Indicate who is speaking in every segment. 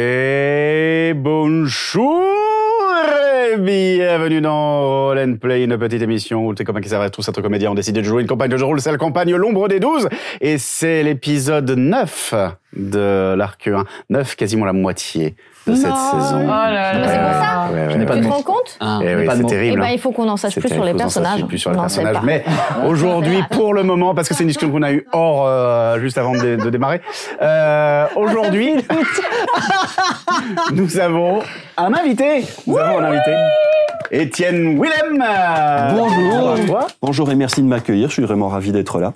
Speaker 1: Et bonjour et bienvenue dans Roll and Play, une petite émission où tes copains qui servent à tous être comédiens ont décidé de jouer une campagne de jeu de rôle, c'est la campagne L'ombre des 12 et c'est l'épisode 9 de l'arc 1, 9 quasiment la moitié de cette saison.
Speaker 2: Oh
Speaker 3: là là.
Speaker 1: Ouais,
Speaker 2: C'est
Speaker 4: Ah,
Speaker 2: pour
Speaker 1: ouais,
Speaker 2: ça
Speaker 1: ouais, ouais,
Speaker 4: Je n'ai pas
Speaker 1: ouais.
Speaker 2: Tu
Speaker 4: de
Speaker 2: te
Speaker 4: mots.
Speaker 2: rends compte
Speaker 4: Ah,
Speaker 1: Eh
Speaker 4: mais
Speaker 1: oui,
Speaker 4: pas de
Speaker 1: c'est
Speaker 4: mots.
Speaker 2: Eh
Speaker 1: terrible.
Speaker 2: ben,
Speaker 1: hein.
Speaker 2: il faut qu'on en sache
Speaker 1: C'est
Speaker 2: plus sur les
Speaker 1: terrible, on s'en
Speaker 2: personnages.
Speaker 1: sait plus sur les
Speaker 2: On en
Speaker 1: personnages.
Speaker 2: sait pas.
Speaker 1: Mais aujourd'hui, pour le moment, parce que c'est une discussion qu'on a eue hors, euh, juste avant de, de démarrer, euh, aujourd'hui, nous avons un invité. Nous avons un invité. Étienne Willem. euh,
Speaker 4: Bonjour.
Speaker 1: à toi.
Speaker 4: Bonjour et merci de m'accueillir. Je suis vraiment ravi d'être là.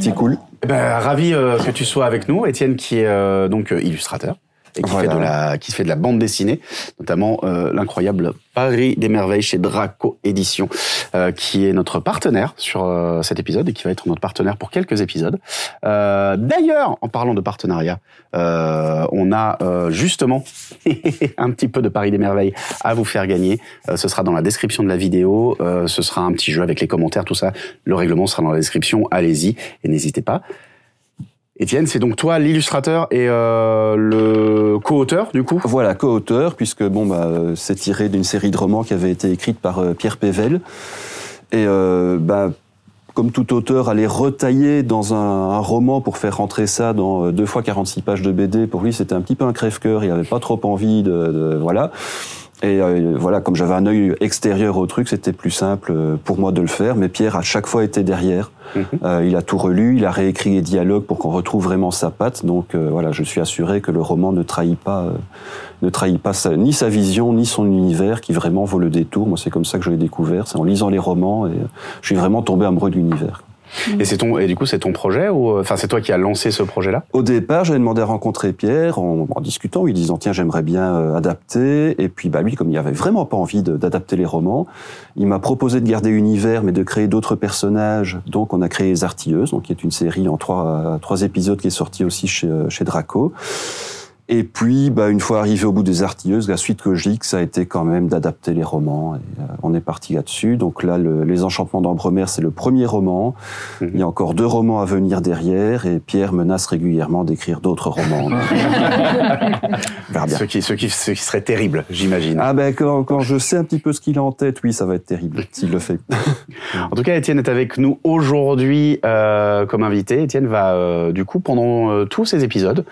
Speaker 4: C'est cool.
Speaker 1: Eh Ben, ravi euh, que tu sois avec nous, Étienne, qui est euh, donc euh, illustrateur et qui,
Speaker 4: Voilà.
Speaker 1: fait de la, qui fait de la bande dessinée, notamment euh, l'incroyable Paris des merveilles chez Draco Édition, euh, qui est notre partenaire sur euh, cet épisode et qui va être notre partenaire pour quelques épisodes. Euh, D'ailleurs, en parlant de partenariat, euh, on a euh, justement un petit peu de Paris des merveilles à vous faire gagner. Euh, ce sera dans la description de la vidéo, euh, ce sera un petit jeu avec les commentaires, tout ça. Le règlement sera dans la description, allez-y et n'hésitez pas. Étienne, c'est donc toi l'illustrateur et euh, le co-auteur du coup
Speaker 4: Voilà, co-auteur, puisque bon, bah, euh, c'est tiré d'une série de romans qui avait été écrite par euh, Pierre Pével. Et euh, bah, comme tout auteur, aller retailler dans un, un roman pour faire rentrer ça dans euh, deux fois 46 pages de BD, pour lui, c'était un petit peu un crève-cœur. Il n'avait pas trop envie de, de- voilà. Et euh, voilà, comme j'avais un œil extérieur au truc, c'était plus simple euh, pour moi de le faire. Mais Pierre, à chaque fois, était derrière.
Speaker 1: Mhm.
Speaker 4: Euh, il a tout relu, il a réécrit les dialogues pour qu'on retrouve vraiment sa patte. Donc euh, voilà, je suis assuré que le roman ne trahit pas, euh, ne trahit pas sa- ni sa vision ni son univers, qui vraiment vaut le détour. Moi, c'est comme ça que je l'ai découvert, c'est en lisant les romans et euh, je suis vraiment tombé amoureux de l'univers.
Speaker 1: et c'est ton et du coup c'est ton projet ou euh, enfin c'est toi qui as lancé ce projet là
Speaker 4: Au départ, j'avais demandé à rencontrer Pierre en, en discutant, il disant tiens j'aimerais bien euh, adapter. Et puis bah lui, comme il avait vraiment pas envie de- d'adapter les romans, il m'a proposé de garder univers mais de créer d'autres personnages. Donc on a créé les Artilleuses, donc qui est une série en trois trois épisodes qui est sortie aussi chez euh, chez Draco. Et puis bah une fois arrivé au bout des Artilleuses, la suite logique ça a été quand même d'adapter les romans. Et, euh, on est parti là-dessus. Donc là, le- les Enchantements d'Ambremer c'est le premier roman. Il y a encore deux romans à venir derrière et Pierre menace régulièrement d'écrire d'autres romans. On verra Ah, bien.
Speaker 1: ce qui ce qui ce qui serait terrible j'imagine
Speaker 4: Ah ben quand, quand je sais un petit peu ce qu'il a en tête, oui, ça va être terrible s'il le fait.
Speaker 1: en tout cas Étienne est avec nous aujourd'hui euh, comme invité Étienne va euh, du coup pendant euh, tous ces épisodes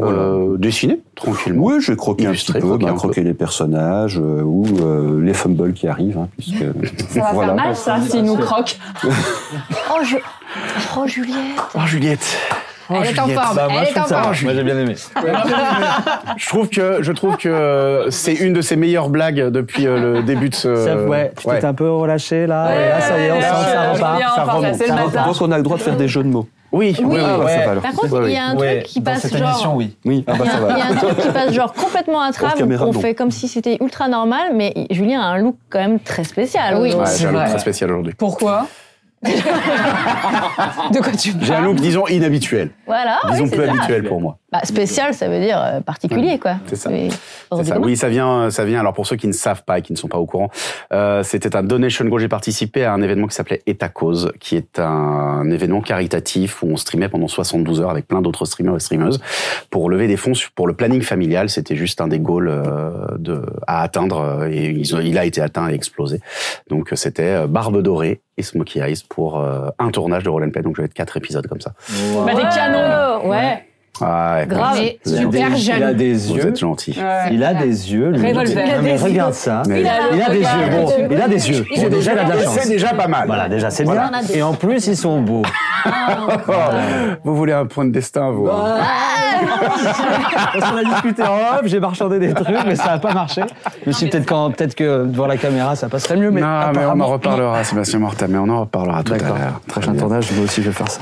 Speaker 1: euh, dessiner tranquillement
Speaker 4: Oui, je croquais un petit
Speaker 1: Illustré,
Speaker 4: peu,
Speaker 1: croquer
Speaker 4: croquer,
Speaker 1: un peu.
Speaker 4: croquer les personnages euh, ou euh, les fumbles qui arrivent, hein, puisque
Speaker 2: Ça va
Speaker 4: Voilà.
Speaker 2: faire
Speaker 5: Ah,
Speaker 2: mal, ça, s'il nous croque.
Speaker 3: Ah, croque.
Speaker 2: Oh, je- oh, Juliette.
Speaker 1: oh Juliette Oh,
Speaker 2: Elle est en
Speaker 1: Juliette.
Speaker 2: forme.
Speaker 6: Bah, moi,
Speaker 2: Elle
Speaker 6: je
Speaker 2: est en
Speaker 6: trouve ça
Speaker 2: forme.
Speaker 6: va. Moi, j'ai bien aimé.
Speaker 1: Je trouve que je trouve que c'est une de ses meilleures blagues depuis euh, le début de ce.
Speaker 6: Ça, ouais, tu
Speaker 1: Ouais.
Speaker 6: t'es un peu relâché là, et là ça y est, on
Speaker 3: ouais,
Speaker 6: sent que ça
Speaker 3: ouais,
Speaker 6: repart.
Speaker 3: je viens,
Speaker 6: ça
Speaker 3: enfin,
Speaker 6: remonte,
Speaker 3: là, c'est le
Speaker 6: ça
Speaker 3: matin.
Speaker 6: repart.
Speaker 4: donc on a le droit de faire des jeux de mots.
Speaker 1: Oui, oui, oui.
Speaker 4: Ah, bah,
Speaker 6: ouais.
Speaker 4: ça va alors.
Speaker 2: Par contre, il y a un
Speaker 6: Ouais,
Speaker 2: truc qui passe
Speaker 6: cette
Speaker 2: genre.
Speaker 6: oui.
Speaker 4: Oui, ah bah
Speaker 2: Il y
Speaker 4: ça
Speaker 2: a il y a
Speaker 4: va.
Speaker 2: un truc qui passe genre complètement à
Speaker 4: Hors
Speaker 2: travers.
Speaker 4: caméra,
Speaker 2: On
Speaker 4: non.
Speaker 2: fait comme si c'était ultra normal, mais Julien a un look quand même très spécial.
Speaker 3: Oui.
Speaker 1: Ouais,
Speaker 3: C'est
Speaker 1: j'ai un look
Speaker 3: vrai.
Speaker 1: très spécial aujourd'hui.
Speaker 3: Pourquoi De quoi tu
Speaker 1: J'ai un
Speaker 3: parles
Speaker 1: look, disons, inhabituel.
Speaker 2: Voilà. Ah. oui,
Speaker 1: disons
Speaker 2: c'est
Speaker 1: peu
Speaker 2: ça.
Speaker 1: habituel pour moi.
Speaker 2: Bah, spécial, ça veut dire euh, particulier, quoi.
Speaker 1: C'est ça.
Speaker 2: Mais hors
Speaker 1: C'est
Speaker 2: du
Speaker 1: ça.
Speaker 2: commun.
Speaker 1: Oui, ça vient, euh, ça vient. Alors pour ceux qui ne savent pas et qui ne sont pas au courant, euh, c'était un donation go. J'ai participé à un événement qui s'appelait Eta Cause, qui est un événement caritatif où on streamait pendant 72 heures avec plein d'autres streamers et streameuses pour lever des fonds sur- pour le planning familial. C'était juste un des goals euh, de, à atteindre euh, et ils ont- il a été atteint et explosé. Donc euh, c'était euh, Barbe Dorée et Smokey Eyes pour euh, un tournage de Roll and Play. Donc je vais être quatre épisodes comme ça.
Speaker 3: Bah, des canons.
Speaker 2: Ouais, ouais,
Speaker 1: Ah, ouais,
Speaker 2: grave.
Speaker 1: Vous êtes-
Speaker 3: Super
Speaker 7: Il a
Speaker 3: jeune.
Speaker 7: des
Speaker 1: Vous
Speaker 7: yeux.
Speaker 1: êtes gentils.
Speaker 3: Ouais.
Speaker 7: Il a des yeux. lui.
Speaker 3: Revolver.
Speaker 7: Non, mais regarde ça.
Speaker 1: Mais-
Speaker 7: Il a, des yeux. Bon, il a des yeux. Bon, déjà, il a de la chance.
Speaker 1: C'est déjà pas mal.
Speaker 7: Voilà, déjà, c'est
Speaker 2: Voilà.
Speaker 7: bien. Et en plus, ils sont beaux.
Speaker 1: Oh, Vous voulez un point de destin, vous hein
Speaker 7: Parce qu'on a discuté en off, j'ai marchandé des trucs, mais ça n'a pas marché. Je me suis dit, peut-être quand, peut-être que devant la caméra, ça passerait mieux, mais.
Speaker 1: Non, mais on en
Speaker 7: apparemment-
Speaker 1: reparlera, Sébastien Morta, mais on en reparlera tout à
Speaker 7: D'accord.
Speaker 1: l'heure. Très
Speaker 4: Prochain
Speaker 1: bien.
Speaker 4: tournage, moi aussi je vais faire ça.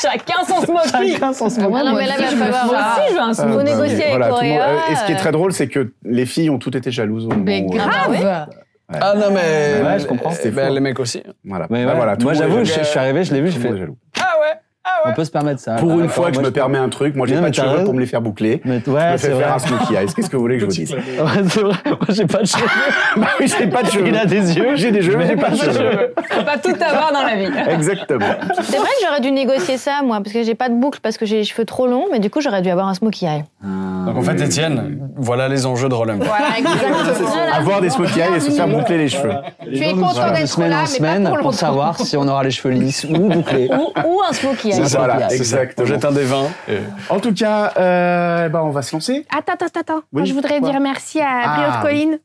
Speaker 3: Chacun son smoking.
Speaker 7: Chacun son
Speaker 2: Ah non,
Speaker 3: Moi
Speaker 2: mais là,
Speaker 3: aussi,
Speaker 2: va
Speaker 3: je veux-
Speaker 2: falloir-
Speaker 3: moi aussi, je veux un smoking.
Speaker 2: Faut
Speaker 1: bah
Speaker 2: négocier
Speaker 1: oui,
Speaker 2: avec
Speaker 1: voilà, tout le monde-
Speaker 2: Correa,
Speaker 1: euh, Et ce qui est
Speaker 2: euh.
Speaker 1: très drôle, c'est que les filles ont toutes été jalouses au moment
Speaker 2: Mais
Speaker 1: où- euh, Ah
Speaker 2: grave.
Speaker 8: Ah non, mais.
Speaker 7: Ouais, je comprends.
Speaker 8: Eh ben, les mecs aussi.
Speaker 1: Voilà.
Speaker 7: Mais
Speaker 1: Bah
Speaker 7: voilà,
Speaker 1: voilà, tout
Speaker 7: moi
Speaker 1: le monde
Speaker 7: j'avoue,
Speaker 1: est
Speaker 7: je, je
Speaker 1: jaloux.
Speaker 7: suis arrivé, je l'ai vu,
Speaker 1: Tout
Speaker 7: j'ai
Speaker 1: le monde est
Speaker 7: fait.
Speaker 1: jaloux.
Speaker 8: Ah ouais
Speaker 7: On peut se permettre ça.
Speaker 1: Pour
Speaker 7: Ah,
Speaker 1: une
Speaker 7: d'accord,
Speaker 1: fois que je
Speaker 7: moi,
Speaker 1: me permets un truc, moi j'ai
Speaker 7: Non,
Speaker 1: pas
Speaker 7: mais
Speaker 1: de
Speaker 7: t'as
Speaker 1: cheveux
Speaker 7: raison.
Speaker 1: pour me les faire boucler.
Speaker 7: Mais
Speaker 1: je
Speaker 7: ouais,
Speaker 1: me
Speaker 7: c'est
Speaker 1: fais faire
Speaker 7: vrai.
Speaker 1: un smokey eyes. Qu'est-ce que vous voulez que je vous dise
Speaker 7: Ouais, c'est vrai. Moi, j'ai pas de cheveux.
Speaker 1: Bah oui, j'ai pas de cheveux.
Speaker 7: Il a Ah, des yeux.
Speaker 1: J'ai des cheveux, mais j'ai pas de cheveux.
Speaker 3: Faut pas tout avoir dans la vie.
Speaker 1: Exactement.
Speaker 2: C'est vrai que j'aurais dû négocier ça, moi, parce que j'ai pas de boucle, parce que j'ai les cheveux trop longs, mais du coup, j'aurais dû avoir un smokey eye.
Speaker 4: Euh,
Speaker 8: Donc en fait, Étienne, voilà les enjeux de Roland.
Speaker 9: Voilà, exactement.
Speaker 1: Avoir des smokey eyes et se faire boucler les cheveux.
Speaker 9: Tu es content
Speaker 7: De
Speaker 9: d'être
Speaker 7: semaine
Speaker 9: là,
Speaker 7: en
Speaker 9: mais pas
Speaker 7: semaine
Speaker 9: pour
Speaker 7: pour,
Speaker 9: longtemps.
Speaker 7: savoir si on aura les cheveux lisses ou bouclés.
Speaker 2: Ou, ou un smokey eye.
Speaker 1: C'est ça, Voilà,
Speaker 7: c'est ça.
Speaker 8: On
Speaker 1: exactement.
Speaker 8: jette un des vins. et-
Speaker 1: En tout cas,
Speaker 7: eh
Speaker 1: euh,
Speaker 7: ben,
Speaker 1: bah, on va se lancer.
Speaker 9: Attends, attends, attends, attends. Moi,
Speaker 1: Oui,
Speaker 9: je voudrais
Speaker 1: quoi
Speaker 9: dire merci à
Speaker 1: Ah,
Speaker 9: Briot de Colline.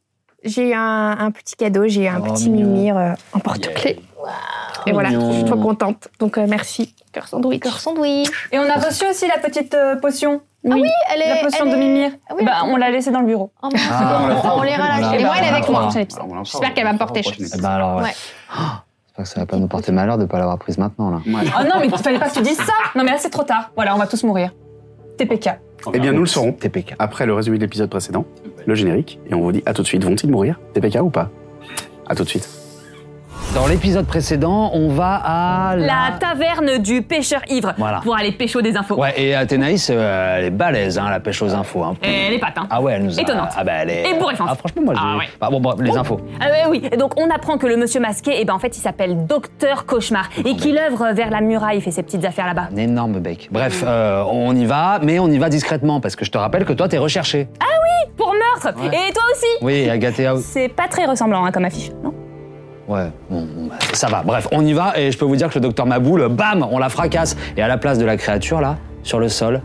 Speaker 9: J'ai un, un petit cadeau, j'ai un
Speaker 7: Oh,
Speaker 9: petit
Speaker 7: mignon.
Speaker 9: mimir euh, en porte-clés. Et voilà,
Speaker 7: Mignon.
Speaker 9: je suis trop contente. Donc, euh, merci. Cœur sandwich.
Speaker 2: Cœur sandwich.
Speaker 3: Et on a reçu aussi la petite euh, potion.
Speaker 2: Elle
Speaker 3: La potion
Speaker 2: elle
Speaker 3: de Mimir. Eh
Speaker 2: Ah oui,
Speaker 3: ben, on l'a laissée dans le bureau. bah,
Speaker 2: oh mince,
Speaker 7: Ah.
Speaker 2: on- on les relâche.
Speaker 7: Voilà.
Speaker 9: Et moi, elle est avec
Speaker 7: Voilà.
Speaker 9: moi.
Speaker 1: Alors, on lance ça,
Speaker 9: J'espère qu'elle va me porter
Speaker 1: on
Speaker 9: chance.
Speaker 7: Eh ben alors, ouais.
Speaker 2: Ouais.
Speaker 7: Oh, J'espère que ça va pas nous porter malheur de pas l'avoir prise maintenant, là.
Speaker 3: Oh non, mais il fallait pas que tu dises ça. Non, mais là, c'est trop tard. Voilà, on va tous mourir. TPK.
Speaker 1: Eh bien, nous le saurons
Speaker 7: TPK.
Speaker 1: après le résumé de l'épisode précédent, le générique, et on vous dit à tout de suite. Vont-ils mourir TPK ou pas À tout de suite.
Speaker 7: Dans l'épisode précédent, on va à la...
Speaker 3: taverne du pêcheur ivre.
Speaker 7: Voilà.
Speaker 3: Pour aller pêcher des infos.
Speaker 7: Ouais, et Athénaïs, euh, elle est balèze, hein, la pêche aux infos. Hein.
Speaker 5: Eh,
Speaker 3: Et les pattes, hein.
Speaker 7: Ah ouais, elle nous a...
Speaker 3: Étonnante.
Speaker 7: Ah bah elle est...
Speaker 3: Et bourrifante.
Speaker 7: Ah franchement, moi, j'ai...
Speaker 3: Ah ouais.
Speaker 7: Bah, bon, bon, les infos.
Speaker 5: Ah ouais, oui, et donc on apprend que le monsieur masqué, eh ben en fait, il s'appelle Docteur Cauchemar et
Speaker 3: Ah,
Speaker 5: qu'il œuvre vers la muraille, il fait ses petites affaires là-bas.
Speaker 7: Un énorme bec. Bref, euh, on y va, mais on y va discrètement, parce que je te rappelle que toi, t'es recherché.
Speaker 5: Pour meurtre
Speaker 7: Ouais.
Speaker 5: Et toi aussi
Speaker 7: Oui, Agathea...
Speaker 5: C'est pas très ressemblant hein, comme affiche, non
Speaker 7: Ouais, bon, bon, bah, ça va. Bref, on y va et je peux vous dire que le docteur Maboul, bam, on la fracasse. Et à la place de la créature, là, sur le sol,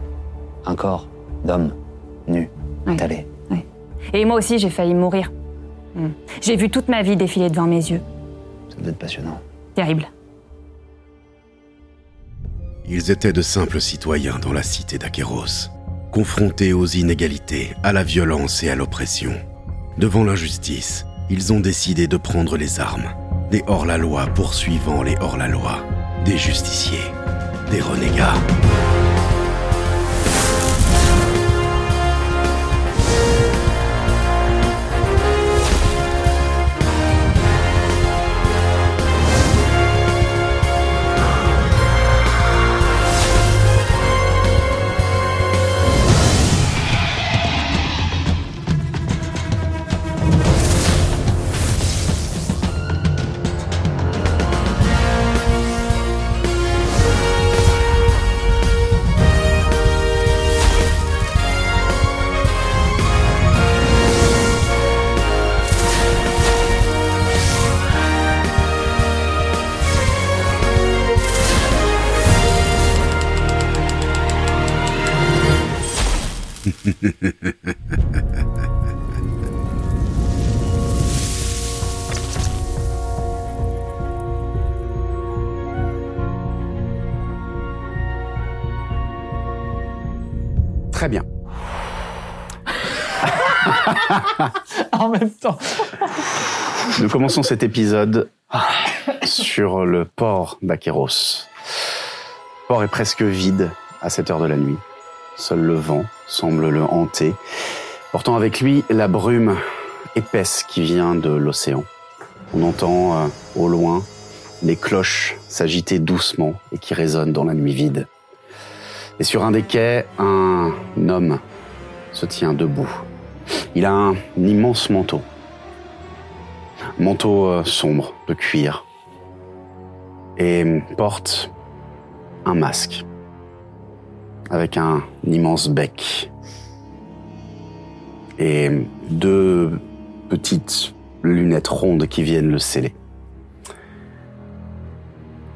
Speaker 7: un corps d'homme nu, étalé.
Speaker 5: Et moi aussi, j'ai failli mourir. Hmm. J'ai vu toute ma vie défiler devant mes yeux.
Speaker 7: Ça doit être passionnant.
Speaker 5: Terrible.
Speaker 10: Ils étaient de simples citoyens dans la cité d'Aqueros, confrontés aux inégalités, à la violence et à l'oppression. Devant l'injustice, ils ont décidé de prendre les armes, des hors-la-loi poursuivant les hors-la-loi, des justiciers, des renégats.
Speaker 1: Très bien.
Speaker 7: En même temps.
Speaker 1: Nous commençons cet épisode sur le port d'Aqueros. Le port est presque vide à cette heure de la nuit. Seul le vent semble le hanter, portant avec lui la brume épaisse qui vient de l'océan. On entend euh, au loin les cloches s'agiter doucement et qui résonnent dans la nuit vide. Et sur un des quais, un homme se tient debout. Il a un immense manteau manteau euh, sombre de cuir et porte un masque avec un immense bec et deux petites lunettes rondes qui viennent le sceller.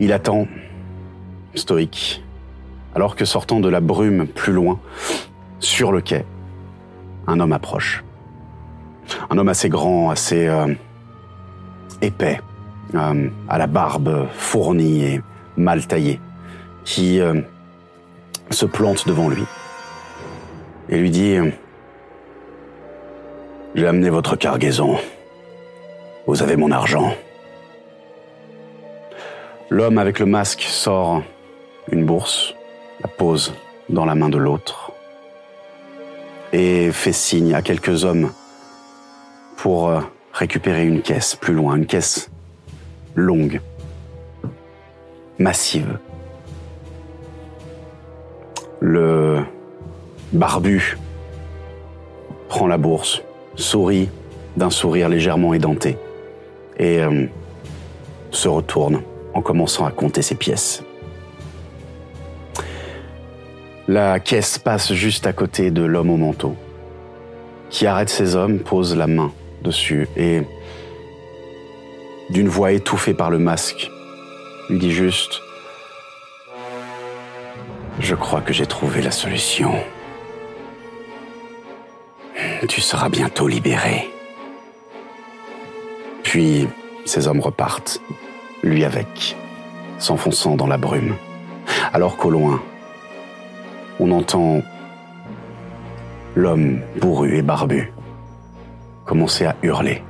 Speaker 1: Il attend, stoïque, alors que sortant de la brume plus loin, sur le quai, un homme approche. Un homme assez grand, assez... euh, épais, euh, à la barbe fournie et mal taillée, qui euh, se plante devant lui et lui dit ⁇ J'ai amené votre cargaison, vous avez mon argent ⁇ L'homme avec le masque sort une bourse, la pose dans la main de l'autre et fait signe à quelques hommes pour euh, récupérer une caisse plus loin, une caisse longue, massive, Le barbu prend la bourse, sourit d'un sourire légèrement édenté et euh, se retourne en commençant à compter ses pièces. La caisse passe juste à côté de l'homme au manteau, qui arrête ses hommes, pose la main dessus et, d'une voix étouffée par le masque, lui dit juste Je crois que j'ai trouvé la solution. Tu seras bientôt libéré. Puis, ces hommes repartent, lui avec, s'enfonçant dans la brume. Alors qu'au loin, on entend l'homme bourru et barbu commencer à hurler,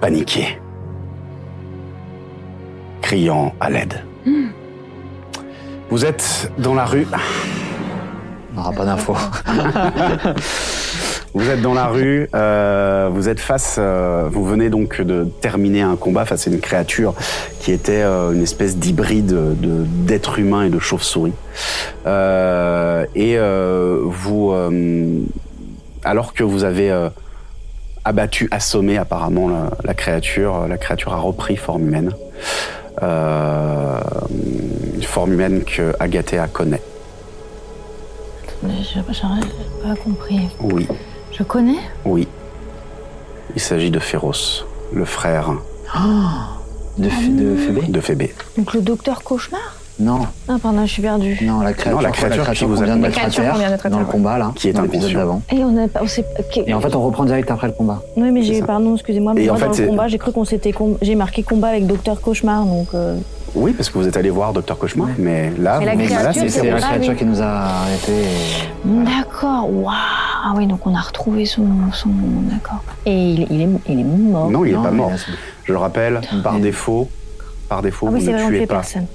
Speaker 1: paniqué, criant à l'aide. Vous êtes dans la rue.
Speaker 7: On n'aura pas d'infos.
Speaker 1: Vous êtes dans la rue, euh, vous êtes face, euh, vous venez donc de terminer un combat face à une créature qui était euh, une espèce d'hybride de- d'être humain et de chauve-souris. Euh, et euh, vous, euh, alors que vous avez euh, abattu, assommé apparemment la, la créature, la créature a repris forme humaine, Euh, une forme humaine que Agathea connaît.
Speaker 2: Mais je- J'ai pas compris.
Speaker 1: Oui.
Speaker 2: Je connais
Speaker 1: Oui. Il s'agit de Féroce, le frère
Speaker 7: De, f- de Phébé
Speaker 1: de Phébé.
Speaker 2: Donc le docteur cauchemar
Speaker 7: Non,
Speaker 2: Ah pardon, je suis perdue.
Speaker 7: non, la créature,
Speaker 1: Non, la créature qui vous
Speaker 7: qu'on
Speaker 1: a-
Speaker 7: vient de mettre à
Speaker 3: créature qu'on vient de mettre à
Speaker 7: terre dans le
Speaker 3: terre,
Speaker 7: combat, là,
Speaker 1: Qui est
Speaker 7: dans l'épisode
Speaker 1: inconscient.
Speaker 7: d'avant.
Speaker 2: Et on a pas, on s'est. ok.
Speaker 7: Et en fait, on reprend direct après le combat.
Speaker 2: oui, mais
Speaker 1: c'est
Speaker 2: j'ai
Speaker 1: ça.
Speaker 2: pardon, excusez-moi, mais
Speaker 1: Et en
Speaker 2: moi
Speaker 1: fait,
Speaker 2: dans
Speaker 1: c'est-
Speaker 2: le combat, j'ai cru qu'on s'était com- j'ai marqué combat avec docteur cauchemar, donc. euh,
Speaker 1: Oui, parce que vous êtes allé voir Docteur Cauchemar, mais là,
Speaker 2: Mais la
Speaker 1: vous-
Speaker 2: créature,
Speaker 1: là,
Speaker 7: C'est
Speaker 1: c'est
Speaker 7: c'est
Speaker 1: Féroce.
Speaker 7: la
Speaker 2: Ah,
Speaker 7: créature
Speaker 2: oui.
Speaker 7: qui nous a arrêtés. et-
Speaker 2: D'accord. Waouh. Ah oui, donc on a retrouvé son son. D'accord. Et il, il est il est mort.
Speaker 1: Non, il n'est
Speaker 7: Non,
Speaker 1: pas
Speaker 7: mais
Speaker 1: mort.
Speaker 7: là, c'est-
Speaker 1: Je le rappelle, par
Speaker 7: Mais-
Speaker 1: défaut, par défaut,
Speaker 2: Ah oui,
Speaker 1: vous
Speaker 2: c'est
Speaker 1: ne
Speaker 2: vrai, on
Speaker 1: tuez
Speaker 2: tuait
Speaker 1: pas.
Speaker 2: personne.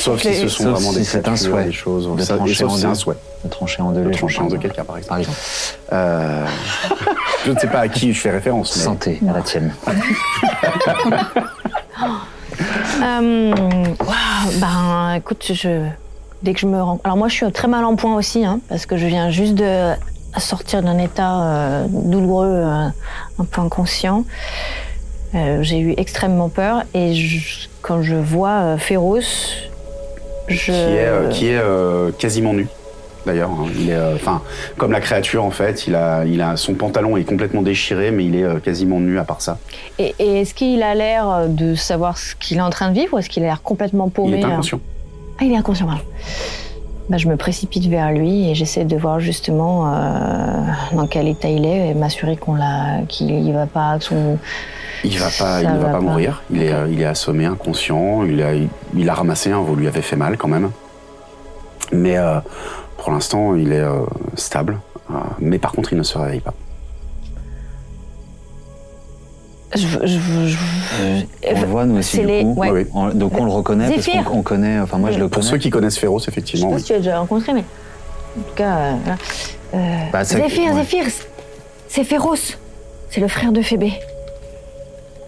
Speaker 1: Sauf si ce sont
Speaker 7: Sauf
Speaker 1: vraiment
Speaker 7: si
Speaker 1: des
Speaker 7: c'est un
Speaker 1: créatures,
Speaker 7: souhait
Speaker 1: des choses.
Speaker 7: de
Speaker 1: ça- et
Speaker 7: trancher
Speaker 1: sauf
Speaker 7: en
Speaker 1: si c'est
Speaker 7: deux.
Speaker 1: un souhait.
Speaker 7: de trancher en deux
Speaker 1: De
Speaker 7: les
Speaker 1: trancher en
Speaker 7: gens.
Speaker 1: deux quelqu'un, par exemple.
Speaker 7: Par exemple,
Speaker 1: Euh, je ne sais pas à qui je fais référence, mais
Speaker 7: santé à la tienne.
Speaker 2: Euh, waouh, ben, écoute, je, dès que je me rends. Alors, moi, je suis très mal en point aussi, hein, parce que je viens juste de sortir d'un état euh, douloureux, euh, un peu inconscient. Euh, J'ai eu extrêmement peur, et je- quand je vois euh, Féroce,
Speaker 1: qui
Speaker 2: je.
Speaker 1: est, euh, qui est euh, quasiment nu. D'ailleurs, hein. il est, euh, enfin, comme la créature en fait, il a, il a son pantalon est complètement déchiré, mais il est euh, quasiment nu à part ça.
Speaker 2: Et, et est-ce qu'il a l'air de savoir ce qu'il est en train de vivre, ou est-ce qu'il a l'air complètement
Speaker 1: Il
Speaker 2: paumé
Speaker 1: est
Speaker 2: euh,
Speaker 1: inconscient.
Speaker 2: Ah, il est inconscient, pardon. Bah, je me précipite vers lui et j'essaie de voir justement euh, dans quel état il est et m'assurer qu'on l'a, qu'il y va pas, que son.
Speaker 1: Il va pas,
Speaker 2: Ça
Speaker 1: il ne va,
Speaker 2: va
Speaker 1: pas
Speaker 2: pas.
Speaker 1: mourir. Il est, euh, il est assommé, inconscient. Il a, il a ramassé un. Vous lui avez fait mal quand même. Mais euh, pour l'instant, il est euh, stable. Euh, mais par contre, il ne se réveille pas.
Speaker 2: Je, je- je- je-
Speaker 7: Euh, on le voit, nous aussi,
Speaker 2: c'est
Speaker 7: du
Speaker 2: les-
Speaker 7: coup.
Speaker 2: ouais.
Speaker 1: Oui, oui.
Speaker 7: On- donc on le reconnaît parce
Speaker 2: Zéphyr.
Speaker 7: qu'on on connaît, enfin moi je le
Speaker 1: Pour ceux
Speaker 7: connais.
Speaker 1: qui connaissent Féroce,
Speaker 2: je sais
Speaker 1: effectivement,
Speaker 2: pas
Speaker 1: oui.
Speaker 2: si tu l'as déjà rencontré, mais en tout cas. euh, voilà. Euh,
Speaker 7: Bah, c'est-
Speaker 2: Zéphyr,
Speaker 7: ouais.
Speaker 2: Zéphyr, c'est féroce. C'est le frère de Phébé.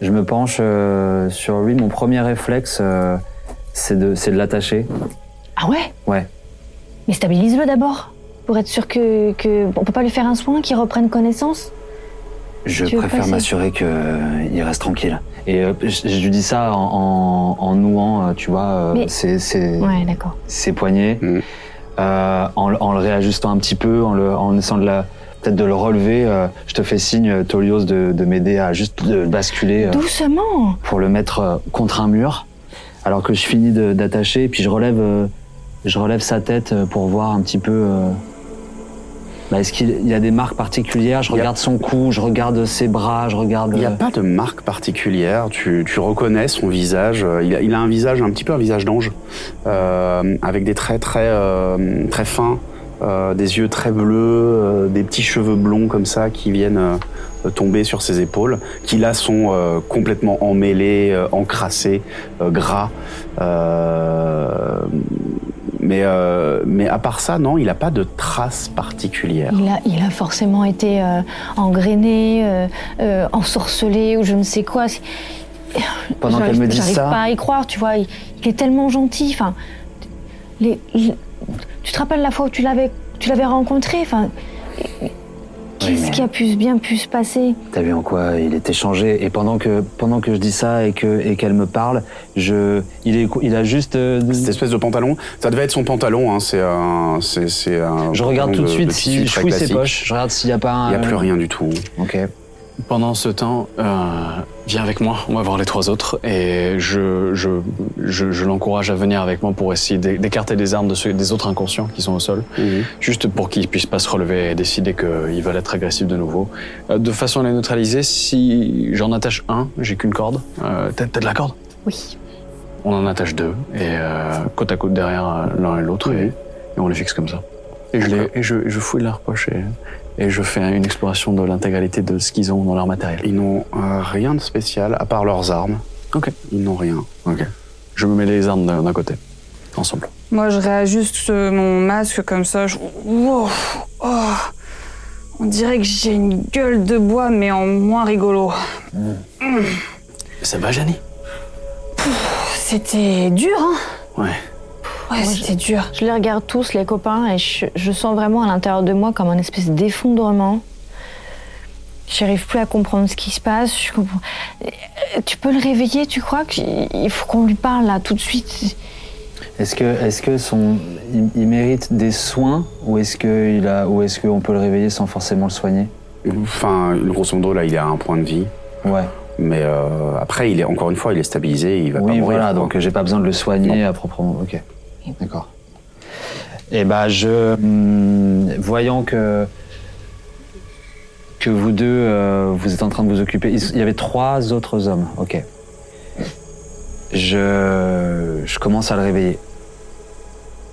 Speaker 7: Je me penche euh, sur lui, mon premier réflexe euh, c'est de, c'est de l'attacher.
Speaker 2: Ah ouais
Speaker 7: Ouais.
Speaker 2: Mais stabilise-le d'abord pour être sûr que, que on peut pas lui faire un soin, qu'il reprenne connaissance.
Speaker 7: Je
Speaker 2: Tu veux
Speaker 7: préfère
Speaker 2: passer
Speaker 7: m'assurer qu'il reste tranquille. Et euh, je, je lui dis ça en, en, en nouant, euh, tu vois, euh,
Speaker 2: Mais-
Speaker 7: ses, ses-
Speaker 2: Ouais, d'accord.
Speaker 7: ses poignets,
Speaker 1: Mm.
Speaker 7: euh, en, le- en le réajustant un petit peu, en, le, en essayant de la- peut-être de le relever. euh, je te fais signe, euh, Tolios, de, de m'aider à juste de basculer. euh,
Speaker 2: Doucement.
Speaker 7: pour le mettre euh, contre un mur, alors que je finis de- d'attacher, et puis je relève, euh, je relève sa tête euh, pour voir un petit peu. euh, bah, Est-ce qu'il il y a des marques particulières Je
Speaker 1: Il y a-
Speaker 7: regarde son cou, je regarde ses bras, je regarde.
Speaker 1: Il n'y a
Speaker 7: euh,
Speaker 1: pas de marque particulière. Tu, tu reconnais son visage. Euh, Il a, il a un visage, un petit peu un visage d'ange, euh, avec des traits très, euh, très fins, euh, des yeux très bleus, euh, des petits cheveux blonds comme ça qui viennent euh, tomber sur ses épaules, qui là sont euh, complètement emmêlés, euh, encrassés, euh, gras. Euh, mais, euh, mais à part ça, non, il n'a pas de traces particulières.
Speaker 2: Il a, il a forcément été euh, engrainé, euh, euh, ensorcelé ou je ne sais quoi. C'est-
Speaker 7: pendant
Speaker 2: j'arrive-
Speaker 7: qu'elle me dit
Speaker 2: J'arrive
Speaker 7: ça,
Speaker 2: pas à y croire, tu vois. Il, il est tellement gentil. Enfin, les- les- Tu te rappelles la fois où tu l'avais, tu l'avais rencontré Enfin, qu'est-ce
Speaker 7: mais-
Speaker 2: qui a pu, bien pu se passer
Speaker 7: T'as vu en quoi il était changé Et pendant que, pendant que je dis ça et que et qu'elle me parle, je, il, est, il a juste. euh,
Speaker 1: Cette espèce de pantalon, ça devait être son pantalon. Hein, c'est un, c'est, c'est un.
Speaker 7: je regarde tout
Speaker 1: pantalon
Speaker 7: de suite
Speaker 1: tissu
Speaker 7: si je
Speaker 1: très
Speaker 7: fouille ses
Speaker 1: classique.
Speaker 7: poches. Je regarde s'il n'y a pas un.
Speaker 1: Il n'y a plus rien du tout.
Speaker 7: Ok.
Speaker 8: Pendant ce temps, euh, viens avec moi, on va voir les trois autres, et je, je, je, je l'encourage à venir avec moi pour essayer d'é- d'écarter des armes de ceux, des autres inconscients qui sont au sol, juste pour qu'ils puissent pas se relever et décider qu'ils veulent être agressifs de nouveau. Euh, de façon à les neutraliser, si j'en attache un, j'ai qu'une corde. Euh, T'as t'as de la corde
Speaker 2: Oui.
Speaker 8: On en attache deux, et euh, côte à côte derrière euh, l'un et l'autre, et, et on les fixe comme ça. Et je, les- et je, je fouille leur poche et, et je fais une exploration de l'intégralité de ce qu'ils ont dans leur matériel.
Speaker 1: Ils n'ont euh, rien de spécial à part leurs armes.
Speaker 8: Ok.
Speaker 1: Ils n'ont rien.
Speaker 8: Ok. Je me mets les armes d'un d'un côté, ensemble.
Speaker 11: Moi, je réajuste euh, mon masque comme ça. Je... Wow. Oh. On dirait que j'ai une gueule de bois, mais en moins rigolo. Mmh.
Speaker 8: Ça va, Janie
Speaker 11: C'était dur, hein
Speaker 8: Ouais.
Speaker 11: Ouais, c'était dur.
Speaker 2: Je les regarde tous, les copains, et je, je sens vraiment à l'intérieur de moi comme un espèce d'effondrement. J'arrive plus à comprendre ce qui se passe. je comprends- Euh, Tu peux le réveiller, tu crois qu'il il faut qu'on lui parle là tout de suite
Speaker 7: Est-ce que, est-ce que son, il, il mérite des soins ou est-ce que il a, ou est-ce qu'on peut le réveiller sans forcément le soigner
Speaker 1: Enfin, grosso modo, là, il a un point de vie.
Speaker 7: Ouais.
Speaker 1: Mais euh, après, il est encore une fois, il est stabilisé, il va pas
Speaker 7: Oui,
Speaker 1: mourir.
Speaker 7: voilà.
Speaker 1: quoi.
Speaker 7: Donc euh, j'ai pas besoin de le soigner à proprement. Ok. D'accord. Et bah je, hum, voyant que que vous deux, euh, vous êtes en train de vous occuper. ils- Il y avait trois autres hommes. Ok. Je, je commence à le réveiller.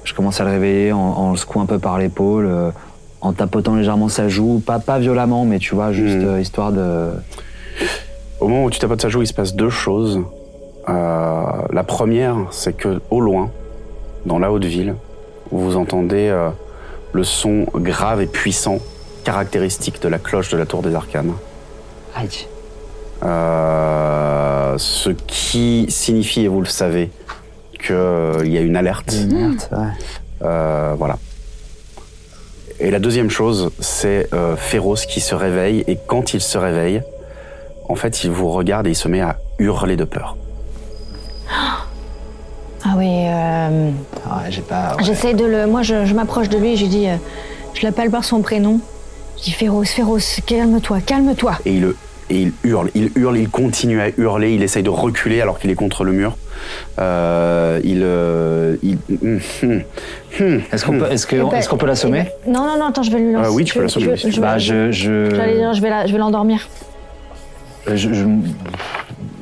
Speaker 7: Je commence à le réveiller en, en le secouant un peu par l'épaule, euh, en tapotant légèrement sa joue, pas pas violemment, mais tu vois, juste
Speaker 1: Hmm.
Speaker 7: euh, histoire de.
Speaker 1: Au moment où tu tapotes sa joue, il se passe deux choses. Euh, la première, c'est que au loin, dans la haute ville, vous entendez euh, le son grave et puissant caractéristique de la cloche de la tour des arcanes.
Speaker 7: Aïe.
Speaker 1: Euh, ce qui signifie, et vous le savez, qu'il y a une alerte.
Speaker 7: Une alerte,
Speaker 1: Euh, voilà. Et la deuxième chose, c'est euh, Féroce qui se réveille, et quand il se réveille, en fait, il vous regarde et il se met à hurler de peur.
Speaker 2: Ah oui. euh,
Speaker 7: Ouais, j'ai pas.
Speaker 2: J'essaie de le. Moi, je, je m'approche de lui et je lui dis. euh, je l'appelle par son prénom. Je dis Féroce, Féroce, calme-toi, calme-toi.
Speaker 1: Et il, le- et il hurle, il hurle, il continue à hurler, il essaye de reculer alors qu'il est contre le mur. Euh, il. euh, il- hum, hum, hum,
Speaker 7: Est-ce qu'on
Speaker 1: hum.
Speaker 7: peut, est-ce que, est-ce qu'on peut l'assommer
Speaker 2: Non, non, non, attends, je vais lui lancer.
Speaker 7: Euh, oui, tu peux l'assommer, oui. Bah, je- je-
Speaker 2: J'allais dire, je vais la- je vais l'endormir.
Speaker 7: Je, je,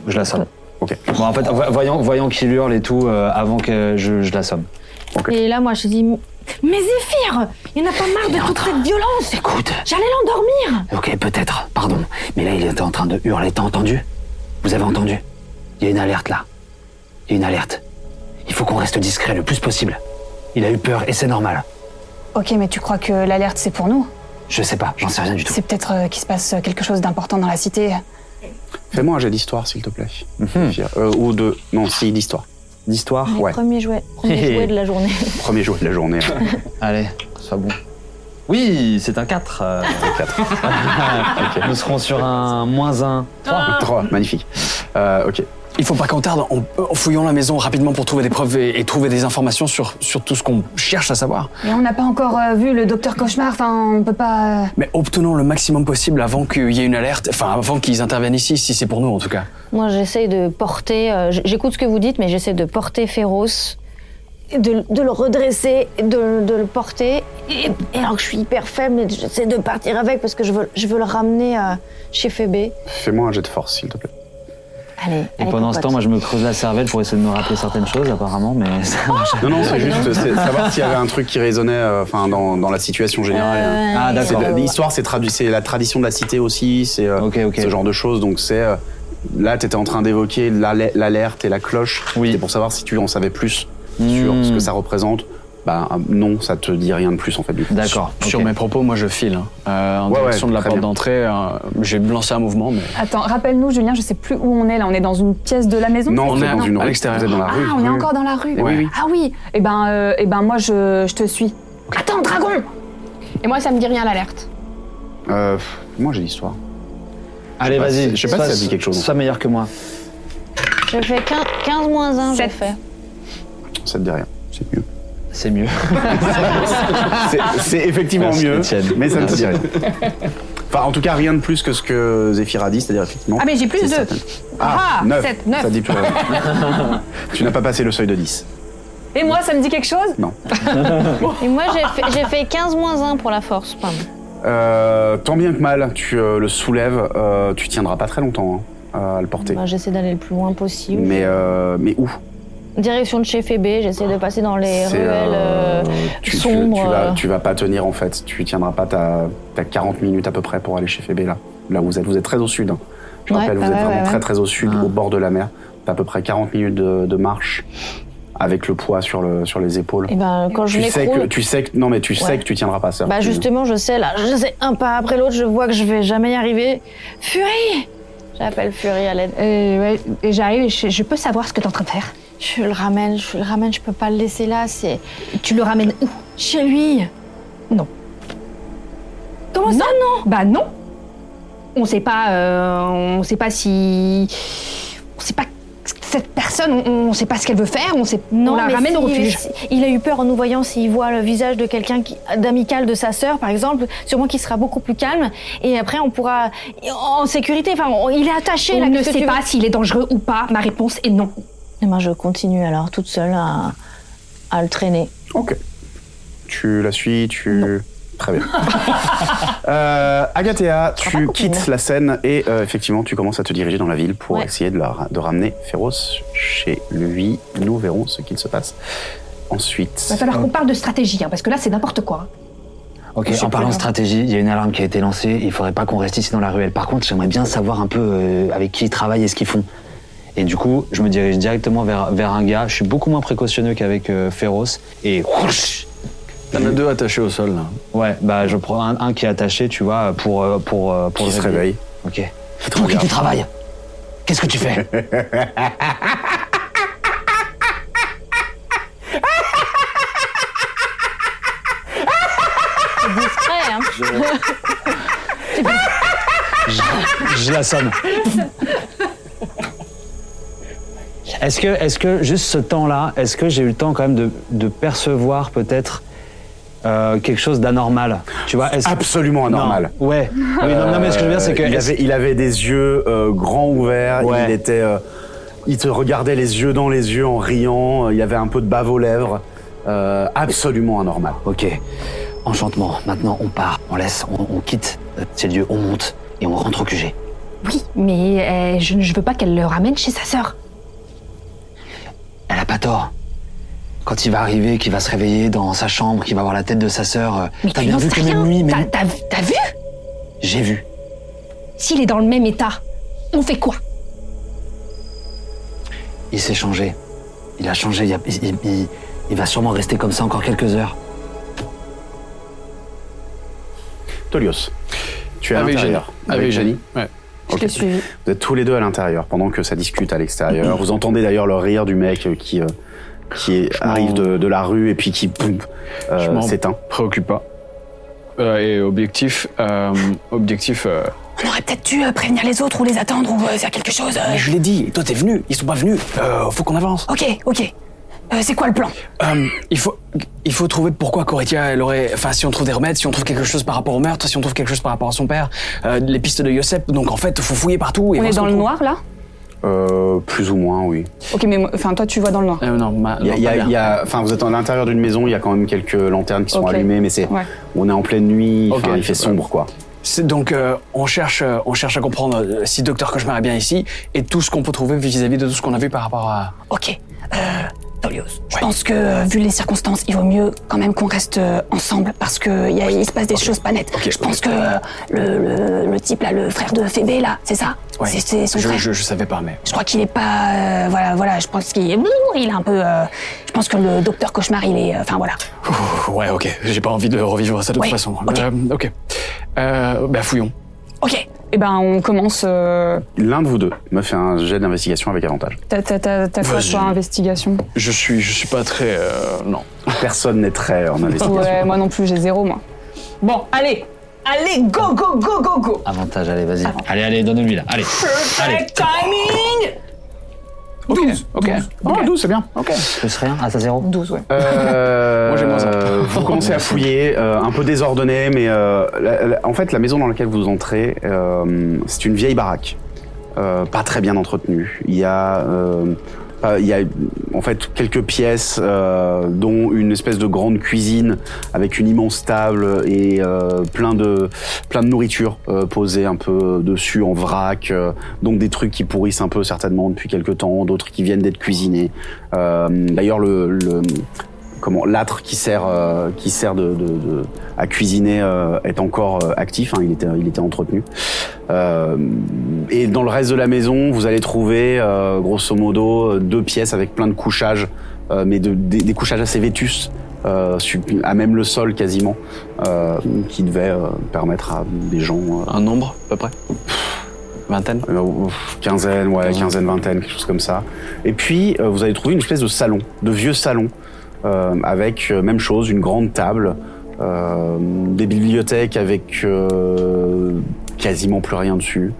Speaker 7: je l'assomme.
Speaker 1: Ok.
Speaker 7: Bon, en fait, vo- voyant, voyant qu'il hurle et tout, euh, avant que je, je l'assomme.
Speaker 2: Et là, moi, je dis Mais Zéphyr Il n'y en a pas marre de toute cette violence
Speaker 7: Écoute
Speaker 2: J'allais l'endormir
Speaker 7: Ok, peut-être, pardon. Mais là, il était en train de hurler. T'as entendu Vous avez entendu Il y a une alerte là. Il y a une alerte. Il faut qu'on reste discret le plus possible. Il a eu
Speaker 8: Ah,
Speaker 7: peur et c'est normal.
Speaker 3: Ok, mais tu crois que l'alerte c'est pour nous
Speaker 7: Je sais pas, j'en sais rien du tout.
Speaker 3: C'est peut-être euh, qu'il se passe quelque chose d'important dans la cité.
Speaker 1: Fais-moi un jet d'histoire, s'il te plaît. Sophia. Euh, ou de. Non, si, d'histoire.
Speaker 7: D'histoire
Speaker 1: Ouais.
Speaker 2: Premier jouet, premier jouet de la journée.
Speaker 1: Premier jouet de la journée. hein.
Speaker 7: Allez, sois bon. Oui, c'est un 4. Nous serons sur un moins 1.
Speaker 8: Ah,
Speaker 1: 3. magnifique. Euh, ok.
Speaker 8: Il faut pas qu'on tarde en, en fouillant la maison rapidement pour trouver des preuves et, et trouver des informations sur, sur tout ce qu'on cherche à savoir.
Speaker 3: Et on n'a pas encore euh, vu le docteur Cauchemar, enfin, on peut pas. euh,
Speaker 8: Mais obtenons le maximum possible avant qu'il y ait une alerte, enfin avant qu'ils interviennent ici, si c'est pour nous en tout cas.
Speaker 2: Moi, j'essaye de porter. euh, j- J'écoute ce que vous dites, mais j'essaie de porter Féroce, et de, de le redresser, et de, de le porter. Et, et alors que je suis hyper faible, j'essaie de partir avec parce que je veux, je veux le ramener euh, chez Fébé.
Speaker 1: Fais-moi un jet de force, s'il te plaît.
Speaker 2: Allez,
Speaker 7: Et
Speaker 2: allez,
Speaker 7: pendant ce
Speaker 2: copote.
Speaker 7: temps, moi, je me creuse la cervelle pour essayer de me rappeler certaines choses, apparemment, mais ça marche.
Speaker 1: Non, non, c'est juste c'est savoir s'il y avait un truc qui résonnait euh, enfin, dans, dans la situation générale. hein.
Speaker 7: Euh, Ah, d'accord.
Speaker 1: C'est de- L'histoire, c'est tradu- c'est la tradition de la cité aussi, c'est euh, ce genre de choses. Donc, c'est. euh, Là, tu étais en train d'évoquer l'ale- l'alerte et la cloche. Oui. C'était pour savoir si tu en savais plus sur ce que ça représente Bah non, ça te dit rien de plus en fait du coup.
Speaker 7: D'accord.
Speaker 8: Sur mes propos, moi je file. hein. Euh, en
Speaker 1: Ouais,
Speaker 8: direction
Speaker 1: ouais,
Speaker 8: de la
Speaker 1: très
Speaker 8: porte
Speaker 1: bien.
Speaker 8: d'entrée, euh, j'ai lancé un mouvement, mais.
Speaker 3: Attends, rappelle-nous, Julien, je sais plus où on est là. On est dans une pièce de la maison
Speaker 8: Non,
Speaker 3: c'est
Speaker 8: on
Speaker 3: ça
Speaker 8: est dans une rue.
Speaker 3: Ah,
Speaker 8: À l'extérieur. Vous êtes dans la rue.
Speaker 3: on est
Speaker 8: Oui.
Speaker 3: encore dans la rue.
Speaker 8: Oui, oui.
Speaker 3: Ah oui, et ben, euh, eh ben moi je, je te suis. Attends, dragon
Speaker 12: Et moi, ça me dit rien l'alerte.
Speaker 1: Euh, pff, moi j'ai l'histoire.
Speaker 7: Allez,
Speaker 1: Je sais pas
Speaker 7: vas-y.
Speaker 1: si- je sais pas si ça
Speaker 7: Sois-
Speaker 1: dit quelque chose.
Speaker 7: Sois meilleur que moi.
Speaker 2: Je fais 15, 15 moins 1, je fais.
Speaker 1: Ça te dit rien. C'est mieux.
Speaker 7: C'est mieux.
Speaker 1: C'est- C'est effectivement
Speaker 7: Merci,
Speaker 1: mieux,
Speaker 7: Étienne.
Speaker 1: mais ça ne te
Speaker 7: Merci.
Speaker 1: dit rien. Enfin, en tout cas, rien de plus que ce que Zéphir a dit, c'est-à-dire effectivement.
Speaker 12: Ah, mais j'ai plus
Speaker 1: c'est
Speaker 12: de-
Speaker 1: certain.
Speaker 12: Ah,
Speaker 1: Ah, 9.
Speaker 12: sept, neuf.
Speaker 1: Ça dit plus rien. tu n'as pas passé le seuil de 10.
Speaker 3: Et moi, ça me dit quelque chose
Speaker 1: Non.
Speaker 2: Et moi, j'ai fait, j'ai fait 15 moins 1 pour la force. Pardon.
Speaker 1: Euh, tant bien que mal, tu euh, le soulèves, euh, tu tiendras pas très longtemps hein, à le porter.
Speaker 2: Bah, j'essaie d'aller le plus loin possible.
Speaker 1: Mais, euh, mais où
Speaker 2: Direction de chez Fébé, j'essaie de passer dans les
Speaker 1: C'est,
Speaker 2: ruelles
Speaker 1: euh,
Speaker 2: euh,
Speaker 1: tu, tu-
Speaker 2: sombres.
Speaker 1: tu
Speaker 2: euh.
Speaker 1: vas, tu vas pas tenir en fait. Tu tiendras pas ta, ta 40 minutes à peu près pour aller chez Fébé là. Là où vous êtes, vous êtes très au sud. hein. Je
Speaker 2: Ouais,
Speaker 1: rappelle, vous
Speaker 2: ah
Speaker 1: êtes
Speaker 2: ouais,
Speaker 1: vraiment
Speaker 2: ouais, Ah.
Speaker 1: très
Speaker 2: ouais.
Speaker 1: très au sud, au bord de la mer. T'as à peu près 40 minutes de, de marche avec le poids sur, le, sur les épaules.
Speaker 2: Eh ben, quand je
Speaker 1: tu sais
Speaker 2: m'écroule-
Speaker 1: que tu sais que non mais tu sais
Speaker 2: Ouais.
Speaker 1: que tu tiendras pas ça.
Speaker 2: Bah
Speaker 1: Tu-
Speaker 2: justement, je sais là, je sais un pas après l'autre, je vois que je vais jamais y arriver. Fury J'appelle Fury à l'aide. Euh,
Speaker 12: et Euh, j'arrive et je, je peux savoir ce que t'es en train de faire.
Speaker 2: Je le ramène, je le ramène, je peux pas le laisser là, c'est
Speaker 12: Tu le ramènes où
Speaker 2: chez lui.
Speaker 12: Comment ça non Bah non On sait pas, euh, on sait pas si... On sait pas cette personne, on, on sait pas ce qu'elle veut faire, on sait... on la
Speaker 2: mais
Speaker 12: ramène au
Speaker 2: si-
Speaker 12: refuge.
Speaker 2: si- il a eu peur en nous voyant s'il voit le visage de quelqu'un qui- d'amical de sa sœur, par exemple, sûrement qu'il sera beaucoup plus calme. Et après, on pourra en sécurité. Enfin, on- il est attaché.
Speaker 12: On
Speaker 2: là,
Speaker 12: ne
Speaker 2: qu'est-ce que
Speaker 12: sait
Speaker 2: tu
Speaker 12: pas
Speaker 2: veux
Speaker 12: s'il est dangereux ou pas. Ma réponse est non.
Speaker 2: Et moi, Eh ben, je continue alors toute seule à, à le traîner.
Speaker 1: Ok. Tu la suis, tu. Très bien. euh, Agathea, tu quittes la scène et euh, effectivement, tu commences à te diriger dans la ville pour essayer de, la- de ramener Féroce chez lui. Nous verrons ce qu'il se passe ensuite.
Speaker 11: Bah,
Speaker 12: Va
Speaker 9: Ah.
Speaker 12: falloir qu'on parle de stratégie, hein, parce que là, c'est n'importe quoi.
Speaker 7: Ok,
Speaker 12: Je sais
Speaker 7: en
Speaker 12: pas,
Speaker 7: parlant
Speaker 12: là.
Speaker 7: stratégie, il y a une alarme qui a été lancée. Il faudrait pas qu'on reste ici dans la ruelle. Par contre, j'aimerais bien savoir un peu euh, avec qui ils travaillent et ce qu'ils font. Et du coup, je me dirige directement vers, vers un gars. Je suis beaucoup moins précautionneux qu'avec euh, Féroce. Et.
Speaker 8: T'en as Ah, deux attachés au sol, là.
Speaker 7: Ouais, bah je prends un, un qui est attaché, tu vois, pour. euh, pour, euh, pour
Speaker 1: Qui se
Speaker 7: le réveiller. Ok. Pour qui tu travailles Qu'est-ce que tu fais
Speaker 2: C'est discret,
Speaker 12: Ah,
Speaker 2: hein.
Speaker 7: je, je la somme. Est-ce que, est que, juste ce temps-là, est-ce que j'ai eu le temps quand même de, de percevoir peut-être euh, quelque chose d'anormal Tu vois est-ce-
Speaker 1: Absolument anormal.
Speaker 7: Non, ouais. Oui, non, non, mais ce que je veux dire, c'est que.
Speaker 1: Euh, Il
Speaker 7: est-ce-
Speaker 1: avait, il avait des yeux euh, grands ouverts,
Speaker 7: Ouais.
Speaker 1: il était. euh, il te regardait les yeux dans les yeux en riant, Euh, il avait un peu de bave aux lèvres. Euh, absolument anormal.
Speaker 7: Ok. Enchantement, maintenant on part, on laisse, on, on quitte euh, ces lieux, on monte et on rentre au QG.
Speaker 12: Oui, mais euh, je ne je veux pas qu'elle le ramène chez sa sœur.
Speaker 7: Elle a pas tort. Quand il va arriver, qu'il va se réveiller dans sa chambre, qu'il va voir la tête de sa sœur, euh,
Speaker 12: Mais
Speaker 7: t'as
Speaker 12: tu
Speaker 7: bien
Speaker 12: n'en
Speaker 7: vu
Speaker 12: sais
Speaker 7: que
Speaker 12: rien.
Speaker 7: même lui,
Speaker 12: T'as-
Speaker 7: même...
Speaker 12: T'as vu- t'as vu
Speaker 7: J'ai vu.
Speaker 12: S'il est dans le même état, on fait quoi
Speaker 7: Il s'est changé. Il a changé. Il, a- il- il- il- il va sûrement rester comme ça encore quelques heures.
Speaker 1: Tolios, tu es à
Speaker 8: Avec
Speaker 1: l'intérieur.
Speaker 8: Jenny. Avec Jenny. Ouais.
Speaker 1: Ok. Vous êtes tous les deux à l'intérieur pendant que ça discute à
Speaker 8: Mm-hmm.
Speaker 1: l'extérieur. Vous entendez d'ailleurs le rire du mec euh, qui, euh, qui est- arrive de, de la rue et puis qui poum, euh,
Speaker 8: Je m'en
Speaker 1: s'éteint.
Speaker 8: préoccupe pas. Euh, et objectif, euh, objectif. euh,
Speaker 11: On aurait peut-être dû euh, prévenir les autres ou les attendre ou euh, faire quelque chose. euh.
Speaker 8: Mais je l'ai dit, toi t'es venu, ils sont pas venus. Euh, faut qu'on avance.
Speaker 11: Ok, ok. Euh, c'est quoi le plan
Speaker 8: Euh, il faut, il faut trouver pourquoi Coritia, elle aurait. Enfin, si on trouve des remèdes, si on trouve quelque chose par rapport au meurtre, si on trouve quelque chose par rapport à son père, euh, les pistes de Yosep. Donc en fait, faut fouiller partout. Et
Speaker 11: On
Speaker 8: voir
Speaker 11: est
Speaker 8: ce
Speaker 11: dans
Speaker 8: qu'on
Speaker 11: le
Speaker 8: trouve.
Speaker 11: noir, là
Speaker 1: Euh, plus ou moins, oui.
Speaker 11: Ok, mais moi- enfin, toi, tu vois dans le noir.
Speaker 8: Euh, non, ma-
Speaker 1: Il y a-
Speaker 8: non,
Speaker 1: il y a-
Speaker 8: pas bien.
Speaker 1: il y a- enfin, vous êtes à l'intérieur d'une maison, il y a quand même quelques lanternes qui sont
Speaker 8: Ok.
Speaker 1: allumées, mais c'est,
Speaker 8: Ouais.
Speaker 1: on est en pleine nuit,
Speaker 8: Ok.
Speaker 1: enfin, il fait sombre, quoi.
Speaker 8: C'est donc euh, on cherche, euh, on cherche à comprendre euh, si Docteur Cauchemar est bien ici et tout ce qu'on peut trouver vis-à-vis de tout ce qu'on a vu par rapport à.
Speaker 11: Ok. Euh, Tolios, je pense que, euh, vu les circonstances, il vaut mieux quand même qu'on reste euh, ensemble parce qu'il il se passe des choses pas nettes. je pense que euh, le, le- le type, là, le frère de Phébé, là, c'est ça
Speaker 8: Ouais.
Speaker 11: C'est- C'est son
Speaker 8: je,
Speaker 11: frère.
Speaker 8: je, je savais pas, mais.
Speaker 11: Je crois qu'il est pas. euh, voilà, voilà, je pense qu'il est. Il est un peu. euh, je pense que le docteur Cauchemar, il est. euh, Enfin, voilà.
Speaker 8: Ouh, ouais, ok. J'ai pas envie de revivre ça de
Speaker 11: Ouais,
Speaker 8: toute façon.
Speaker 11: ok.
Speaker 8: Euh, ok. Euh, bah, fouillons.
Speaker 11: Ok, eh ben, on commence. euh,
Speaker 1: L'un de vous deux me fait un jet d'investigation avec avantage.
Speaker 11: T'as
Speaker 8: quoi, Vas-y. toi,
Speaker 11: investigation
Speaker 8: Je suis, je suis pas très. euh, non.
Speaker 1: Personne n'est très en investigation.
Speaker 11: moi non plus, j'ai zéro, moi. Bon, allez Allez, go, go, go, go, go
Speaker 7: Avantage, allez, vas-y. Allez, allez, donne-lui là. Allez. Allez.
Speaker 11: timing
Speaker 8: 12. Ok. Oh, 12, c'est bien. Ok.
Speaker 7: Plus rien Ah, ça zéro
Speaker 11: 12, ouais.
Speaker 1: Euh,
Speaker 8: Moi, j'ai moins un.
Speaker 1: vous commencez à fouiller, euh, un peu désordonné, mais euh, la- la- en fait, la maison dans laquelle vous entrez, euh, c'est une vieille baraque, euh, pas très bien entretenue. Il y a, euh, pas- il y a en fait quelques pièces, euh, dont une espèce de grande cuisine avec une immense table et euh, plein de plein de nourriture euh, posée un peu dessus en vrac, euh, donc des trucs qui pourrissent un peu certainement depuis quelques temps, d'autres qui viennent d'être cuisinés. Euh, D'ailleurs, le- le comment l'âtre qui sert euh, qui sert de, de- de- à cuisiner euh, est encore euh, actif. hein, il était il était entretenu. Euh, et dans le reste de la maison, vous allez trouver euh, grosso modo euh, deux pièces avec plein de couchages, euh, mais de- des, des couchages assez vétustes. euh, su- à même le sol quasiment, euh, qui devait euh, permettre à des gens... euh,
Speaker 8: Un nombre à peu près Vingtaine
Speaker 1: Quinzaine, ouais, quinzaine, vingtaine, quelque chose comme ça. Et puis, euh, vous allez trouver une espèce de salon, de vieux salon, euh, avec, euh, même chose, une grande table, euh, des bibliothèques avec euh, quasiment plus rien dessus.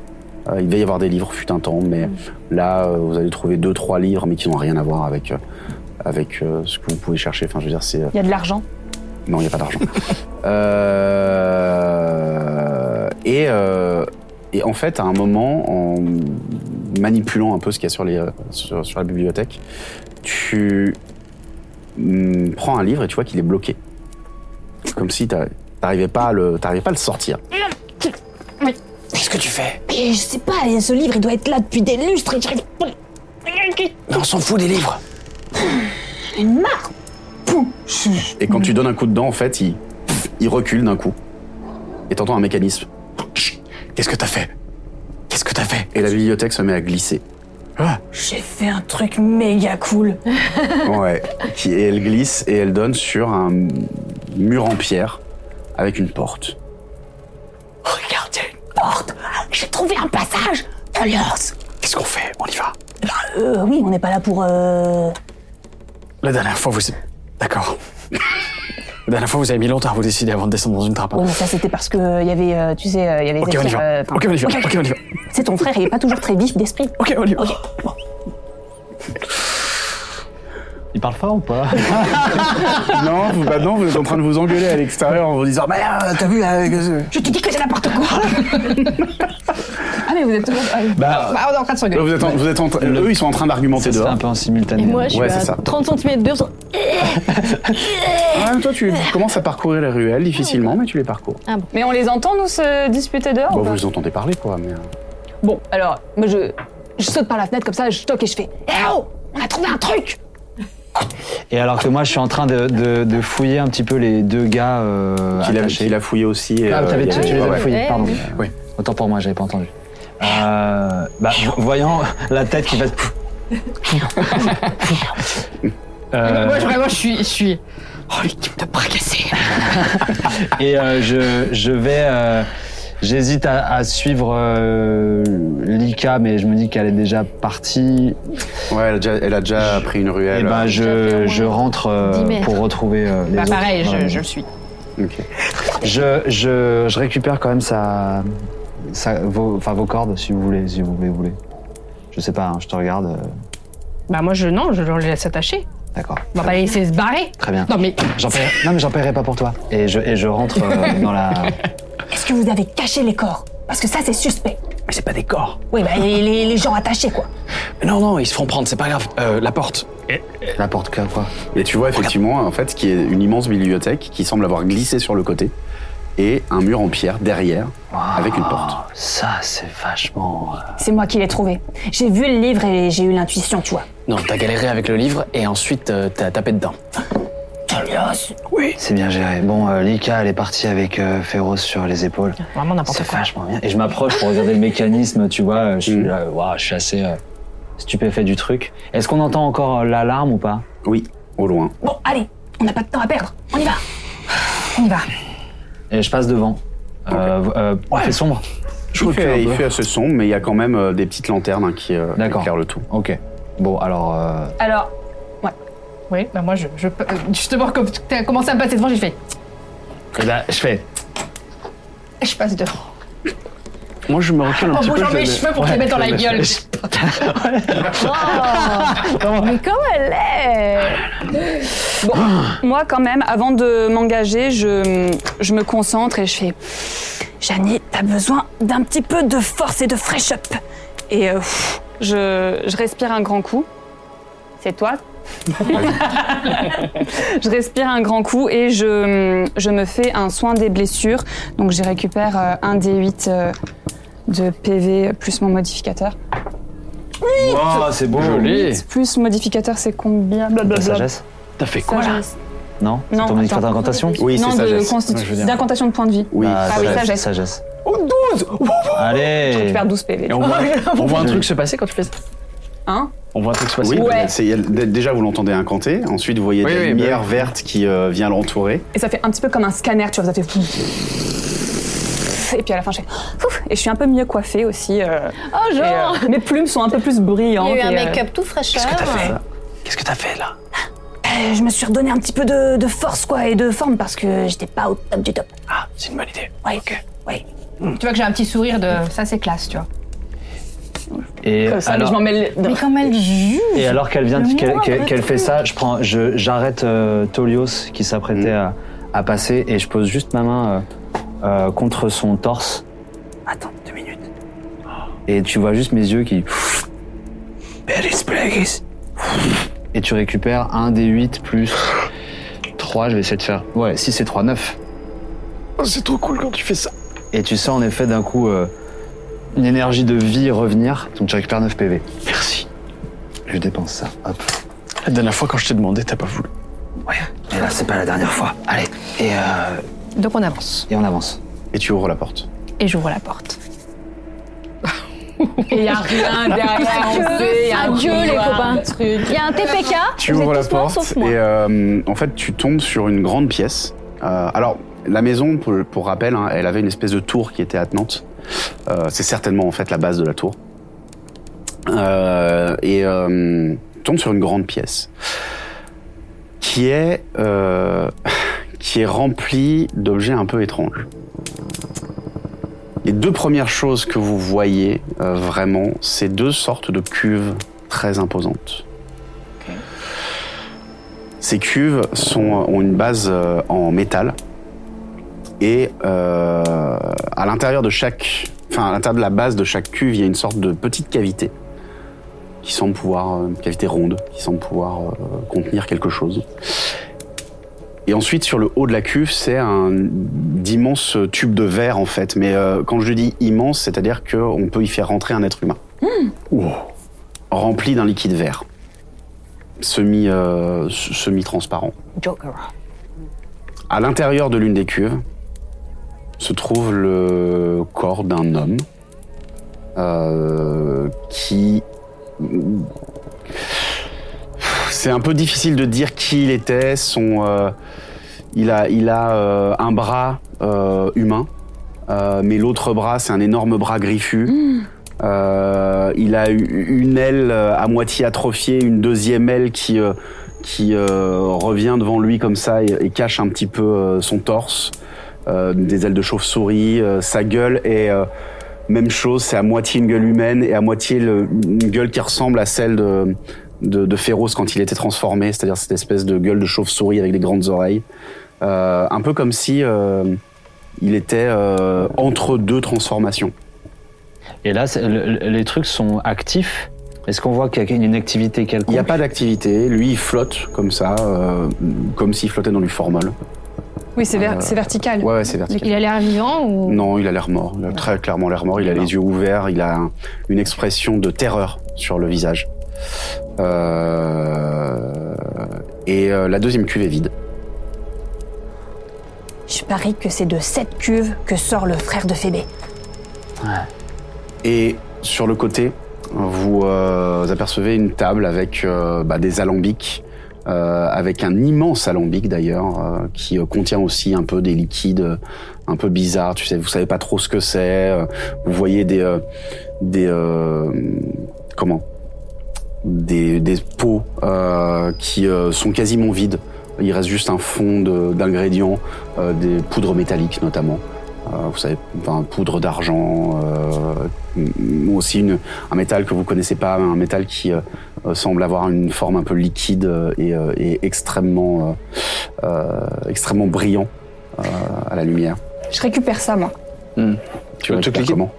Speaker 1: Euh, il devait y avoir des livres, fut un temps, mais là, euh, vous allez trouver deux, trois livres, mais qui n'ont rien à voir avec, euh, avec euh, ce que vous pouvez chercher. Enfin, je veux dire, c'est... euh,
Speaker 3: Il y a de l'argent.
Speaker 1: non, il n'y a pas d'argent. Euh, et, euh, et en fait, à un moment, en manipulant un peu ce qu'il y a sur, les, euh, sur, sur la bibliothèque, tu mm, prends un livre et tu vois qu'il est bloqué. Comme si t'a- t'arrivais pas, à le- t'arrivais pas à le sortir.
Speaker 8: Qu'est-ce que tu fais
Speaker 12: Mais je sais pas, et ce livre, il doit être là depuis des lustres et j'arrive pas.
Speaker 8: Mais on s'en fout des livres.
Speaker 12: Une marre
Speaker 1: Et quand tu donnes un coup dedans, en fait, il, pff, il recule d'un coup. Et t'entends un mécanisme.
Speaker 8: Qu'est-ce que t'as fait Qu'est-ce que t'as fait
Speaker 1: Et la bibliothèque se met à glisser.
Speaker 11: J'ai fait un truc méga cool.
Speaker 1: Ouais. Qui, et elle glisse et elle donne sur un mur en pierre avec une porte.
Speaker 11: Regardez une porte J'ai trouvé un passage Tolios
Speaker 8: Qu'est-ce qu'on fait On y va.
Speaker 11: Euh, oui, on n'est pas là pour. Euh...
Speaker 8: La dernière fois, vous. D'accord. La dernière fois, vous avez mis longtemps à vous décider avant de descendre dans une trappe.
Speaker 2: Ouais, mais ça c'était parce que euh, il y avait, euh, tu sais, euh, il y avait.
Speaker 8: Ok,
Speaker 2: des
Speaker 8: on y
Speaker 2: tirs,
Speaker 8: va.
Speaker 2: euh, enfin,
Speaker 8: Ok, on y va. Ok, on y va.
Speaker 2: C'est ton frère, il est pas toujours très vif d'esprit.
Speaker 8: Ok, on y va.
Speaker 7: Il parle fort ou pas
Speaker 1: non, vous, bah non, vous êtes en train de vous engueuler à l'extérieur en vous disant Mais euh, t'as vu là avec ce-
Speaker 11: Je te dis que c'est n'importe quoi Ah, mais vous êtes toujours. ah oui.
Speaker 1: Bah,
Speaker 11: Bah, on est en train de se
Speaker 1: Là,
Speaker 11: gueuler.
Speaker 1: vous êtes en- vous êtes en train- eux, ils sont en train d'argumenter
Speaker 7: C'est
Speaker 1: dehors.
Speaker 7: un peu en simultané.
Speaker 2: Et moi, je
Speaker 1: ouais,
Speaker 2: suis
Speaker 1: c'est
Speaker 2: à
Speaker 1: ça.
Speaker 2: 30 cm de haut.
Speaker 1: En même temps, tu commences à parcourir les ruelles difficilement, mais tu les parcours.
Speaker 3: Mais on les entend, nous, se disputer dehors
Speaker 1: Bon,
Speaker 3: ou pas
Speaker 1: vous les entendez parler, quoi, mais. euh,
Speaker 3: Bon, alors, moi, je, je saute par la fenêtre comme ça, je toque et je fais Eh oh On a trouvé un truc
Speaker 7: Et alors que moi, je suis en train de, de- de fouiller un petit peu les deux gars euh,
Speaker 1: Qu'il a,
Speaker 7: attachés.
Speaker 1: qu'il a fouillé aussi. et,
Speaker 7: Ah,
Speaker 1: euh,
Speaker 7: t'avais-
Speaker 1: il y
Speaker 7: tu,
Speaker 1: a-
Speaker 7: tu les
Speaker 1: ouais,
Speaker 7: avais
Speaker 1: ouais.
Speaker 7: fouillés, pardon.
Speaker 1: Oui.
Speaker 7: Autant pour moi, j'avais pas entendu. Euh, bah, vo- voyant la tête qui va. Euh,
Speaker 13: Moi, vraiment, je suis. Je suis... Oh, l'équipe de bras cassés
Speaker 7: et euh, je, je vais. euh, J'hésite à, à suivre euh, Lika, mais je me dis qu'elle est déjà partie.
Speaker 1: Ouais, elle a déjà, elle a déjà pris une
Speaker 13: Eh
Speaker 1: ruelle.
Speaker 7: Et ben, je, je rentre euh,
Speaker 13: 10 mètres.
Speaker 7: pour retrouver euh, les
Speaker 13: Bah,
Speaker 7: autres
Speaker 13: pareil,
Speaker 7: dans la
Speaker 13: je,
Speaker 7: maison.
Speaker 13: je le suis.
Speaker 1: Ok.
Speaker 7: Je, je, je récupère quand même sa, sa- vos, enfin, vos cordes, si vous voulez, si vous voulez, vous voulez. Je sais pas, hein, je te regarde. euh,
Speaker 13: Bah, moi, je. Non, je le laisse attacher.
Speaker 7: D'accord.
Speaker 13: On va pas les laisser se barrer.
Speaker 7: Très bien.
Speaker 13: bah, Non, mais.
Speaker 7: J'en paierai- non mais j'en paierai pas pour toi. Et je, et je rentre euh, dans la.
Speaker 11: Est-ce que vous avez caché les corps Parce que ça, c'est suspect.
Speaker 8: Mais c'est pas des corps.
Speaker 11: Oui, bah, les, les- les gens attachés, quoi.
Speaker 8: Mais non, non, ils se feront prendre, c'est pas grave. Euh, la porte.
Speaker 7: La porte quoi
Speaker 1: Et tu vois effectivement en fait ce qui est une immense bibliothèque qui semble avoir glissé sur le côté et un mur en pierre derrière avec une porte.
Speaker 7: Oh, Ça, c'est vachement. euh,
Speaker 2: C'est moi qui l'ai trouvé. J'ai vu le livre et j'ai eu l'intuition, tu vois.
Speaker 8: Non, t'as galéré avec le livre et ensuite euh, t'as tapé dedans.
Speaker 7: Oui. C'est bien géré. Bon, euh, Lika, elle est partie avec euh, Féroce sur les épaules.
Speaker 11: Vraiment n'importe
Speaker 7: C'est
Speaker 11: quoi.
Speaker 7: vachement bien. Et je m'approche pour regarder le mécanisme, tu vois. euh, Je suis, là, waouh, je suis assez euh, stupéfait du truc. Est-ce qu'on entend encore euh, l'alarme ou pas
Speaker 1: Oui, au loin.
Speaker 14: Bon, allez, on n'a pas de temps à perdre. On y va.
Speaker 11: On y va.
Speaker 7: Et je passe devant. Euh, euh, oh, il fait sombre.
Speaker 1: Je il, fait, il fait assez sombre, mais il y a quand même euh, des petites lanternes hein, qui euh, éclairent le tout.
Speaker 7: Ok. Bon, alors. euh,
Speaker 2: Alors,
Speaker 11: Oui, bah moi, je, je peux- euh, justement, comme t'as commencé à me passer devant, j'ai fait.
Speaker 8: Et là, je fais.
Speaker 11: Je passe devant.
Speaker 8: Moi, je me recule un
Speaker 11: Oh,
Speaker 8: petit
Speaker 11: bon,
Speaker 8: peu.
Speaker 11: j'en
Speaker 8: je
Speaker 11: mets
Speaker 8: le-
Speaker 11: les cheveux pour te
Speaker 8: Ouais,
Speaker 11: les mettre dans
Speaker 8: je
Speaker 11: la
Speaker 8: le-
Speaker 11: gueule.
Speaker 2: Mais comment elle est
Speaker 15: Bon, moi quand même, avant de m'engager, je, je me concentre et je fais
Speaker 2: Janie, t'as besoin d'un petit peu de force et de fresh up.
Speaker 15: et euh, pff, je, je respire un grand coup. C'est toi Je respire un grand coup et je, je me fais un soin des blessures. Donc j'y récupère euh, un des 8 de PV plus mon modificateur.
Speaker 7: Waouh, c'est beau.
Speaker 15: Huit plus modificateur, c'est combien
Speaker 7: De
Speaker 15: Blablabla.
Speaker 7: sagesse T'as fait
Speaker 15: Sagesse.
Speaker 7: Non C'est
Speaker 15: Non,
Speaker 7: ton modificateur
Speaker 15: attends.
Speaker 7: d'incantation
Speaker 15: non, de constitu- d'incantation de points de vie.
Speaker 1: Bah,
Speaker 7: Ah,
Speaker 15: ah oui, sagesse.
Speaker 7: sagesse.
Speaker 15: Oh, 12
Speaker 7: Allez
Speaker 15: Tu perds 12 PV.
Speaker 7: Et on voit-
Speaker 8: On voit un truc se passer quand tu fais ça
Speaker 15: Hein
Speaker 1: On voit un truc se
Speaker 15: passer.
Speaker 1: Oui, bah,
Speaker 15: Ouais.
Speaker 1: c'est- il y a- d- déjà vous l'entendez incanter, ensuite vous voyez
Speaker 8: Oui,
Speaker 1: de la
Speaker 8: oui,
Speaker 1: lumière
Speaker 8: bah oui.
Speaker 1: verte qui euh, vient l'entourer.
Speaker 15: Et ça fait un petit peu comme un scanner, tu vois, ça fait... Et puis à la fin, je fais... Ouf Et je suis un peu mieux coiffée aussi. euh,
Speaker 16: Oh,
Speaker 15: et,
Speaker 16: genre
Speaker 15: euh, Mes plumes sont un peu plus brillantes.
Speaker 16: Il y a eu un
Speaker 15: et, euh,
Speaker 16: make-up tout fraîcheur. Qu'est-ce que t'as fait
Speaker 7: Qu'est-ce que t'as fait là
Speaker 2: Euh, je me suis redonné un petit peu de, de force quoi et de forme parce que j'étais pas au top du top.
Speaker 7: Ah, c'est une bonne idée.
Speaker 2: Ouais, ouais.
Speaker 11: Tu vois que j'ai un petit sourire de. Ça, c'est classe, tu vois.
Speaker 7: Et
Speaker 11: Comme ça, mais
Speaker 7: alors,
Speaker 11: je m'en mêle. Mais comme elle juge.
Speaker 7: et alors qu'elle vient,
Speaker 11: Le
Speaker 7: qu'elle,
Speaker 11: moindre
Speaker 7: qu'elle- qu'elle fait
Speaker 11: truc.
Speaker 7: ça, je prends, je, j'arrête euh, Tolios qui s'apprêtait à, à passer et je pose juste ma main euh, euh, contre son torse. Attends deux minutes. Et tu vois juste mes yeux qui. Beris Plagueis. Et tu récupères un des 8 plus 3, je vais essayer de faire. Ouais, 6 et 3, 9.
Speaker 8: Oh, C'est trop cool quand tu fais ça.
Speaker 7: Et tu sens en effet d'un coup euh, une énergie de vie revenir. Donc tu récupères 9 PV. Merci. Je dépense ça. Hop.
Speaker 8: La dernière fois quand je t'ai demandé, t'as pas voulu.
Speaker 7: Et là, c'est pas la dernière fois. Allez. Et, euh,
Speaker 11: Donc on avance.
Speaker 7: et on avance.
Speaker 1: Et tu ouvres la porte.
Speaker 11: Et j'ouvre la porte. Et il a rien derrière. on
Speaker 17: Adieu,
Speaker 11: sait, y a un
Speaker 17: adieu,
Speaker 11: couloir,
Speaker 17: les
Speaker 11: un
Speaker 17: copains.
Speaker 11: truc.
Speaker 17: Il y a un TPK.
Speaker 1: Tu
Speaker 17: vous êtes
Speaker 1: ouvres la
Speaker 17: tous morts,
Speaker 1: porte
Speaker 17: sauf moi.
Speaker 1: et euh, en fait tu tombes sur une grande pièce. Euh, alors la maison, pour, pour rappel, hein, elle avait une espèce de tour qui était attenante. Euh, c'est certainement en fait la base de la tour. Euh, et euh, tu tombes sur une grande pièce qui est euh, qui est remplie d'objets un peu étranges. Les deux premières choses que vous voyez euh, vraiment, c'est deux sortes de cuves très imposantes. Ces cuves sont, ont une base euh, en métal. Et euh, à l'intérieur de chaque. Enfin, à l'intérieur de la base de chaque cuve, il y a une sorte de petite cavité qui semble pouvoir. euh, Une cavité ronde, qui semble pouvoir euh, contenir quelque chose. Et ensuite, sur le haut de la cuve, c'est un d'immenses tubes de verre, en fait. Mais euh, quand je dis immense, c'est-à-dire qu'on peut y faire rentrer un être humain. Rempli d'un liquide vert. Semi, euh, s- semi-transparent.
Speaker 11: Joker.
Speaker 1: À l'intérieur de l'une des cuves se trouve le corps d'un homme euh, qui. C'est un peu difficile de dire qui il était. Son, euh, il a, il a euh, un bras euh, humain, euh, mais l'autre bras, c'est un énorme bras griffu. Euh, il a eu- une aile euh, à moitié atrophiée, une deuxième aile qui, euh, qui euh, revient devant lui comme ça et, et cache un petit peu euh, son torse. Euh, des ailes de chauve-souris, euh, sa gueule est euh, même chose, c'est à moitié une gueule humaine et à moitié le- une gueule qui ressemble à celle de, de, de Féroce quand il était transformé, c'est-à-dire cette espèce de gueule de chauve-souris avec des grandes oreilles. Euh, un peu comme si euh, il était euh, entre deux transformations.
Speaker 7: Et là, c'est- le- le- les trucs sont actifs. Est-ce qu'on voit qu'il y a une activité quelconque
Speaker 1: Il n'y a pas d'activité. Lui, il flotte comme ça, euh, comme s'il flottait dans du formol.
Speaker 13: Oui, c'est ver-
Speaker 1: Euh,
Speaker 13: c'est vertical.
Speaker 1: Ouais, ouais, c'est vertical.
Speaker 12: Il a l'air vivant ou
Speaker 1: Non, il a l'air mort. Il a très clairement l'air mort. Il a les yeux ouverts. Il a un- une expression de terreur sur le visage. Euh, Et euh, la deuxième cuve est vide.
Speaker 2: Je parie que c'est de cette cuve que sort le frère de Phébé.
Speaker 1: Et sur le côté, vous euh, apercevez une table avec euh, bah, des alambics, euh, avec un immense alambic d'ailleurs, euh, qui euh, contient aussi un peu des liquides euh, un peu bizarres. Tu sais, vous savez pas trop ce que c'est. euh, vous voyez des euh, des euh, comment des, des pots euh, qui euh, sont quasiment vides. Il reste juste un fond de- d'ingrédients, euh, des poudres métalliques notamment. Euh, vous savez, enfin, poudre d'argent, euh, m- m- aussi une, un métal que vous connaissez pas, mais un métal qui euh, euh, semble avoir une forme un peu liquide euh, et, euh, et extrêmement, euh, euh, extrêmement brillant euh, à la lumière.
Speaker 13: Je récupère ça, moi.
Speaker 1: Tu veux te cliquer comment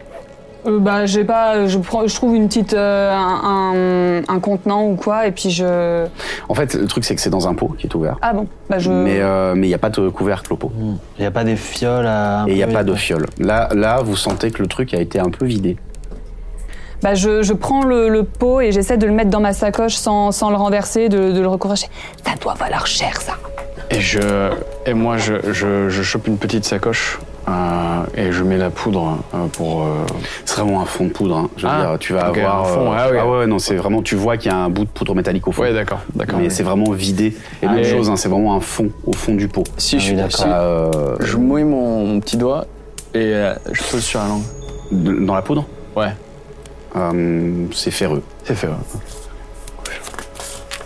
Speaker 11: Euh, bah, j'ai pas. Je, prends, je trouve une petite. euh, un, un- un contenant ou quoi, et puis je.
Speaker 1: En fait, le truc c'est que c'est dans un pot qui est ouvert.
Speaker 11: Ah bon, bah je.
Speaker 1: Mais euh, mais il n'y a pas de couvercle au pot.
Speaker 7: Il n'y a Hmm. pas des fioles à.
Speaker 1: Et il n'y a pas de fiole. Là, là, vous sentez que le truc a été un peu vidé.
Speaker 11: Bah, je, je prends le, le pot et j'essaie de le mettre dans ma sacoche sans, sans le renverser, de, de le recourager. Ça doit valoir cher, ça.
Speaker 8: Et, je, et moi, je, je, je chope une petite sacoche euh, et je mets la poudre euh, pour. euh,
Speaker 1: C'est vraiment un fond de poudre. hein. Je veux
Speaker 8: Ah,
Speaker 1: dire, tu vas
Speaker 8: ok,
Speaker 1: avoir.
Speaker 8: un fond,
Speaker 1: euh,
Speaker 8: ah oui.
Speaker 1: ouais, ouais, non, c'est vraiment. Tu vois qu'il y a un bout de poudre métallique au fond.
Speaker 8: Ouais, d'accord, d'accord.
Speaker 1: Mais
Speaker 8: Oui.
Speaker 1: c'est vraiment vidé. Et
Speaker 8: Ah,
Speaker 1: même
Speaker 8: et-
Speaker 1: chose, hein, c'est vraiment un fond au fond du pot.
Speaker 8: Si je suis d'accord.
Speaker 1: Euh,
Speaker 8: Je mouille mon, mon petit doigt et euh, je pose sur la langue.
Speaker 1: Dans la poudre
Speaker 8: Ouais.
Speaker 1: Euh, c'est ferreux.
Speaker 8: C'est ferreux.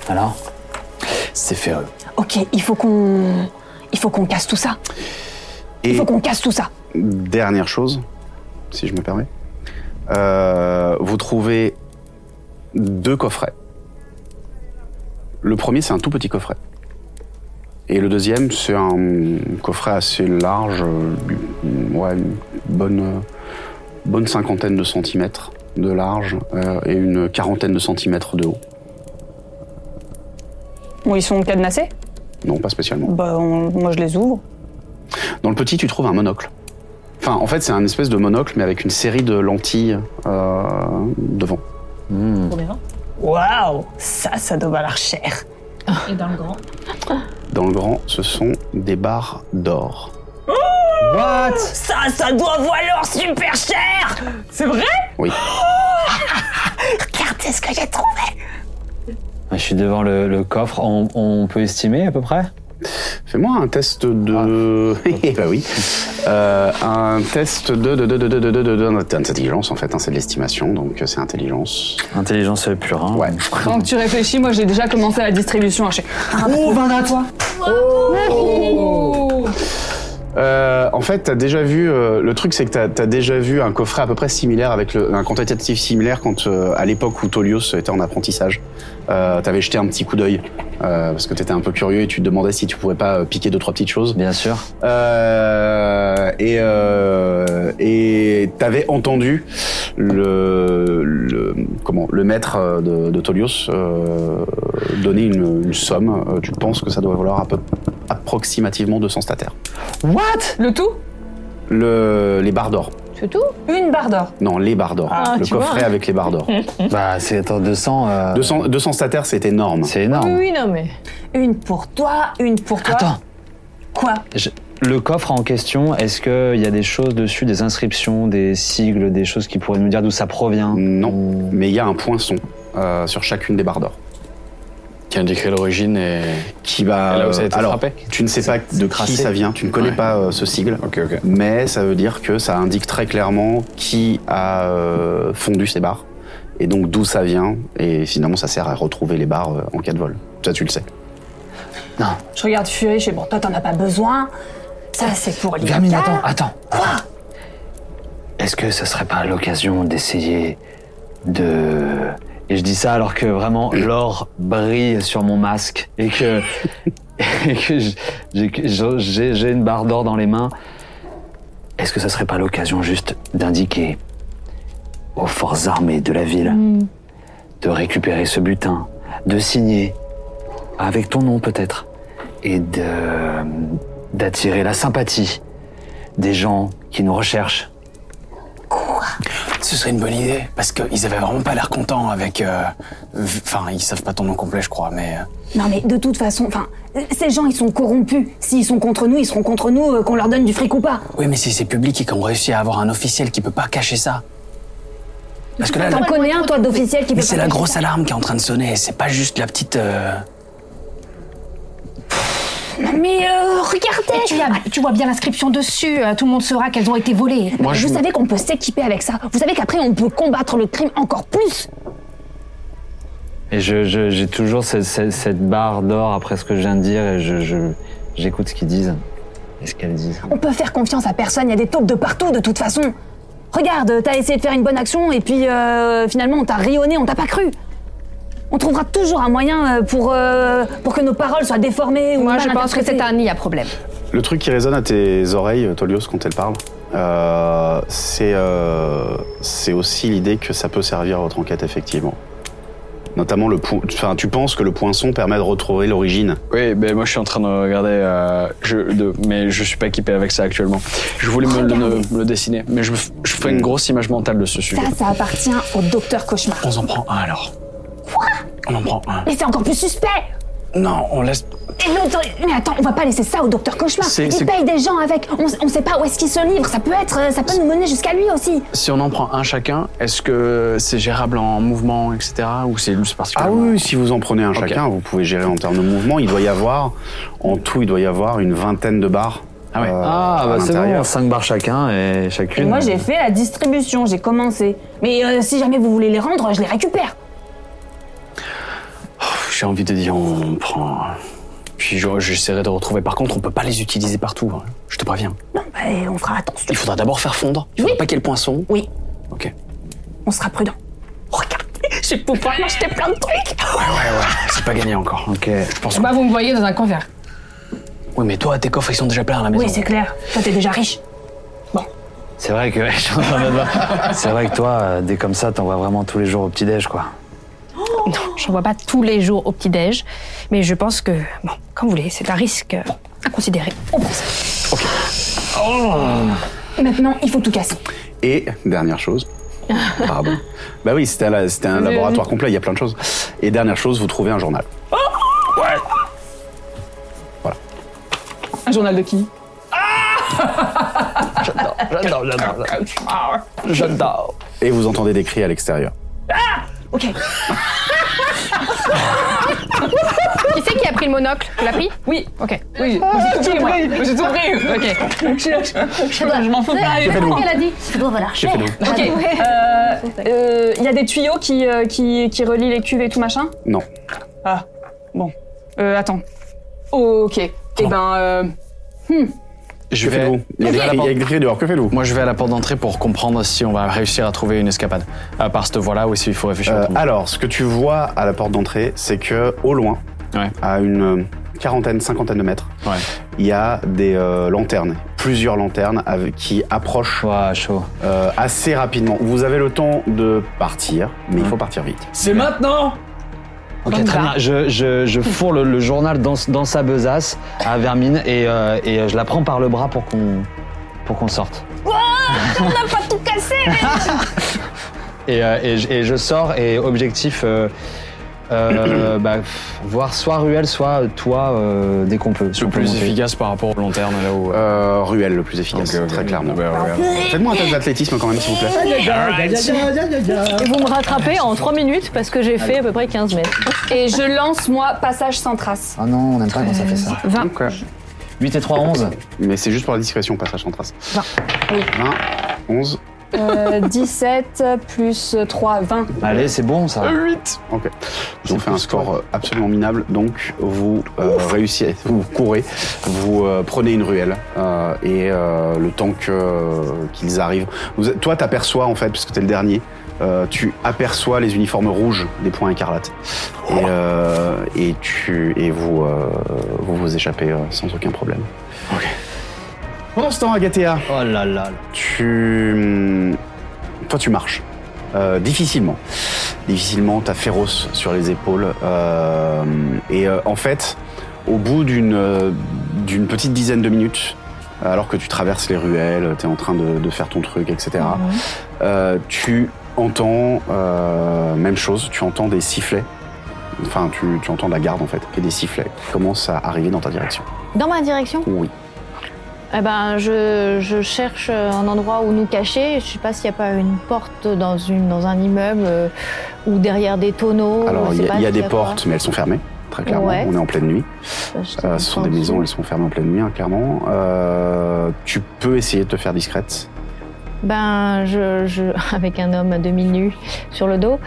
Speaker 7: Alors
Speaker 8: C'est ferreux.
Speaker 2: Ok, il faut qu'on. Il faut qu'on casse tout ça.
Speaker 1: Et
Speaker 2: Il faut qu'on casse tout ça.
Speaker 1: dernière chose, si je me permets, Euh, vous trouvez deux coffrets. Le premier, c'est un tout petit coffret. Et le deuxième, c'est un coffret assez large, euh, ouais, une bonne, euh, bonne cinquantaine de centimètres de large euh, et une quarantaine de centimètres de haut.
Speaker 11: Bon, ils sont cadenassés
Speaker 1: Non, pas spécialement.
Speaker 11: Bah, on- moi, je les ouvre.
Speaker 1: Dans le petit, tu trouves un monocle. Enfin, en fait, c'est un espèce de monocle, mais avec une série de lentilles euh, devant.
Speaker 2: Waouh Ça, ça doit valoir cher.
Speaker 13: Et dans le grand.
Speaker 1: Dans le grand, ce sont des barres d'or.
Speaker 2: What Ça, ça doit valoir super cher C'est vrai
Speaker 1: Oui.
Speaker 2: Regardez ce que j'ai trouvé
Speaker 7: Ah, Je suis devant le, le coffre. On, on peut estimer à peu près
Speaker 1: Fais-moi un test de. bah oui. Euh, un test de de de de de de de de- de- d'intelligence en fait. hein, c'est de l'estimation, donc euh, c'est intelligence.
Speaker 7: Intelligence pure. Hein.
Speaker 1: Ouais.
Speaker 11: Quand tu réfléchis, moi, j'ai déjà commencé la distribution. hein, je fais,
Speaker 6: Oh, vin à toi
Speaker 11: Oh
Speaker 1: Euh, en fait, t'as déjà vu. euh, le truc, c'est que t'as as déjà vu un coffret à peu près similaire avec le, un quantitatif similaire quand euh, à l'époque où Tolios était en apprentissage. Euh, T'avais jeté un petit coup d'œil euh, parce que t'étais un peu curieux et tu te demandais si tu pouvais pas euh, piquer deux trois petites choses.
Speaker 7: Bien sûr.
Speaker 1: Euh, et euh, et t'avais entendu le, le comment le maître de, de Tolios euh, donner une, une somme. Euh, Tu penses que ça doit valoir à peu approximativement 200 statères.
Speaker 11: What Le tout
Speaker 1: Le, les barres d'or.
Speaker 2: C'est tout
Speaker 11: Une barre d'or.
Speaker 1: Non, les barres d'or.
Speaker 11: Ah,
Speaker 1: le
Speaker 11: tu vois.
Speaker 1: coffret avec les barres d'or.
Speaker 2: Hum.
Speaker 7: bah, c'est attends, 200. euh,
Speaker 1: 200, 200 statères, c'est énorme.
Speaker 7: C'est énorme.
Speaker 2: Oui, non, mais. Une pour toi, une pour toi. Attends Quoi
Speaker 7: Je- Le coffre en question, est-ce qu'il y a des choses dessus, des inscriptions, des sigles, des choses qui pourraient nous dire d'où ça provient
Speaker 1: Non, mais il y a un poinçon euh, sur chacune des barres d'or.
Speaker 8: Qui indiquerait l'origine et.
Speaker 1: Qui va.
Speaker 8: Et là où ça a été
Speaker 1: alors,
Speaker 8: frappé
Speaker 1: tu ne sais pas de qui
Speaker 8: tracé.
Speaker 1: ça vient, tu ne connais
Speaker 8: Ouais.
Speaker 1: pas euh, ce sigle,
Speaker 8: Ok, ok.
Speaker 1: mais ça veut dire que ça indique très clairement qui a euh, fondu ces barres, et donc d'où ça vient, et finalement ça sert à retrouver les barres euh, en cas de vol. Ça, tu le sais.
Speaker 3: Je regarde Fury, je fais bon, toi t'en as pas besoin. Ça c'est pour les.
Speaker 7: Vermine, attends, attends. attends. Est-ce que ce serait pas l'occasion d'essayer de. Et je dis ça alors que vraiment l'or brille sur mon masque et que, et que j- j'ai- que j'ai j'ai une barre d'or dans les mains. Est-ce que ce serait pas l'occasion juste d'indiquer aux forces armées de la ville de récupérer ce butin, de signer avec ton nom peut-être et de d'attirer la sympathie des gens qui nous recherchent.
Speaker 8: Quoi Ce serait une bonne idée, parce qu'ils avaient vraiment pas l'air contents avec. euh, v- Enfin, ils savent pas ton nom complet, je crois, mais. euh,
Speaker 15: Non mais de toute façon, enfin, euh, ces gens ils sont corrompus. S'ils sont contre nous, ils seront contre nous, euh, qu'on leur donne du fric ou pas.
Speaker 8: Oui, mais si c'est public et qu'on réussit à avoir un officiel qui peut pas cacher ça. Parce que là,
Speaker 15: T'en
Speaker 8: la-
Speaker 15: connais un toi d'officiel qui peut
Speaker 8: mais
Speaker 15: pas
Speaker 8: c'est la
Speaker 15: cacher
Speaker 8: grosse
Speaker 15: ça
Speaker 8: alarme qui est en train de sonner, c'est pas juste la petite. euh,
Speaker 2: Non, mais euh, regardez tu,
Speaker 15: Ah,
Speaker 2: as- tu vois bien l'inscription dessus, euh, tout le monde saura qu'elles ont été volées.
Speaker 8: Moi, je-
Speaker 2: Vous savez qu'on peut s'équiper avec ça. Vous savez qu'après, on peut combattre le crime encore plus.
Speaker 7: Et je- je- j'ai toujours cette, cette- cette barre d'or après ce que je viens de dire et je- je- j'écoute ce qu'ils disent et ce qu'elles disent.
Speaker 15: On peut faire confiance à personne, il y a des taupes de partout de toute façon. Regarde, t'as essayé de faire une bonne action et puis euh, finalement on t'a rayonné, on t'a pas cru. On trouvera toujours un moyen euh, pour, euh, pour que nos paroles soient déformées ou
Speaker 2: Moi,
Speaker 15: mal
Speaker 2: je pense que
Speaker 15: interprétées.
Speaker 2: c'est un nid à problème.
Speaker 1: Le truc qui résonne à tes oreilles, Tolios, quand elle parle, euh, c'est euh, c'est aussi l'idée que ça peut servir à votre enquête, effectivement. Notamment, le po- enfin, tu penses que le poinçon permet de retrouver l'origine
Speaker 8: Oui, ben moi je suis en train de regarder, euh, je, de- mais je suis pas équipé avec ça actuellement. Je voulais me le, me le dessiner, mais je, me f- je fais une grosse image mentale de ce sujet.
Speaker 2: Ça, ça appartient au docteur Cauchemar.
Speaker 8: On en prend un alors. Quoi On en prend un.
Speaker 2: Mais c'est encore plus suspect
Speaker 8: Non, on laisse.
Speaker 2: Et l'autre- Mais attends, on va pas laisser ça au docteur Cauchemar.
Speaker 8: C'est- c'est-
Speaker 2: Il paye des gens avec. On, on sait pas où est-ce qu'il se livre. Ça peut être, euh, ça peut nous mener jusqu'à lui aussi.
Speaker 8: Si on en prend un chacun, est-ce que c'est gérable en mouvement, etc. Ou c'est c'est
Speaker 1: Ah
Speaker 8: particulièrement.
Speaker 1: oui, oui, si vous en prenez un chacun, vous pouvez gérer en termes de mouvement. Il doit y avoir, en tout, il doit y avoir une vingtaine de barres.
Speaker 7: Ah ouais.
Speaker 1: Euh, à
Speaker 7: ah bah c'est bon,
Speaker 1: l'intérieur.
Speaker 7: 5 barres chacun et
Speaker 15: Et
Speaker 7: chacune.
Speaker 15: moi j'ai fait la distribution, j'ai commencé. Mais euh, si jamais vous voulez les rendre, je les récupère.
Speaker 8: Pff, J'ai envie de dire, on prend. Puis je- j'essaierai de retrouver. Par contre, on peut pas les utiliser partout. hein. Je te préviens.
Speaker 15: Bah, on fera attention,
Speaker 8: Il faudra d'abord faire fondre. Il faudra pas qu'il y ait le poinçon.
Speaker 15: Oui.
Speaker 8: Ok.
Speaker 15: on sera prudent. Regardez, je vais pouvoir m'acheter plein de trucs.
Speaker 8: Ouais,
Speaker 7: Ah
Speaker 8: ouais, c'est pas gagné encore. Ok. Je pense.
Speaker 11: Bah, vous me voyez dans un convert.
Speaker 8: Oui, mais toi, tes coffres, ils sont déjà pleins à la maison.
Speaker 15: Oui, c'est clair. Toi, t'es déjà riche.
Speaker 7: C'est vrai que je suis en train de me voir. C'est vrai que toi, euh, dès comme ça, t'en vois vraiment tous les jours au petit déj quoi.
Speaker 2: Non, j'en vois pas tous les jours au petit-déj. Mais je pense que, bon, comme vous voulez, c'est un risque euh, à considérer. On prend ça.
Speaker 15: Maintenant, il faut tout casser.
Speaker 1: Et dernière chose. Pardon. Bah oui, c'était la- c'était un
Speaker 15: Oui,
Speaker 1: laboratoire complet, il y a plein de choses. Et dernière chose, vous trouvez un journal.
Speaker 11: Un journal de qui
Speaker 8: Ah J'adore, j'adore, j'adore.
Speaker 1: Et vous entendez des cris à l'extérieur.
Speaker 2: Ok. qui c'est qui a pris le monocle Tu l'as pris
Speaker 11: Oui, ok. Oui, moi, Ah, j'ai tout pris, moi. Moi, J'ai tout pris. Ok. Je- je- Je m'en fous pas.
Speaker 2: C'est pas qu'elle a dit. Je dois voilà.
Speaker 1: J'ai fait de-
Speaker 2: Ah,
Speaker 11: Ok.
Speaker 2: ouais.
Speaker 11: Euh,
Speaker 15: Il y a des tuyaux qui, euh, qui, qui relient les cuves et tout machin
Speaker 1: Non.
Speaker 11: Ah, bon. Euh, attends. Ok. Eh ben, euh,
Speaker 8: Je
Speaker 1: que faites-vous Il y a des cris- il y a des cris dehors, que faites-vous
Speaker 8: Moi, je vais à la porte d'entrée pour comprendre si on va réussir à trouver une escapade. À part cette voie-là, ou s'il faut réfléchir.
Speaker 1: Euh,
Speaker 8: autrement.
Speaker 1: alors, ce que tu vois à la porte d'entrée, c'est que au loin,
Speaker 8: Ouais.
Speaker 1: à une euh, quarantaine, cinquantaine de mètres,
Speaker 8: Ouais.
Speaker 1: il y a des euh, lanternes, plusieurs lanternes avec- qui approchent euh, assez rapidement. Vous avez le temps de partir, mais il faut partir vite.
Speaker 8: C'est maintenant
Speaker 7: Ok, très bien. Je, je, je fourre le, le journal dans, dans sa besace à Vermine et, euh, et je la prends par le bras pour qu'on pour qu'on sorte.
Speaker 2: On n'a pas tout cassé.
Speaker 7: Et, euh, et je- et je sors et objectif, euh, euh, bah, pff, voir soit Ruel, soit toi euh, dès qu'on peut. si
Speaker 8: Le
Speaker 7: on peut
Speaker 8: plus
Speaker 7: monter.
Speaker 8: efficace par rapport aux lanternes, là où. euh,
Speaker 1: Euh, ruelle le plus efficace,
Speaker 8: Ok, ok.
Speaker 1: très clairement.
Speaker 8: Ouais, ouais, ouais.
Speaker 1: Faites-moi un test d'athlétisme quand même, s'il vous plaît.
Speaker 18: Et vous me rattrapez en 3 minutes parce que j'ai fait à peu près 15 mètres.
Speaker 19: Et je lance, moi, passage sans trace.
Speaker 7: Ah non, on n'aime pas quand ça fait ça.
Speaker 11: 20.
Speaker 7: 8 et 3, 11.
Speaker 1: euh, Mais c'est juste pour la discrétion, passage en trace.
Speaker 19: 20.
Speaker 1: 20, 11,
Speaker 19: Euh, 17 plus 3, 20.
Speaker 7: Allez, c'est bon ça.
Speaker 8: 8
Speaker 1: ok. Ils ont fait un score euh, absolument minable, donc vous euh, réussissez, vous courez, vous euh, prenez une ruelle, euh, et euh, le temps que, euh, qu'ils arrivent... Vous, êtes- toi, t'aperçois, en fait, parce que t'es le dernier, euh, tu aperçois les uniformes rouges des points écarlates. Et, euh, et, tu, et vous, euh, vous vous échappez euh, sans aucun problème. Pendant ce temps, Agathea,
Speaker 7: Oh là là.
Speaker 1: tu. hum, Toi, tu marches. Euh, difficilement. Difficilement, t'as féroce sur les épaules. Euh, et euh, en fait, au bout d'une euh, d'une petite dizaine de minutes, alors que tu traverses les ruelles, tu es en train de, de faire ton truc, etc.
Speaker 2: Mhm.
Speaker 1: Euh, tu entends, euh, même chose, tu entends des sifflets. Enfin, tu, tu entends la garde en fait, et des sifflets qui commencent à arriver dans ta direction.
Speaker 2: Dans ma direction
Speaker 1: Oui.
Speaker 2: Eh ben, je, je cherche un endroit où nous cacher. Je sais pas s'il n'y a pas une porte dans, une, dans un immeuble euh, ou derrière des tonneaux.
Speaker 1: Alors,
Speaker 2: je
Speaker 1: il y
Speaker 2: sais
Speaker 1: a,
Speaker 2: Oh, pas
Speaker 1: il y a
Speaker 2: s'il
Speaker 1: des
Speaker 2: quoi.
Speaker 1: portes, mais elles sont fermées, très clairement.
Speaker 2: Ouais.
Speaker 1: On est en pleine nuit.
Speaker 2: Bah, je
Speaker 1: Euh, ce sont des maisons, elles sont fermées en pleine nuit, hein, clairement. Euh, tu peux essayer de te faire discrète.
Speaker 2: Ben, je, je- avec un homme à demi-nu sur le dos,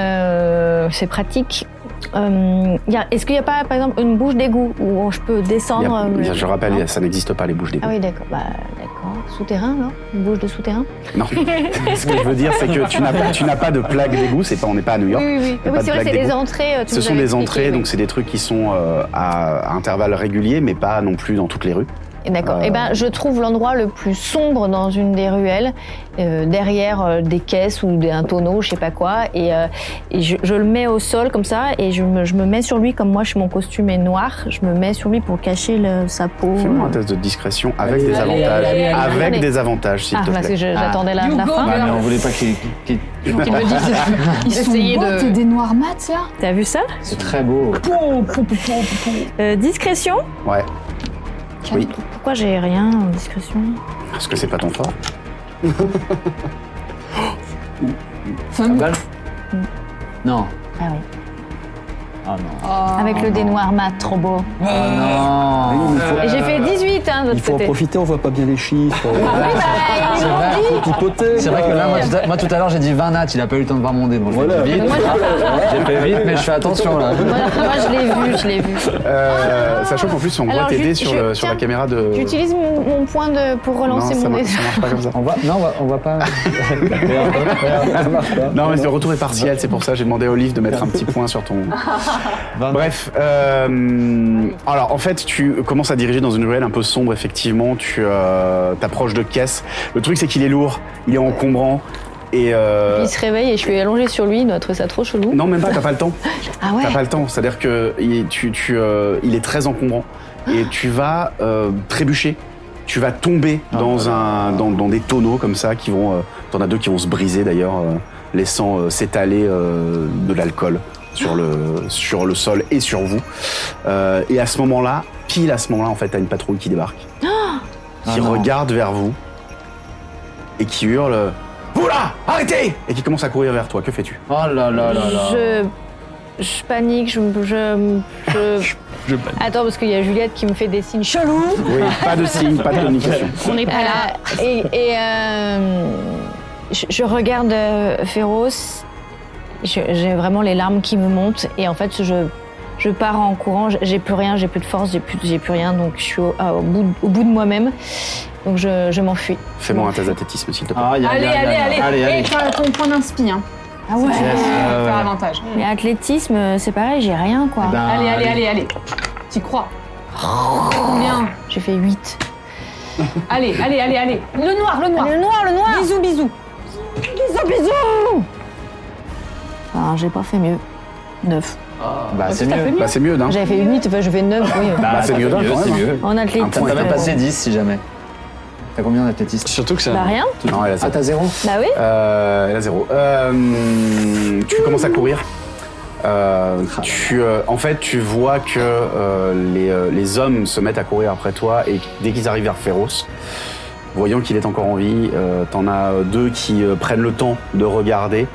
Speaker 2: euh, c'est pratique. Euh, y a- Est-ce qu'il n'y a pas, par exemple, une bouche d'égout où je peux
Speaker 1: Il y a-
Speaker 2: descendre euh,
Speaker 1: il y a- je rappelle,
Speaker 2: non
Speaker 1: il y a- ça n'existe pas les bouches d'égout.
Speaker 2: Ah oui, d'accord. Bah, d'accord. Souterrain, non Une bouche de souterrain
Speaker 1: Non. ce que je veux dire, c'est que tu n'as pas, tu n'as pas de plaque d'égout. C'est pas, on n'est pas à New York.
Speaker 2: Oui, oui, oui.
Speaker 1: Hein. Il y a
Speaker 2: Oui,
Speaker 1: pas de
Speaker 2: c'est vrai,
Speaker 1: plaque
Speaker 2: c'est des
Speaker 1: d'égout.
Speaker 2: entrées, euh, tu
Speaker 1: Ce
Speaker 2: nous
Speaker 1: sont
Speaker 2: avais
Speaker 1: des
Speaker 2: Mmh, expliqué,
Speaker 1: entrées,
Speaker 2: oui.
Speaker 1: donc c'est des trucs qui sont euh, à, à intervalles réguliers, mais pas non plus dans toutes les rues.
Speaker 2: Et D'accord.
Speaker 1: Euh,
Speaker 2: Eh ben, je trouve l'endroit le plus sombre dans une des ruelles, euh, derrière euh, des caisses ou des, un tonneau, je sais pas quoi, et, euh, et je, je le mets au sol comme ça, et je me, je me mets sur lui comme moi, je, mon costume est noir, je me mets sur lui pour cacher le- sa peau. Euh,
Speaker 1: Fais-moi un test de discrétion avec des
Speaker 2: Mmh. allez,
Speaker 1: avantages.
Speaker 2: allez, allez, allez.
Speaker 1: avec
Speaker 2: Attendez.
Speaker 1: des avantages, s'il
Speaker 2: Ah,
Speaker 1: te plaît.
Speaker 2: parce que je- j'attendais la,
Speaker 12: You
Speaker 2: la
Speaker 12: go,
Speaker 2: fin.
Speaker 12: girl.
Speaker 7: Bah, mais on voulait pas qu'il. qu'il-
Speaker 12: Qu'il me dise.
Speaker 5: Ils sont
Speaker 12: Essayez
Speaker 5: beaux,
Speaker 12: de-
Speaker 5: tes- des noirs mats, là
Speaker 2: T'as vu ça
Speaker 7: C'est très beau.
Speaker 2: Euh, Discrétion
Speaker 1: Ouais. Oui,
Speaker 2: Pourquoi j'ai rien en discrétion
Speaker 1: parce que c'est pas ton fort.
Speaker 7: balle Non.
Speaker 2: Ah oui.
Speaker 7: Ah non.
Speaker 2: Avec le dé noir mat, trop beau.
Speaker 8: Euh,
Speaker 7: Ah non.
Speaker 2: Et j'ai fait 18, hein, de
Speaker 4: Il
Speaker 2: l'autre
Speaker 4: faut en
Speaker 2: côté.
Speaker 4: profiter, on voit pas bien les chiffres.
Speaker 2: Ah, ils m'ont dit.
Speaker 4: Faut pipoter,
Speaker 7: C'est vrai que
Speaker 4: quoi.
Speaker 7: là, moi tout, à, moi, tout à l'heure j'ai dit 20 nats, il a pas eu le temps de voir mon dé, donc je
Speaker 4: Voilà.
Speaker 7: fais vite.
Speaker 4: Moi,
Speaker 7: J'ai fait vite, mais je fais attention là.
Speaker 2: Moi, moi, je l'ai vu, je l'ai vu.
Speaker 1: Euh, sachant qu'en plus, on
Speaker 2: Ah. Alors,
Speaker 1: voit tes
Speaker 2: je-
Speaker 1: dés sur,
Speaker 2: je-
Speaker 1: le- sur la
Speaker 2: tiens,
Speaker 1: caméra de.
Speaker 2: J'utilise mon, mon point de, pour
Speaker 1: Non,
Speaker 2: relancer
Speaker 1: ça
Speaker 2: mon
Speaker 1: mar-
Speaker 2: dé.
Speaker 1: ça marche pas comme ça.
Speaker 7: On va, non, on va, on va pas. Merde, merde, ça marche pas.
Speaker 1: Non, mais le retour est partiel, c'est pour ça que j'ai demandé à Olive de mettre un petit point sur ton. Bref, euh, alors en fait, tu commences à diriger dans une ruelle un peu sombre, effectivement. Tu euh, t'approches de caisse. Le truc, c'est qu'il est lourd, il est encombrant. Et euh,
Speaker 2: Il se réveille et je suis allongée sur lui, il doit trouver ça trop chelou.
Speaker 1: non, même pas, t'as pas le temps.
Speaker 2: Ah ouais
Speaker 1: T'as pas le temps. C'est-à-dire que il est, tu, tu, euh, il est très encombrant. Et tu vas euh, trébucher. Tu vas tomber dans, un, dans, dans des tonneaux comme ça qui vont. euh, T'en as deux qui vont se briser d'ailleurs, euh, laissant euh, s'étaler euh, de l'alcool sur le, sur le sol et sur vous. Euh, et à ce moment-là, pile à ce moment-là, en fait, t'as une patrouille qui débarque, Ah, qui regarde vers vous et qui hurle Vous là Arrêtez Et qui commence à courir vers toi. Que fais-tu
Speaker 7: Oh là là là là.
Speaker 2: Je, je panique, je, je, je-
Speaker 1: Je
Speaker 2: Attends, parce qu'il y a Juliette qui me fait des signes chelous.
Speaker 1: Oui, pas de signe, pas de communication.
Speaker 2: On n'est pas là. Et, et, euh, je, je regarde euh, Féroce. Je- J'ai vraiment les larmes qui me montent. Et en fait, je, je pars en courant. J'ai- J'ai plus rien, j'ai plus de force, j'ai plus, j'ai plus rien. Donc, je suis au, à- au bout, de- au bout de moi-même. Donc, je, je m'enfuis.
Speaker 1: Fais-moi un test d'athlétisme, s'il te plaît.
Speaker 7: Ah, y a- y a- y a- allez, Eh, allez.
Speaker 12: ton point d'inspi. Hein.
Speaker 2: Ah ouais
Speaker 7: Yes, ouais, ouais.
Speaker 12: avantage.
Speaker 2: Mais athlétisme, euh, c'est pareil, j'ai rien, quoi.
Speaker 7: Eh ben,
Speaker 12: Allez, allez, allez, allez. T'y crois. Combien
Speaker 2: J'ai fait 8.
Speaker 12: Allez, allez, allez, allez. Le noir, le noir.
Speaker 2: Le noir, le noir
Speaker 12: Bisous, bisous.
Speaker 2: Bisous, bisous Ah, j'ai pas fait mieux. 9.
Speaker 7: Bah c'est mieux.
Speaker 1: Bah, c'est mieux, d'un.
Speaker 2: J'avais fait 8, enfin, je fais 9, oui.
Speaker 1: Bah, c'est
Speaker 7: t'as
Speaker 1: mieux
Speaker 7: fait
Speaker 1: d'un, quand
Speaker 7: c'est
Speaker 1: même,
Speaker 7: mieux.
Speaker 2: En athlétisme.
Speaker 7: Ça
Speaker 1: point,
Speaker 7: va
Speaker 1: t'as
Speaker 7: même
Speaker 1: pas
Speaker 7: passé 10 si jamais. T'as combien d'athlétisme
Speaker 8: Surtout que ça.
Speaker 2: Bah, rien.
Speaker 1: Non, elle a
Speaker 7: Ah,
Speaker 1: zéro.
Speaker 7: t'as zéro
Speaker 2: Bah oui.
Speaker 1: Euh, elle a zéro. Euh, tu commences à courir. Euh, tu, euh, en fait, tu vois que euh, les, euh, les hommes se mettent à courir après toi et dès qu'ils arrivent vers Féroce, voyant qu'il est encore en vie, euh, t'en as deux qui euh, prennent le temps de regarder.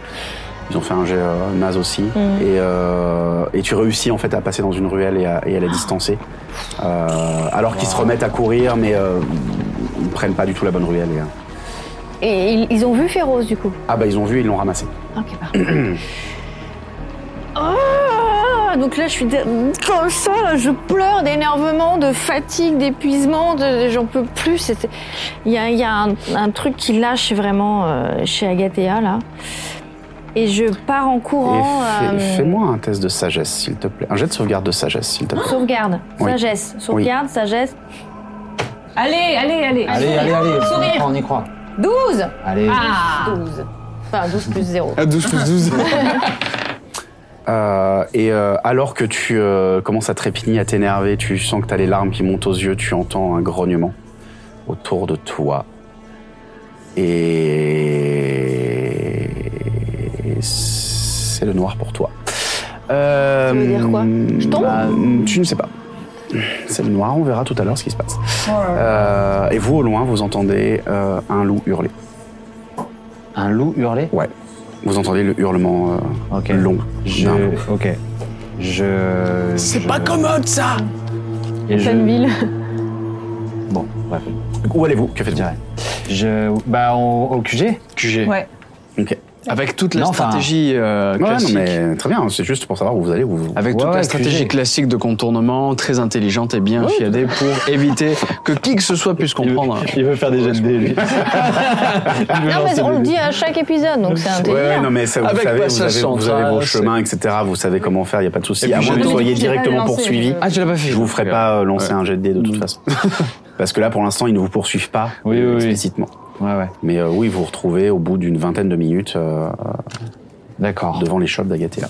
Speaker 1: Ils ont fait un jet euh, naze aussi. Et, euh, et tu réussis en fait à passer dans une ruelle et à, et à la distancer. Euh, alors qu'ils se remettent à courir, mais euh, ils prennent pas du tout la bonne ruelle. et, euh,
Speaker 2: Et ils, ils ont vu Féroce, du coup.
Speaker 1: ah bah ils ont vu, ils l'ont ramassé.
Speaker 2: Ok, bah. parfait. Ah, donc là, je suis dé- comme ça, là, je pleure d'énervement, de fatigue, d'épuisement, de... j'en peux plus. c'est- Il y a, il y a un, un truc qui lâche vraiment euh, chez Agathea, là. Et je pars en courant.
Speaker 1: Et fais-
Speaker 2: euh,
Speaker 1: fais-moi un test de sagesse, s'il te plaît. Un jet de sauvegarde de sagesse, s'il te plaît.
Speaker 2: Sauvegarde,
Speaker 1: Oui.
Speaker 2: sagesse, sauvegarde, sagesse. Allez, allez, allez.
Speaker 7: Allez, allez, allez, on y croit, on y croit.
Speaker 2: 12
Speaker 7: Allez.
Speaker 2: Ah 12. Enfin, 12 plus 0.
Speaker 8: 12 plus 12.
Speaker 1: Euh, et euh, alors que tu euh, commences à trépigner, à t'énerver, tu sens que tu as les larmes qui montent aux yeux, tu entends un grognement autour de toi. Et c'est le noir pour toi. Euh,
Speaker 2: Ça veut dire quoi Je tombe
Speaker 1: bah, Tu ne sais pas. C'est le noir, on verra tout à l'heure ce qui se passe. Euh, et vous, au loin, vous entendez euh, un loup hurler.
Speaker 7: Un loup hurler
Speaker 1: Ouais. Vous entendez le hurlement euh, long
Speaker 7: Je-
Speaker 1: d'un loup.
Speaker 7: Ok. Je.
Speaker 1: C'est
Speaker 7: je-
Speaker 1: pas commode, ça
Speaker 7: Et je-
Speaker 2: Pleine
Speaker 7: Bon, bref.
Speaker 1: Où allez-vous Que faites-vous
Speaker 7: Je. Bah, on- au QG
Speaker 8: QG.
Speaker 13: Ouais.
Speaker 1: Ok.
Speaker 8: Avec toute la
Speaker 7: Non, enfin-
Speaker 8: stratégie euh,
Speaker 1: Ouais, non,
Speaker 8: classique.
Speaker 1: mais très bien, c'est juste pour savoir où vous allez. Où vous...
Speaker 8: Avec toute
Speaker 1: Ouais,
Speaker 8: la
Speaker 1: ouais,
Speaker 8: stratégie
Speaker 1: QG.
Speaker 8: classique de contournement, très intelligente et bien fiadée pour éviter que qui que ce soit puisse comprendre. Il veut, faire des jets de dés, lui.
Speaker 2: Non, mais on le dit à chaque épisode, donc c'est
Speaker 1: Ouais,
Speaker 2: intelligent.
Speaker 1: non, mais ça, vous
Speaker 8: Avec
Speaker 1: savez, vous
Speaker 8: passage
Speaker 1: avez, vous avez
Speaker 8: central,
Speaker 1: vos
Speaker 8: c'est-
Speaker 1: chemins, etc. Vous savez comment faire, il n'y a pas de souci.
Speaker 8: Et
Speaker 1: À
Speaker 8: puis
Speaker 1: moins
Speaker 8: j'ai-
Speaker 1: que vous soyez
Speaker 8: j'ai pas
Speaker 1: directement
Speaker 8: lancé,
Speaker 1: poursuivi,
Speaker 8: je- Ah, tu l'as pas fait.
Speaker 1: je vous ferai pas euh, lancer
Speaker 8: Ouais. Mm.
Speaker 1: un jet de dés de toute façon. Parce que là, pour l'instant, ils ne vous poursuivent pas
Speaker 7: oui, oui.
Speaker 1: explicitement.
Speaker 7: Ouais, ouais.
Speaker 1: Mais euh, oui, vous vous retrouvez au bout d'une vingtaine de minutes euh,
Speaker 7: D'accord.
Speaker 1: devant les shops d'Agathéa.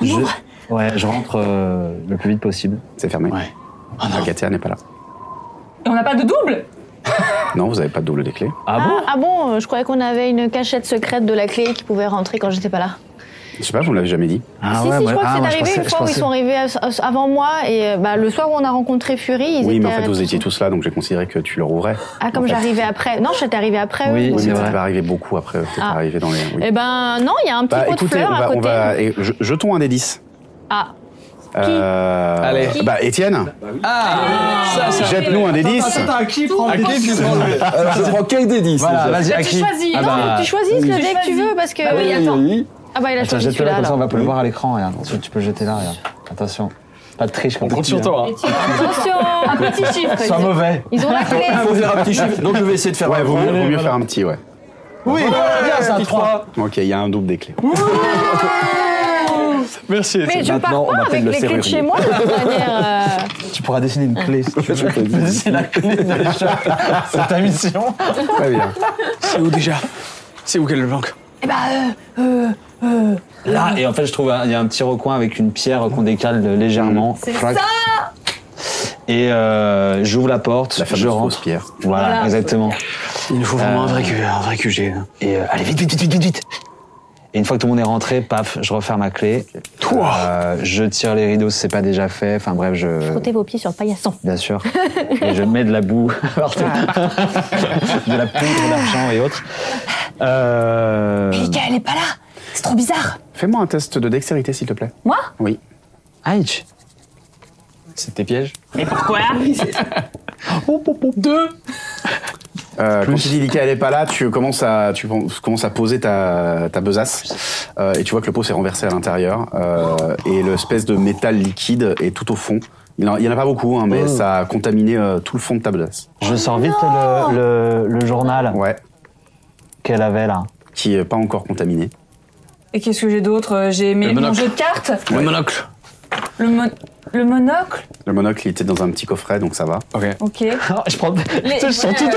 Speaker 7: Je- Ouais, je rentre euh, le plus vite possible.
Speaker 1: C'est fermé. Ouais. Agathea n'est pas là.
Speaker 13: Et on n'a pas de double
Speaker 1: Non, vous n'avez pas de double des clés.
Speaker 7: Ah
Speaker 2: Ah, ah bon, euh, je croyais qu'on avait une cachette secrète de la clé qui pouvait rentrer quand j'étais pas là.
Speaker 1: Je sais pas, vous ne l'avez jamais dit.
Speaker 2: si,
Speaker 7: Ah
Speaker 2: si, je crois que c'est
Speaker 7: moi, je
Speaker 2: arrivé
Speaker 7: pensais-
Speaker 2: une
Speaker 7: je
Speaker 2: fois où
Speaker 7: pensais-
Speaker 2: ils sont arrivés à- à- avant moi et euh, bah, le soir où on a rencontré Fury, ils
Speaker 1: oui,
Speaker 2: étaient.
Speaker 1: mais en fait,
Speaker 2: à-
Speaker 1: vous étiez tous là, donc j'ai considéré que tu leur ouvrais.
Speaker 2: Ah, comme
Speaker 1: en fait.
Speaker 2: j'arrivais après. Non, j'étais arrivée après. eux,
Speaker 1: Oui,
Speaker 2: donc
Speaker 1: mais
Speaker 2: c'est
Speaker 1: t'es
Speaker 2: vrai.
Speaker 1: pas arrivé beaucoup après. T'es
Speaker 2: Ah.
Speaker 1: arrivé dans les. oui.
Speaker 2: Eh ben non, il y a un petit
Speaker 1: Bah,
Speaker 2: pot de
Speaker 1: écoutez,
Speaker 2: fleurs
Speaker 1: on
Speaker 2: à
Speaker 1: va,
Speaker 2: côté.
Speaker 1: on va- et je- jetons un des 10.
Speaker 2: Ah,
Speaker 1: Euh,
Speaker 8: Allez.
Speaker 1: Bah, Étienne,
Speaker 8: Ah, ça, ça-
Speaker 1: jette-nous un des 10.
Speaker 8: qui prend le dé, puis prend le dé
Speaker 4: Euh, je prends quel des 10
Speaker 7: Voilà,
Speaker 4: déjà
Speaker 7: vas-y, à
Speaker 2: tu
Speaker 7: qui
Speaker 2: choisis.
Speaker 7: Ah
Speaker 2: non,
Speaker 7: bah,
Speaker 2: faut que tu choisisses le dé que tu veux parce que.
Speaker 13: Bah oui, attends.
Speaker 2: Ah bah il a
Speaker 7: Attends,
Speaker 2: choisi
Speaker 7: jette-le là,
Speaker 2: celui-là.
Speaker 7: comme ça, on
Speaker 2: alors.
Speaker 7: va pouvoir le voir à l'écran, regarde. Ensuite, tu peux le jeter là, regarde. Attention. Pas de triche comme hein.
Speaker 8: On compte sur toi. hein.
Speaker 2: Attention, un petit chiffre.
Speaker 7: Sois mauvais.
Speaker 2: Ils ont la clé.
Speaker 4: Faut faire un petit chiffre, donc je vais essayer de faire
Speaker 1: Ouais,
Speaker 4: un
Speaker 1: vaut mieux,
Speaker 4: grand.
Speaker 1: vaut mieux faire un petit, ouais.
Speaker 7: Oui, bien ça, 3.
Speaker 1: Ok, il y a un double des clés.
Speaker 8: hein. Merci.
Speaker 2: Mais je
Speaker 4: Maintenant,
Speaker 2: pars
Speaker 4: on
Speaker 2: pas
Speaker 4: appelle
Speaker 2: avec
Speaker 4: le
Speaker 2: les clés de
Speaker 4: serrurier.
Speaker 2: chez moi de toute manière. euh,
Speaker 7: Tu pourras dessiner une clé si tu veux. C'est la clé de l'écharpe. C'est ta mission.
Speaker 1: Très bien.
Speaker 8: C'est où déjà C'est où qu'elle manque
Speaker 2: Eh bah, euh, euh, euh,
Speaker 7: Là, et en fait, je trouve un- il y a un petit recoin avec une pierre qu'on décale légèrement. C'est ça Et euh, j'ouvre la porte,
Speaker 1: La fameuse
Speaker 7: je
Speaker 1: fausse
Speaker 7: rentre.
Speaker 1: pierre.
Speaker 7: Voilà,
Speaker 2: Voilà.
Speaker 7: exactement.
Speaker 8: Il nous faut vraiment un vrai QG. Un vrai QG.
Speaker 7: Et euh, allez, vite, vite, vite, vite, vite, vite. Et une fois que tout le monde est rentré, paf, je referme ma clé.
Speaker 8: Toi
Speaker 7: Euh, je tire les rideaux si c'est pas déjà fait. Enfin bref, je.
Speaker 2: Frottez vos pieds sur le paillasson.
Speaker 7: Bien sûr. Et je mets de la boue partout. de la poudre d'argent et autres. Euh...
Speaker 5: Mika, elle est pas là C'est trop bizarre
Speaker 1: Fais-moi un test de dextérité, s'il te plaît.
Speaker 5: Moi
Speaker 1: Oui.
Speaker 7: Aïe C'est tes pièges
Speaker 1: Euh, quand tu dis Lika, elle est pas là, tu commences à, tu pon- commences à poser ta, ta besace euh, et tu vois que le pot s'est renversé à l'intérieur euh, et l'espèce de métal liquide est tout au fond. Il en- il y en a pas beaucoup, hein, mais
Speaker 7: Oh.
Speaker 1: ça a contaminé euh, tout le fond de ta besace.
Speaker 7: Je sors vite
Speaker 2: Oh
Speaker 7: le, le- le journal
Speaker 1: Ouais.
Speaker 7: qu'elle avait là.
Speaker 1: Qui est pas encore contaminé.
Speaker 13: Et qu'est-ce que j'ai d'autre Euh, J'ai mes
Speaker 8: Le
Speaker 13: mon
Speaker 8: monocle.
Speaker 13: jeu de cartes,
Speaker 8: Le monocle.
Speaker 13: le, mon- le monocle.
Speaker 1: Le monocle il était dans un petit coffret, donc ça va.
Speaker 8: Ok.
Speaker 13: Ok.
Speaker 7: je prends.
Speaker 13: Je sens tout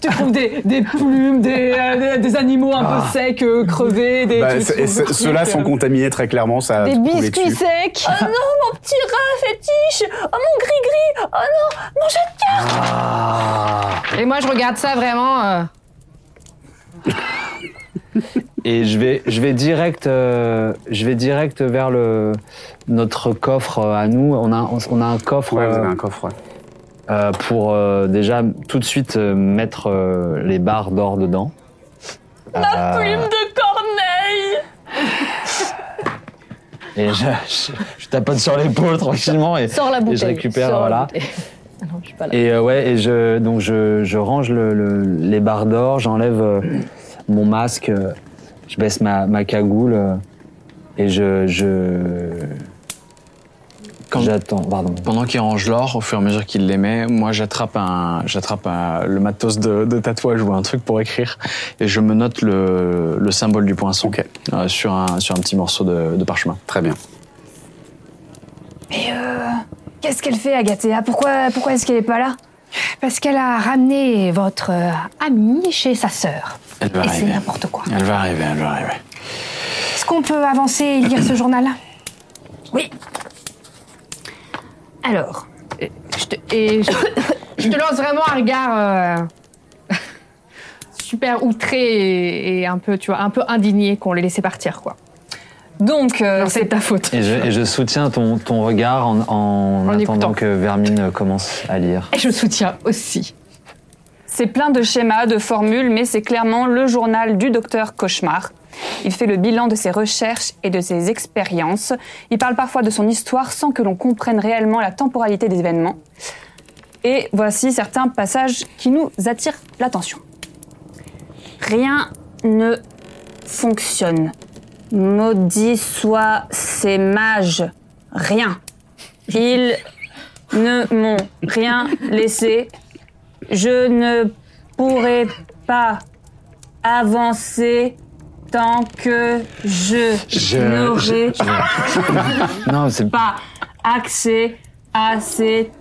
Speaker 13: Tu trouves des, des plumes, des, euh, des- des animaux un peu secs, euh, crevés, des.
Speaker 1: Ah. Bah,
Speaker 13: trucs
Speaker 1: c'est- et c'est-
Speaker 13: sur- euh.
Speaker 1: Ceux-là
Speaker 11: euh,
Speaker 1: sont contaminés très clairement, ça a
Speaker 2: Des
Speaker 1: tout coulé
Speaker 2: biscuits
Speaker 1: dessus.
Speaker 2: secs.
Speaker 5: Oh non, mon petit rat fétiche Oh mon gris-gris Oh non, mon jeu de cœur
Speaker 12: Et moi, je regarde ça vraiment. euh,
Speaker 7: Et je vais, je vais direct, euh, je vais direct vers le notre coffre euh, à nous. On a, on a un coffre
Speaker 1: Ouais, vous avez
Speaker 7: euh,
Speaker 1: un coffre. ouais.
Speaker 7: euh, pour euh, déjà tout de suite euh, mettre euh, les barres d'or dedans. Euh, La plume
Speaker 5: De Corneille
Speaker 7: Et je, je, je tapote sur l'épaule tranquillement et,
Speaker 2: Sors la
Speaker 7: et
Speaker 2: bouteille.
Speaker 7: je récupère
Speaker 2: Sors la
Speaker 7: voilà.
Speaker 2: bouteille. Ah non, je suis pas là.
Speaker 7: Et euh, ouais, et je, donc je, je range le- le- les barres d'or, j'enlève euh, mon masque, euh, je baisse ma, ma cagoule euh, et je. je...
Speaker 8: Quand-
Speaker 7: J'attends, pardon.
Speaker 8: Pendant qu'il range l'or, au fur et à mesure qu'il les met, moi j'attrape un, j'attrape un- le matos de, de tatouage ou un truc pour écrire et je me note le, le symbole du poinçon
Speaker 1: Ok.
Speaker 8: euh, sur, un, sur un petit morceau de, de parchemin.
Speaker 1: Très bien.
Speaker 5: Mais euh, qu'est-ce qu'elle fait,
Speaker 15: Ah,
Speaker 5: Agathea Pourquoi, pourquoi est-ce qu'elle est pas là
Speaker 12: Parce qu'elle a ramené votre euh, amie chez sa sœur.
Speaker 8: Elle va
Speaker 12: Et c'est
Speaker 8: arriver.
Speaker 12: n'importe quoi.
Speaker 8: Elle va arriver, elle va arriver.
Speaker 12: Est-ce qu'on peut avancer et lire ce journal
Speaker 5: Oui.
Speaker 12: Alors, euh, je te, et je, je te lance vraiment un regard euh, super outré et, et un peu, tu vois, un peu indigné qu'on l'ait laissé partir, quoi.
Speaker 3: Donc, euh,
Speaker 12: c'est ta faute.
Speaker 7: Et je, et je soutiens ton, ton regard en, en, attendant que Vermine commence à lire.
Speaker 12: Et je soutiens aussi.
Speaker 11: C'est plein de schémas, de formules, mais c'est clairement le journal du docteur Cauchemar. Il fait le bilan de ses recherches et de ses expériences. Il parle parfois de son histoire sans que l'on comprenne réellement la temporalité des événements. Et voici certains passages qui nous attirent l'attention.
Speaker 20: Rien ne fonctionne. Maudits soient ces mages. Rien. Ils ne m'ont rien laissé. Je ne pourrai pas avancer tant que je,
Speaker 7: Je-
Speaker 20: n'aurai
Speaker 7: non, c'est
Speaker 20: pas accès à ces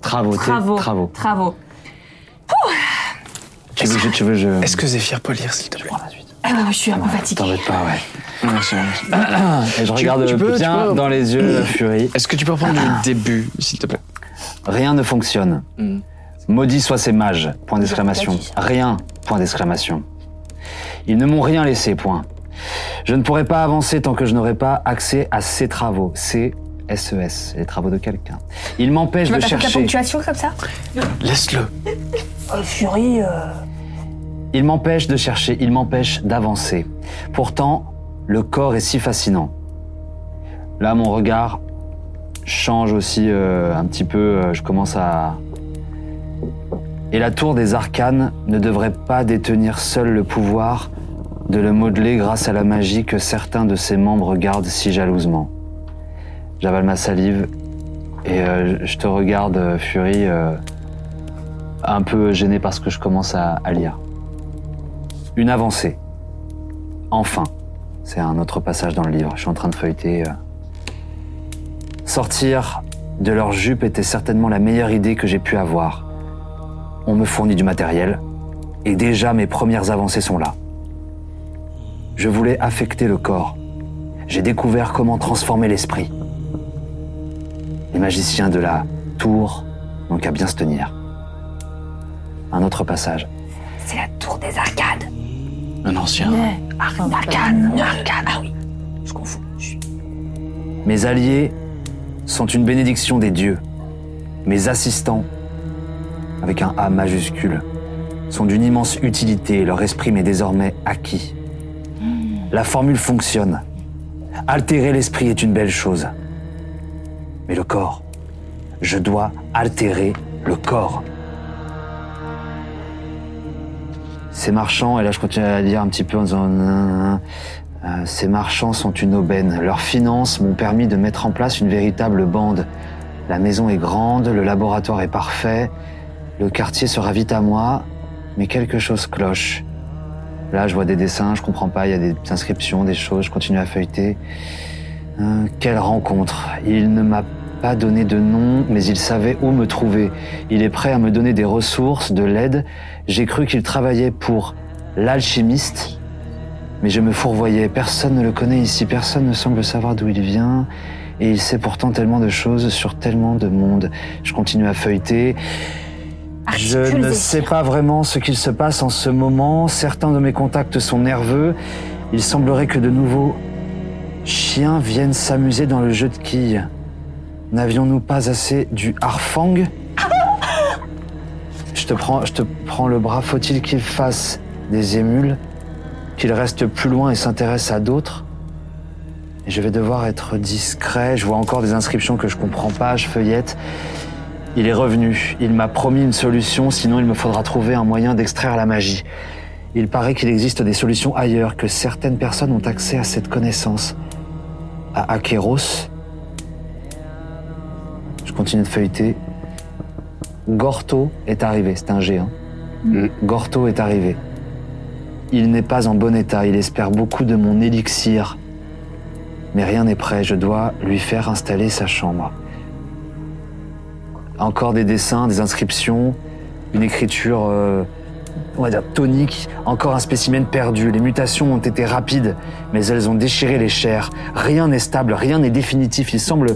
Speaker 7: travaux. t'es-
Speaker 20: travaux.
Speaker 7: Travaux.
Speaker 20: Travaux.
Speaker 7: Tu veux, que je- tu veux, je...
Speaker 8: Est-ce que Zéphyr peut lire, s'il te plaît
Speaker 20: Ah, je suis un peu fatiguée.
Speaker 7: T'embête pas, ouais. Et je
Speaker 8: Tu-
Speaker 7: regarde
Speaker 8: tu peux-
Speaker 7: bien
Speaker 8: tu peux-
Speaker 7: dans les yeux la furie.
Speaker 8: Est-ce que tu peux reprendre le début, s'il te plaît
Speaker 7: Rien ne fonctionne. Maudits soient ces mages, point d'exclamation. Rien, point d'exclamation. Ils ne m'ont rien laissé, point. Je ne pourrai pas avancer tant que je n'aurai pas accès à ces travaux. Ces SES, les travaux de quelqu'un. Ils m'empêchent
Speaker 12: Tu vas
Speaker 7: de
Speaker 12: faire toute la
Speaker 7: chercher.
Speaker 12: ponctuation comme ça
Speaker 7: Laisse-le.
Speaker 5: Fury.
Speaker 7: Il m'empêche de chercher, il m'empêche d'avancer. Pourtant, le corps est si fascinant. Là, mon regard change aussi euh, un petit peu. euh, je commence à. Et la tour des arcanes ne devrait pas détenir seule le pouvoir de le modeler grâce à la magie que certains de ses membres gardent si jalousement. J'avale ma salive et euh, je te regarde, euh, Fury, euh, un peu gêné par ce que je commence à- à lire. Une avancée. Enfin. C'est un autre passage dans le livre. Je suis en train de feuilleter. euh. Sortir de leur jupe était certainement la meilleure idée que j'ai pu avoir. On me fournit du matériel et déjà mes premières avancées sont là. Je voulais affecter le corps. J'ai découvert comment transformer l'esprit. Les magiciens de la tour n'ont qu'à bien se tenir. Un autre passage.
Speaker 20: C'est la tour des arcades.
Speaker 8: Un ancien.
Speaker 20: Arcane. Arcane. Ah oui. Je confonds.
Speaker 7: Mes alliés sont une bénédiction des dieux. Mes assistants, avec un A majuscule, sont d'une immense utilité et leur esprit m'est désormais acquis. La formule fonctionne. Altérer l'esprit est une belle chose. Mais le corps, je dois altérer le corps. Ces marchands, et là je continue à dire un petit peu en disant... Euh, ces marchands sont une aubaine. Leurs finances m'ont permis de mettre en place une véritable bande. La maison est grande, le laboratoire est parfait, le quartier sera vite à moi, mais quelque chose cloche. Là, je vois des dessins, je comprends pas, il y a des inscriptions, des choses, je continue à feuilleter. Hein, quelle rencontre Il ne m'a pas donné de nom, mais il savait où me trouver. Il est prêt à me donner des ressources, de l'aide. J'ai cru qu'il travaillait pour l'alchimiste, mais je me fourvoyais. Personne ne le connaît ici, personne ne semble savoir d'où il vient. Et il sait pourtant tellement de choses sur tellement de monde. Je continue à feuilleter. Je ne sais pas vraiment ce qu'il se passe en ce moment. Certains de mes contacts sont nerveux. Il semblerait que de nouveaux chiens viennent s'amuser dans le jeu de quilles. N'avions-nous pas assez du harfang je te, prends, je te prends le bras. Faut-il qu'il fasse des émules Qu'il reste plus loin et s'intéresse à d'autres Et Je vais devoir être discret. Je vois encore des inscriptions que je comprends pas. Je feuillette. Il est revenu. Il m'a promis une solution, sinon il me faudra trouver un moyen d'extraire la magie. Il paraît qu'il existe des solutions ailleurs, que certaines personnes ont accès à cette connaissance. À Acheros. Je continue de feuilleter. Gorto est arrivé, c'est un géant. Gorto est arrivé. Il n'est pas en bon état, il espère beaucoup de mon élixir. Mais rien n'est prêt, je dois lui faire installer sa chambre. Encore des dessins, des inscriptions, une écriture euh, on va dire tonique, encore un spécimen perdu. Les mutations ont été rapides, mais elles ont déchiré les chairs. Rien n'est stable, rien n'est définitif. Il semble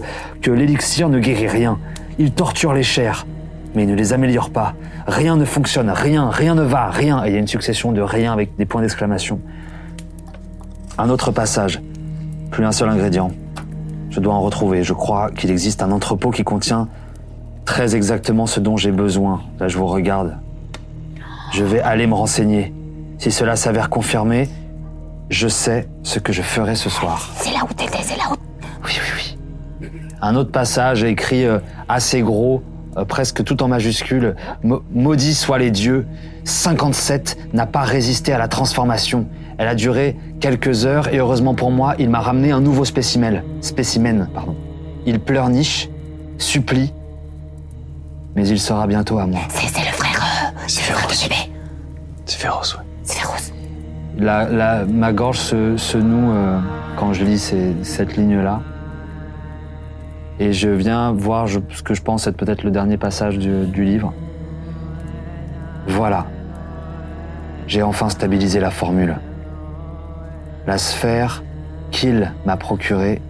Speaker 7: que l'élixir ne guérit rien. Il torture les chairs, mais il ne les améliore pas. Rien ne fonctionne, rien, rien ne va, rien. Et il y a une succession de rien avec des points d'exclamation. Un autre passage. Plus un seul ingrédient. Je dois en retrouver. Je crois qu'il existe un entrepôt qui contient très exactement ce dont j'ai besoin. Là, je vous regarde. Je vais aller me renseigner. Si cela s'avère confirmé, je sais ce que je ferai ce soir.
Speaker 15: C'est là où t'étais, c'est là où.
Speaker 7: Oui, oui, oui. Un autre passage écrit euh, assez gros, euh, presque tout en majuscule. Maudits soient les dieux. 57 n'a pas résisté à la transformation. Elle a duré quelques heures et heureusement pour moi, il m'a ramené un nouveau spécimen. Spécimen, pardon. Il pleurniche, supplie, mais il sera bientôt à moi.
Speaker 15: C'est le frère. Euh, c'est le frère de bébé.
Speaker 8: C'est féroce, ouais.
Speaker 15: C'est féroce.
Speaker 7: La, la, ma gorge se, se noue euh, quand je lis ces, cette ligne-là. Et je viens voir je, ce que je pense être peut-être le dernier passage du, du livre. Voilà. J'ai enfin stabilisé la formule. La sphère qu'il m'a procurée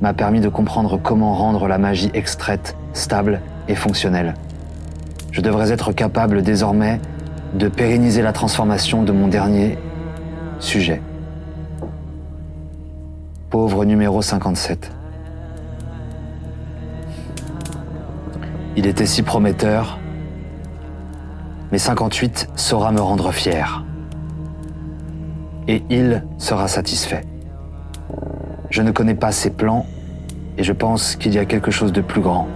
Speaker 7: m'a permis de comprendre comment rendre la magie extraite stable et fonctionnelle. Je devrais être capable désormais de pérenniser la transformation de mon dernier sujet. Pauvre numéro 57. Il était si prometteur, mais 58 saura me rendre fier. Et il sera satisfait. Je ne connais pas ses plans, et je pense qu'il y a quelque chose de plus grand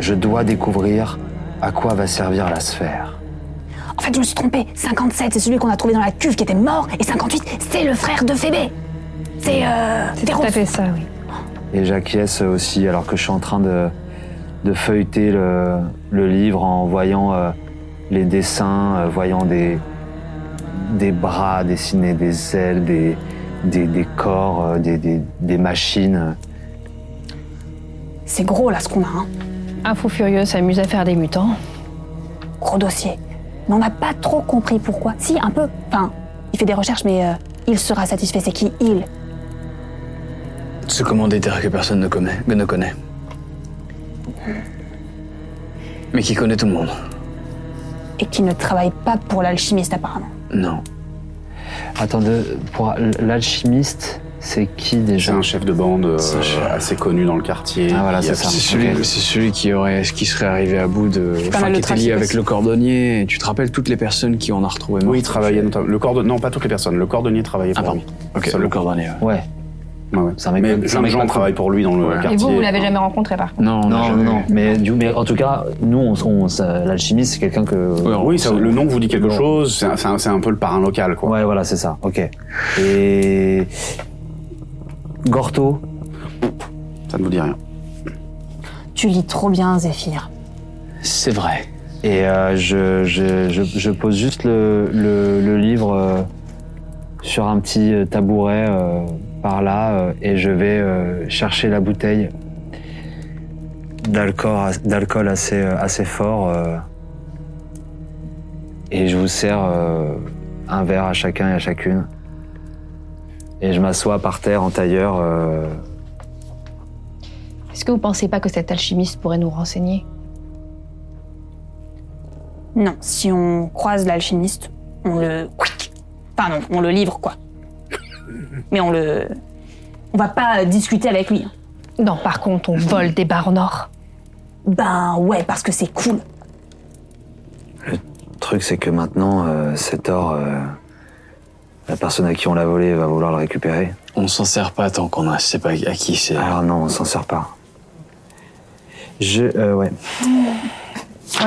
Speaker 7: je dois découvrir à quoi va servir la sphère.
Speaker 15: En fait, je me suis trompée. 57, c'est celui qu'on a trouvé dans la cuve qui était mort. Et 58, c'est le frère de Phébé. C'est. Euh,
Speaker 11: c'est tout à fait ça, oui.
Speaker 7: Et j'acquiesce aussi, alors que je suis en train de, de feuilleter le, le, livre en voyant euh, les dessins, euh, voyant des, des bras dessinés, des ailes, des, des, des corps, euh, des, des, machines.
Speaker 15: C'est gros là ce qu'on a, hein.
Speaker 2: Un fou furieux s'amuse à faire des mutants.
Speaker 15: Gros dossier. Mais on n'a pas trop compris pourquoi. Si, un peu. Enfin, il fait des recherches, mais euh, il sera satisfait. C'est qui il
Speaker 8: Ce commanditaire que personne ne connaît, ne connaît.
Speaker 21: Hmm.
Speaker 8: Mais qui connaît tout le monde.
Speaker 15: Et qui ne travaille pas pour l'alchimiste, apparemment.
Speaker 8: Non.
Speaker 7: Attendez, pour l'alchimiste, c'est qui déjà
Speaker 1: C'est un chef de bande euh, assez connu dans le quartier.
Speaker 7: Ah voilà, c'est
Speaker 21: ça. C'est celui, okay. celui, qui aurait, qui serait arrivé à bout de, enfin, qui était lié avec aussi. le cordonnier. Et tu te rappelles toutes les personnes qui en a retrouvé
Speaker 1: Oui, il travaillait notamment. Le cordonnier, non pas toutes les personnes. Le cordonnier travaillait
Speaker 8: ah,
Speaker 1: pour lui.
Speaker 8: Okay. le cordonnier.
Speaker 7: Ouais.
Speaker 1: ouais. Bah ouais. Ça mais plein de gens travaillent pour lui dans le ouais. quartier. Et
Speaker 11: vous, vous l'avez jamais rencontré par contre
Speaker 7: Non, non, non. non. Mais, du, mais en tout cas, nous, on, on, l'alchimiste, c'est quelqu'un que.
Speaker 1: oui, ça, le nom vous dit quelque chose. C'est un, peu le parrain local, quoi.
Speaker 7: Ouais, voilà, c'est ça. Ok. Et. Gorto
Speaker 1: Ça ne vous dit rien.
Speaker 15: Tu lis trop bien, Zéphyr.
Speaker 8: C'est vrai.
Speaker 7: Et euh, je, je, je, je, pose juste le, le, le livre euh, sur un petit tabouret euh, par là euh, et je vais euh, chercher la bouteille d'alcool assez, euh, assez fort. et je vous sers euh, un verre à chacun et à chacune et je m'assois par terre en tailleur. Euh...
Speaker 2: Est-ce que vous pensez pas que cet alchimiste pourrait nous renseigner
Speaker 15: Non, si on croise l'alchimiste, on le. Pardon, on le livre quoi. Mais on le. On va pas discuter avec lui. hein.
Speaker 2: Non, par contre, on vole des barres en or.
Speaker 15: Ben ouais, parce que c'est cool.
Speaker 7: Le truc, c'est que maintenant, euh, cet or. Euh... La personne à qui on l'a volé va vouloir le récupérer.
Speaker 8: On s'en sert pas tant qu'on ne sait pas à qui c'est.
Speaker 7: Alors Ah non, on s'en sert pas. Je. Euh, ouais.
Speaker 11: ouais.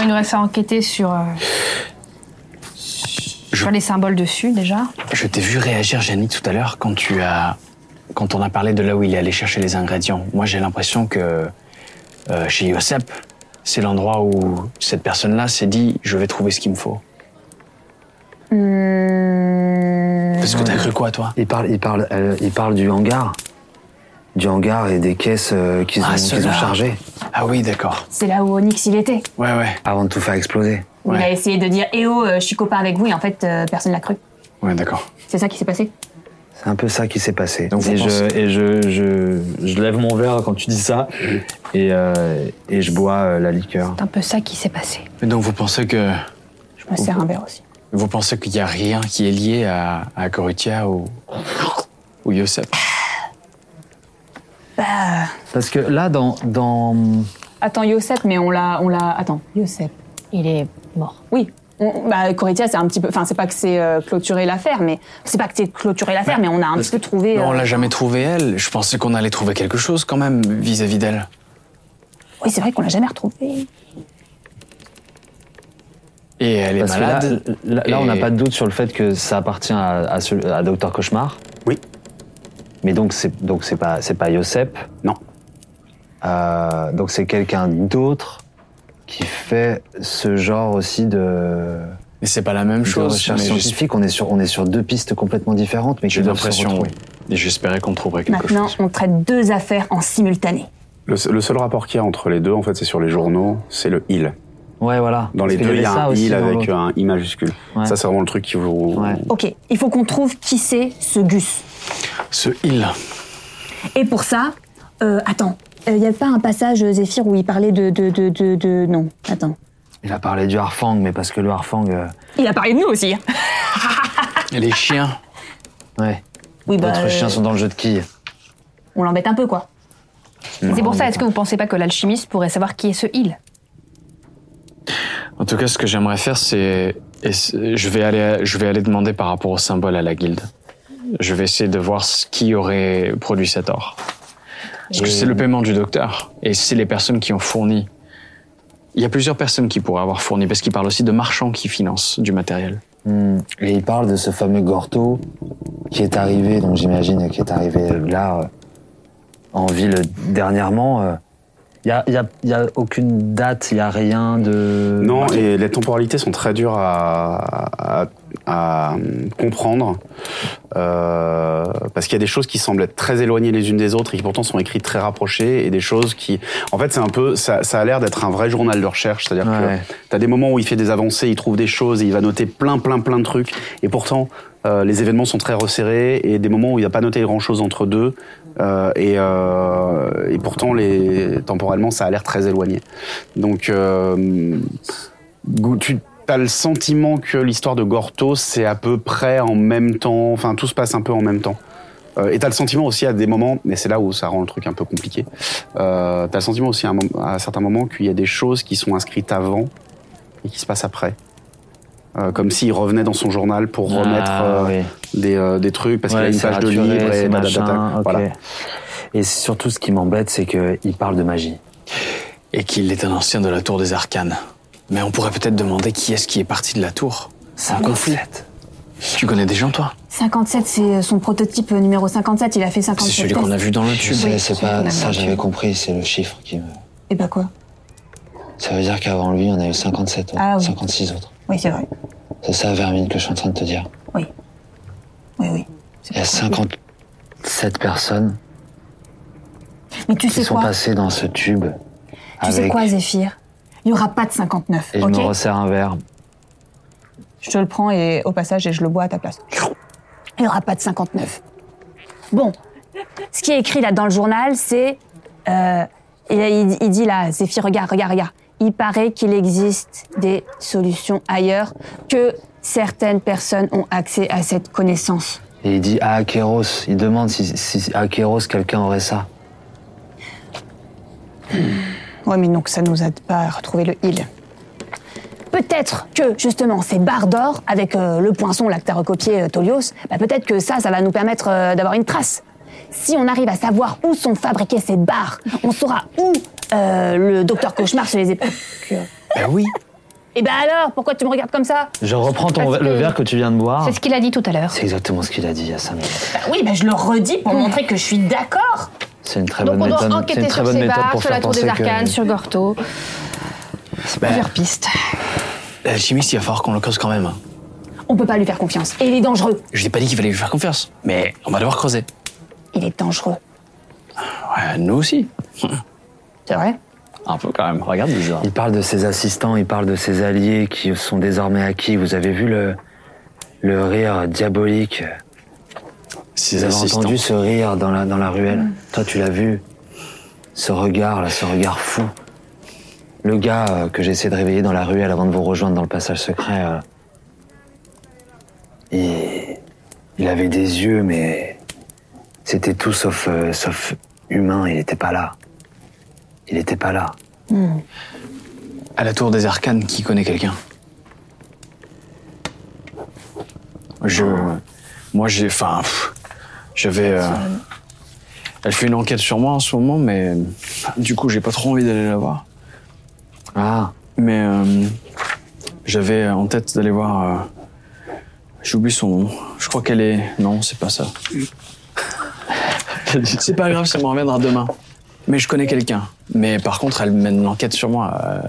Speaker 11: Il nous reste à enquêter sur. Euh, je... sur les symboles dessus déjà.
Speaker 8: Je t'ai vu réagir, Jenny, tout à l'heure quand tu as. quand on a parlé de là où il est allé chercher les ingrédients. Moi, j'ai l'impression que. Euh, chez Yosep, c'est l'endroit où cette personne-là s'est dit je vais trouver ce qu'il me faut.
Speaker 15: Mmh.
Speaker 8: Parce que t'as cru quoi, toi
Speaker 7: il parle, il, parle, euh, il parle du hangar. Du hangar et des caisses euh, qu'ils ont, ah, qu ont chargées.
Speaker 8: Ah oui, d'accord.
Speaker 15: C'est là où Onyx il était.
Speaker 8: Ouais, ouais.
Speaker 7: Avant de tout faire exploser.
Speaker 15: où il
Speaker 8: Ouais.
Speaker 15: a essayé de dire Eh oh, euh, je suis copain avec vous, et en fait, euh, personne l'a cru.
Speaker 8: Ouais, d'accord.
Speaker 15: C'est ça qui s'est passé
Speaker 7: C'est un peu ça qui s'est passé.
Speaker 15: vous
Speaker 7: et
Speaker 15: pensez-
Speaker 7: je, et je, je, je lève mon verre quand tu dis ça et, euh, et je bois euh, la liqueur.
Speaker 11: C'est un peu ça qui s'est passé.
Speaker 8: Et donc vous pensez que
Speaker 11: Je me sers un verre aussi.
Speaker 8: vous pensez qu'il n'y a rien qui est lié à, à Gorytia ou ou Yosef
Speaker 7: Parce que là, dans. dans...
Speaker 11: Attends, Yosep, mais on l'a, on l'a. Attends, Yosep.
Speaker 2: Il est mort.
Speaker 11: Oui. On- bah, Coritia, c'est un petit peu. Enfin, c'est pas que c'est euh, clôturé l'affaire, mais c'est pas que c'est clôturé l'affaire, mais on a un
Speaker 8: parce
Speaker 11: petit peu trouvé.
Speaker 8: Mais on
Speaker 11: euh,
Speaker 8: l'a jamais trouvée elle. Je pensais qu'on allait trouver quelque chose quand même vis-à-vis d'elle.
Speaker 11: Oui, c'est vrai qu'on l'a jamais retrouvé.
Speaker 8: Et elle est
Speaker 7: Parce que là,
Speaker 8: malade.
Speaker 7: là, là, on n'a
Speaker 8: Et-
Speaker 7: pas de doute sur le fait que ça appartient à, à, ce- à Docteur Cauchemar.
Speaker 1: Oui.
Speaker 7: Mais donc, c'est donc c'est pas c'est pas Yosep.
Speaker 1: Non.
Speaker 7: Euh, donc c'est quelqu'un d'autre qui fait ce genre aussi de.
Speaker 8: Mais c'est pas la même chose,
Speaker 7: Recherche
Speaker 8: mais je-
Speaker 7: scientifique. On est sur on est sur deux pistes complètement différentes, mais qui
Speaker 8: J'ai
Speaker 7: doivent se
Speaker 8: l'impression.
Speaker 7: retrouver.
Speaker 8: Et j'espérais qu'on trouverait quelque chose.
Speaker 15: Maintenant, on traite deux affaires en simultané.
Speaker 1: Le, se- le seul rapport qu'il y a entre les deux, en fait, c'est sur les journaux, c'est le il.
Speaker 7: Ouais, voilà.
Speaker 1: Dans les
Speaker 7: Parce qu'il
Speaker 1: deux, il y
Speaker 7: avait
Speaker 1: a
Speaker 7: ça
Speaker 1: un
Speaker 7: aussi
Speaker 1: il
Speaker 7: dans
Speaker 1: avec euh,
Speaker 7: l'autre.
Speaker 1: un i majuscule.
Speaker 7: Ouais.
Speaker 1: Ça, c'est vraiment le truc qui vous.
Speaker 15: Ok, il faut qu'on trouve qui c'est ce Gus.
Speaker 8: Ce il.
Speaker 15: Et pour ça, euh, attends, il n'y a pas un passage, euh, Zéphyr, où il parlait de. de, de, de, de- Non, attends.
Speaker 7: Il a parlé du Harfang, mais parce que le Harfang. euh,
Speaker 15: Il a parlé de nous aussi. hein.
Speaker 8: Les chiens.
Speaker 7: Ouais.
Speaker 15: Oui, bah,
Speaker 7: D'autres
Speaker 15: euh,
Speaker 7: chiens sont dans le jeu de quilles.
Speaker 15: On l'embête un peu, quoi.
Speaker 7: Ouais,
Speaker 12: C'est pour ça,
Speaker 7: on
Speaker 12: est-ce que vous ne pensez pas que l'alchimiste pourrait savoir qui est ce il
Speaker 8: En tout cas, ce que j'aimerais faire, c'est et c'est- je vais aller, je vais aller demander par rapport au symbole à la guilde. Je vais essayer de voir ce qui aurait produit cet or. Parce que
Speaker 7: Et-
Speaker 8: c'est le paiement du docteur, et c'est les personnes qui ont fourni. Il y a plusieurs personnes qui pourraient avoir fourni, parce qu'il parle aussi de marchands qui financent du matériel.
Speaker 7: Hmm. Et il parle de ce fameux Gorto qui est arrivé, donc j'imagine qui est arrivé là, euh, en ville dernièrement. Il n'y a, y a aucune date, il n'y a rien de...
Speaker 1: Non, et les temporalités sont très dures à, à- à euh, comprendre. euh, parce qu'il y a des choses qui semblent être très éloignées les unes des autres et qui pourtant sont écrites très rapprochées et des choses qui. En fait, c'est un peu. Ça, ça a l'air d'être un vrai journal de recherche. C'est-à-dire
Speaker 7: Ouais.
Speaker 1: que tu as des moments où il fait des avancées, il trouve des choses, et il va noter plein, plein, plein de trucs. Et pourtant. euh, les événements sont très resserrés et des moments où il n'a pas noté grand-chose entre deux euh, et, euh, et pourtant les temporellement ça a l'air très éloigné. Donc euh, Gou- tu as le sentiment que l'histoire de Gorto, c'est à peu près en même temps, enfin tout se passe un peu en même temps. Euh, et t'as le sentiment aussi à des moments, mais c'est là où ça rend le truc un peu compliqué, euh, t'as le sentiment aussi à, un mom- à certains moments qu'il y a des choses qui sont inscrites avant et qui se passent après. Euh, comme s'il revenait dans son journal pour
Speaker 7: Ah,
Speaker 1: remettre euh, des, euh, des trucs, parce qu'il a une page de livre et
Speaker 7: machin,
Speaker 1: blablabla.
Speaker 7: ok.
Speaker 1: Voilà.
Speaker 7: Et surtout, ce qui m'embête, c'est qu'il parle de magie.
Speaker 8: Et qu'il est un ancien de la tour des arcanes. Mais on pourrait peut-être demander qui est-ce qui est parti de la tour. C'est un conflit. Tu connais des gens, toi
Speaker 15: 57, c'est euh, son prototype numéro 57, il a fait 57.
Speaker 8: C'est celui qu'on a vu dans le
Speaker 7: Je
Speaker 8: tube.
Speaker 7: sais,
Speaker 15: Oui,
Speaker 7: c'est
Speaker 15: c'est
Speaker 7: pas...
Speaker 15: la
Speaker 7: Ça,
Speaker 15: même
Speaker 7: j'avais
Speaker 15: chose.
Speaker 7: compris, c'est le chiffre qui me...
Speaker 15: Et bah quoi
Speaker 7: Ça veut dire qu'avant lui, on a eu 57 autres,
Speaker 15: Ah oui.
Speaker 7: 56 autres.
Speaker 15: Oui, c'est vrai.
Speaker 7: C'est ça, Vermine, que je suis en train de te dire.
Speaker 15: Oui. Oui, oui.
Speaker 7: Il y a 57 personnes
Speaker 15: Mais tu sais
Speaker 7: qui sont
Speaker 15: quoi
Speaker 7: passées dans ce tube.
Speaker 15: Tu sais quoi, Zéphyr Il n'y aura pas de 59,
Speaker 7: Et je
Speaker 15: ok
Speaker 7: me resserre un verre.
Speaker 15: Je te le prends et au passage, et je le bois à ta place. Il n'y aura pas de 59. Bon, ce qui est écrit là dans le journal, c'est... euh, et là, il, il dit là, Zéphyr, regarde, regarde, regarde. Il paraît qu'il existe des solutions ailleurs, que certaines personnes ont accès à cette connaissance.
Speaker 7: Et il dit à Akeros, il demande si, si à Akeros quelqu'un aurait ça.
Speaker 15: Ouais, mais donc ça nous aide pas à retrouver le heal. Peut-être que justement ces barres d'or avec euh, le poinçon là que t'as recopié euh, Tolios, bah, peut-être que ça, ça va nous permettre euh, d'avoir une trace. Si on arrive à savoir où sont fabriquées ces barres, on saura où euh, le docteur Cauchemar se les est procurées.
Speaker 7: Ben oui.
Speaker 15: Et ben alors, pourquoi tu me regardes comme ça
Speaker 7: Je reprends ton,
Speaker 15: Parce
Speaker 7: ver- le
Speaker 15: que-
Speaker 7: verre que tu viens de boire.
Speaker 15: C'est ce qu'il a dit tout à l'heure.
Speaker 7: C'est exactement ce qu'il a dit il y a 5 minutes.
Speaker 15: Bah oui, bah je le redis pour montrer que je suis d'accord.
Speaker 7: C'est une très
Speaker 12: Donc on
Speaker 7: bonne
Speaker 12: doit
Speaker 7: méthode. C'est une
Speaker 12: enquêter
Speaker 7: très
Speaker 12: sur
Speaker 7: bonne
Speaker 12: ces
Speaker 7: méthode
Speaker 12: barres,
Speaker 7: pour
Speaker 12: sur la
Speaker 7: faire
Speaker 12: tour
Speaker 7: penser
Speaker 12: des arcanes,
Speaker 7: que. Bah,
Speaker 12: sur Gorto. Plusieurs pistes.
Speaker 8: L'alchimiste, il va falloir qu'on le creuse quand même. hein.
Speaker 15: On peut pas lui faire confiance. Et il est dangereux.
Speaker 8: Je n'ai pas dit qu'il fallait lui faire confiance, mais on va devoir creuser.
Speaker 15: Il est dangereux.
Speaker 8: Ouais, nous aussi.
Speaker 15: C'est vrai
Speaker 8: Un peu quand même, regarde bizarre.
Speaker 7: Il parle de ses assistants, il parle de ses alliés qui sont désormais acquis. Vous avez vu le, le rire diabolique
Speaker 8: Ses
Speaker 7: Vous avez
Speaker 8: assistants.
Speaker 7: entendu ce rire dans la, dans la ruelle Toi, tu l'as vu Ce regard, là, ce regard fou. Le gars euh, que j'ai essayé de réveiller dans la ruelle avant de vous rejoindre dans le passage secret, euh, il, il avait des yeux, mais c'était tout sauf, euh, sauf humain. Il n'était pas là. Il n'était pas là.
Speaker 8: À la tour des arcanes, qui connaît quelqu'un Je. Moi, j'ai. Enfin. pff, J'avais. euh, elle fait une enquête sur moi en ce moment, mais. Du coup, j'ai pas trop envie d'aller la voir.
Speaker 7: Ah.
Speaker 8: Mais. euh, J'avais en tête d'aller voir. euh, J'oublie son nom. Je crois qu'elle est. Non, c'est pas ça. c'est pas grave, ça me reviendra demain. Mais je connais quelqu'un. Mais par contre, elle mène l'enquête sur moi. euh,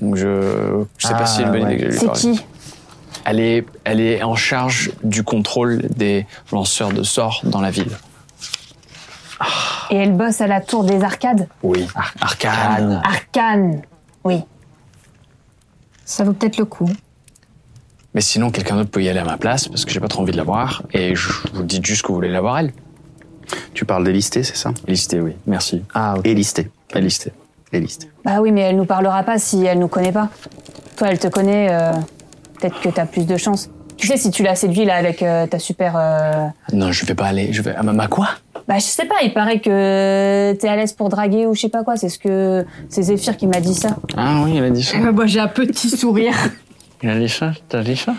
Speaker 8: donc je. Je sais
Speaker 7: Ah,
Speaker 8: pas si elle me
Speaker 7: ouais.
Speaker 8: dit que je lui
Speaker 7: C'est
Speaker 8: parle.
Speaker 7: qui
Speaker 8: elle est, elle est en charge du contrôle des lanceurs de sorts dans la ville.
Speaker 15: Et elle bosse à la tour des arcades
Speaker 8: Oui. Arcane.
Speaker 15: Arcane. Oui. Ça vaut peut-être le coup.
Speaker 8: Mais sinon, quelqu'un d'autre peut y aller à ma place parce que j'ai pas trop envie de la voir et je vous dis juste que vous voulez la voir elle.
Speaker 1: Tu parles d'Élistée, c'est ça
Speaker 8: Élistée, oui. Merci.
Speaker 7: Ah, ok.
Speaker 1: Élistée.
Speaker 8: Élistée.
Speaker 1: Élistée.
Speaker 15: Bah oui, mais elle nous parlera pas si elle nous connaît pas. Toi, elle te connaît, euh, peut-être que t'as plus de chance. Tu sais, si tu l'as séduit là avec euh, ta super. euh,
Speaker 8: Non, je vais pas aller. Je vais à ma ma quoi
Speaker 15: Bah, je sais pas, il paraît que t'es à l'aise pour draguer ou je sais pas quoi. C'est ce que. C'est Zéphyr qui m'a dit ça.
Speaker 8: Ah oui, elle a dit ça.
Speaker 15: Eh ben, Moi, j'ai un petit sourire.
Speaker 8: Elle a dit ça. T'as dit ça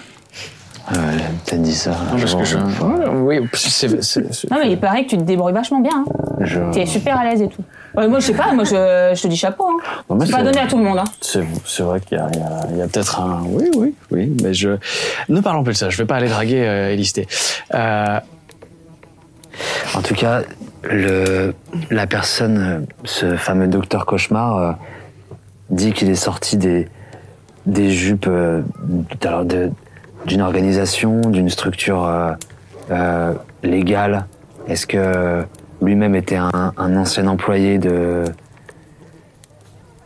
Speaker 7: Euh, elle a peut-être dit ça.
Speaker 8: Non, parce que je. Voilà, Oui, c'est. c'est- c'est-
Speaker 15: Non, mais il paraît que tu te débrouilles vachement bien. hein.
Speaker 7: je-
Speaker 15: T'es super à l'aise et tout. Ouais, moi, je sais pas, moi, je, je te dis chapeau. Hein.
Speaker 8: Non, mais
Speaker 15: c'est pas
Speaker 8: c'est-
Speaker 15: donné à tout le monde. Hein.
Speaker 8: C'est c'est vrai qu'il y a, il y a- il y a peut-être un. Oui, oui, oui. Mais je. Ne parlons plus de ça. Je vais pas aller draguer euh, Élistée. Euh,
Speaker 7: En tout cas, le, la personne, euh, ce fameux docteur Cauchemar, euh, dit qu'il est sorti des, des jupes euh, d- alors de- d'une organisation, d'une structure euh, euh, légale. Est-ce que lui-même était un, un ancien employé de...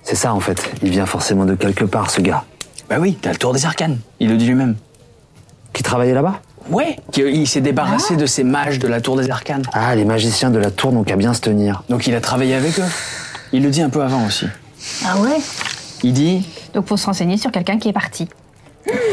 Speaker 7: C'est ça en fait, il vient forcément de quelque part ce gars.
Speaker 8: Bah oui, t'as le tour des arcanes. Il le dit lui-même.
Speaker 7: Qui travaillait là-bas
Speaker 8: Ouais, qui- il s'est débarrassé de ces mages de la tour des arcanes.
Speaker 7: Ah, les magiciens de la tour n'ont qu'à bien se tenir.
Speaker 8: Donc il a travaillé avec eux. Il le dit un peu avant aussi.
Speaker 12: Ah ouais
Speaker 8: Il dit
Speaker 12: Donc faut se renseigner sur quelqu'un qui est parti.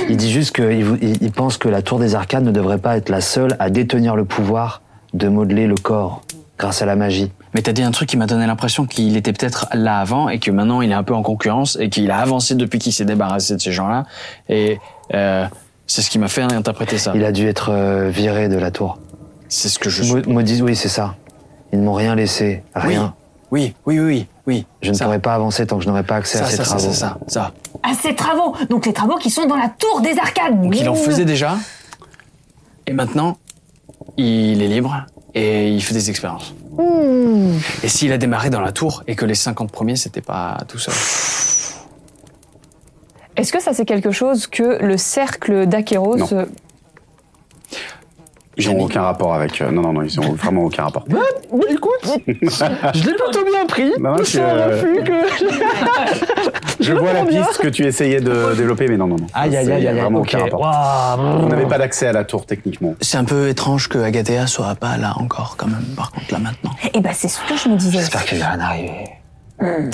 Speaker 7: Il dit juste qu'il vou- il- il pense que la Tour des Arcades ne devrait pas être la seule à détenir le pouvoir de modeler le corps grâce à la magie.
Speaker 8: Mais t'as dit un truc qui m'a donné l'impression qu'il était peut-être là avant et que maintenant il est un peu en concurrence et qu'il a avancé depuis qu'il s'est débarrassé de ces gens-là. Et euh, c'est ce qui m'a fait interpréter ça.
Speaker 7: Il a dû être euh, viré de la Tour.
Speaker 8: C'est ce que je
Speaker 7: Mo- maudit- oui, c'est ça. Ils ne m'ont rien laissé, rien.
Speaker 8: Oui, oui, oui, oui. oui.
Speaker 7: Je ne pourrais pas avancer tant que je n'aurais pas accès
Speaker 8: Ça,
Speaker 7: à ces
Speaker 8: ça, ça, ça,
Speaker 7: travaux.
Speaker 8: ça, ça.
Speaker 5: À
Speaker 15: Ah,
Speaker 5: ces travaux Donc les travaux qui sont dans la tour des arcades
Speaker 8: Donc il en faisait déjà. Et maintenant, il est libre et il fait des expériences. Et s'il a démarré dans la tour et que les 50 premiers, c'était pas tout seul.
Speaker 11: Est-ce que ça c'est quelque chose que le cercle d'Aqueros
Speaker 1: Non.
Speaker 11: euh,
Speaker 1: Ils n'ont aucun rapport avec. euh, non, non, non, ils n'ont vraiment aucun rapport.
Speaker 6: écoute, je l'ai plutôt bien pris.
Speaker 1: Non, je-
Speaker 6: je que.
Speaker 1: Je vois la piste que tu essayais de développer, mais non, non, non.
Speaker 7: Aïe, aïe,
Speaker 1: C'est-
Speaker 7: aïe,
Speaker 1: il y a
Speaker 7: aïe,
Speaker 1: vraiment
Speaker 7: ok.
Speaker 1: aucun rapport.
Speaker 7: Waouh.
Speaker 1: On n'avait pas d'accès à la tour techniquement.
Speaker 8: C'est un peu étrange que Agathea soit pas là encore, quand même, par contre, là maintenant.
Speaker 15: Et bah, c'est ce que je me disais.
Speaker 7: J'espère qu'il va rien arriver.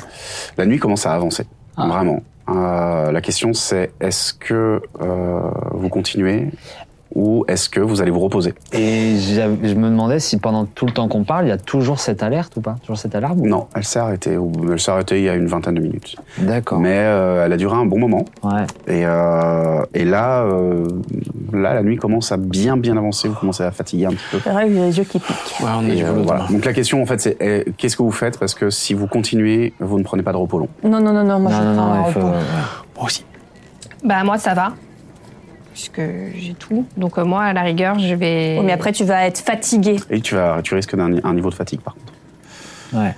Speaker 1: La nuit commence à avancer,
Speaker 7: Ah.
Speaker 1: vraiment. Euh, la question c'est est-ce que euh, vous continuez ou est-ce que vous allez vous reposer
Speaker 7: Et j'av- je me demandais si pendant tout le temps qu'on parle, il y a toujours cette alerte ou pas Toujours cette alarme ou-
Speaker 1: Non, elle s'est arrêtée. ou- Elle s'est arrêtée il y a une vingtaine de minutes.
Speaker 7: D'accord.
Speaker 1: Mais euh, elle a duré un bon moment.
Speaker 7: Ouais.
Speaker 1: Et, euh, et là, euh, là, la nuit commence à bien, bien avancer. Vous commencez à fatiguer un petit peu.
Speaker 7: Ah,
Speaker 15: C'est vrai que j'ai les yeux qui piquent.
Speaker 8: Ouais, on a
Speaker 1: Et,
Speaker 8: du
Speaker 1: euh,
Speaker 8: boulot
Speaker 1: voilà.
Speaker 8: demain.
Speaker 1: Donc la question, en fait, c'est eh, qu'est-ce que vous faites Parce que si vous continuez, vous ne prenez pas de repos long.
Speaker 15: Non, non, non, non, moi,
Speaker 7: Non,
Speaker 15: je
Speaker 7: non,
Speaker 15: prends
Speaker 7: non,
Speaker 15: un
Speaker 7: il faut.
Speaker 15: repos.
Speaker 8: Moi aussi.
Speaker 12: Bah moi ça va. Puisque j'ai tout. Donc euh, moi à la rigueur je vais...
Speaker 15: Oui, Oh, mais après, tu vas être fatigué.
Speaker 1: Et tu, vas, tu risques d'un un niveau de fatigue, par contre.
Speaker 7: Ouais.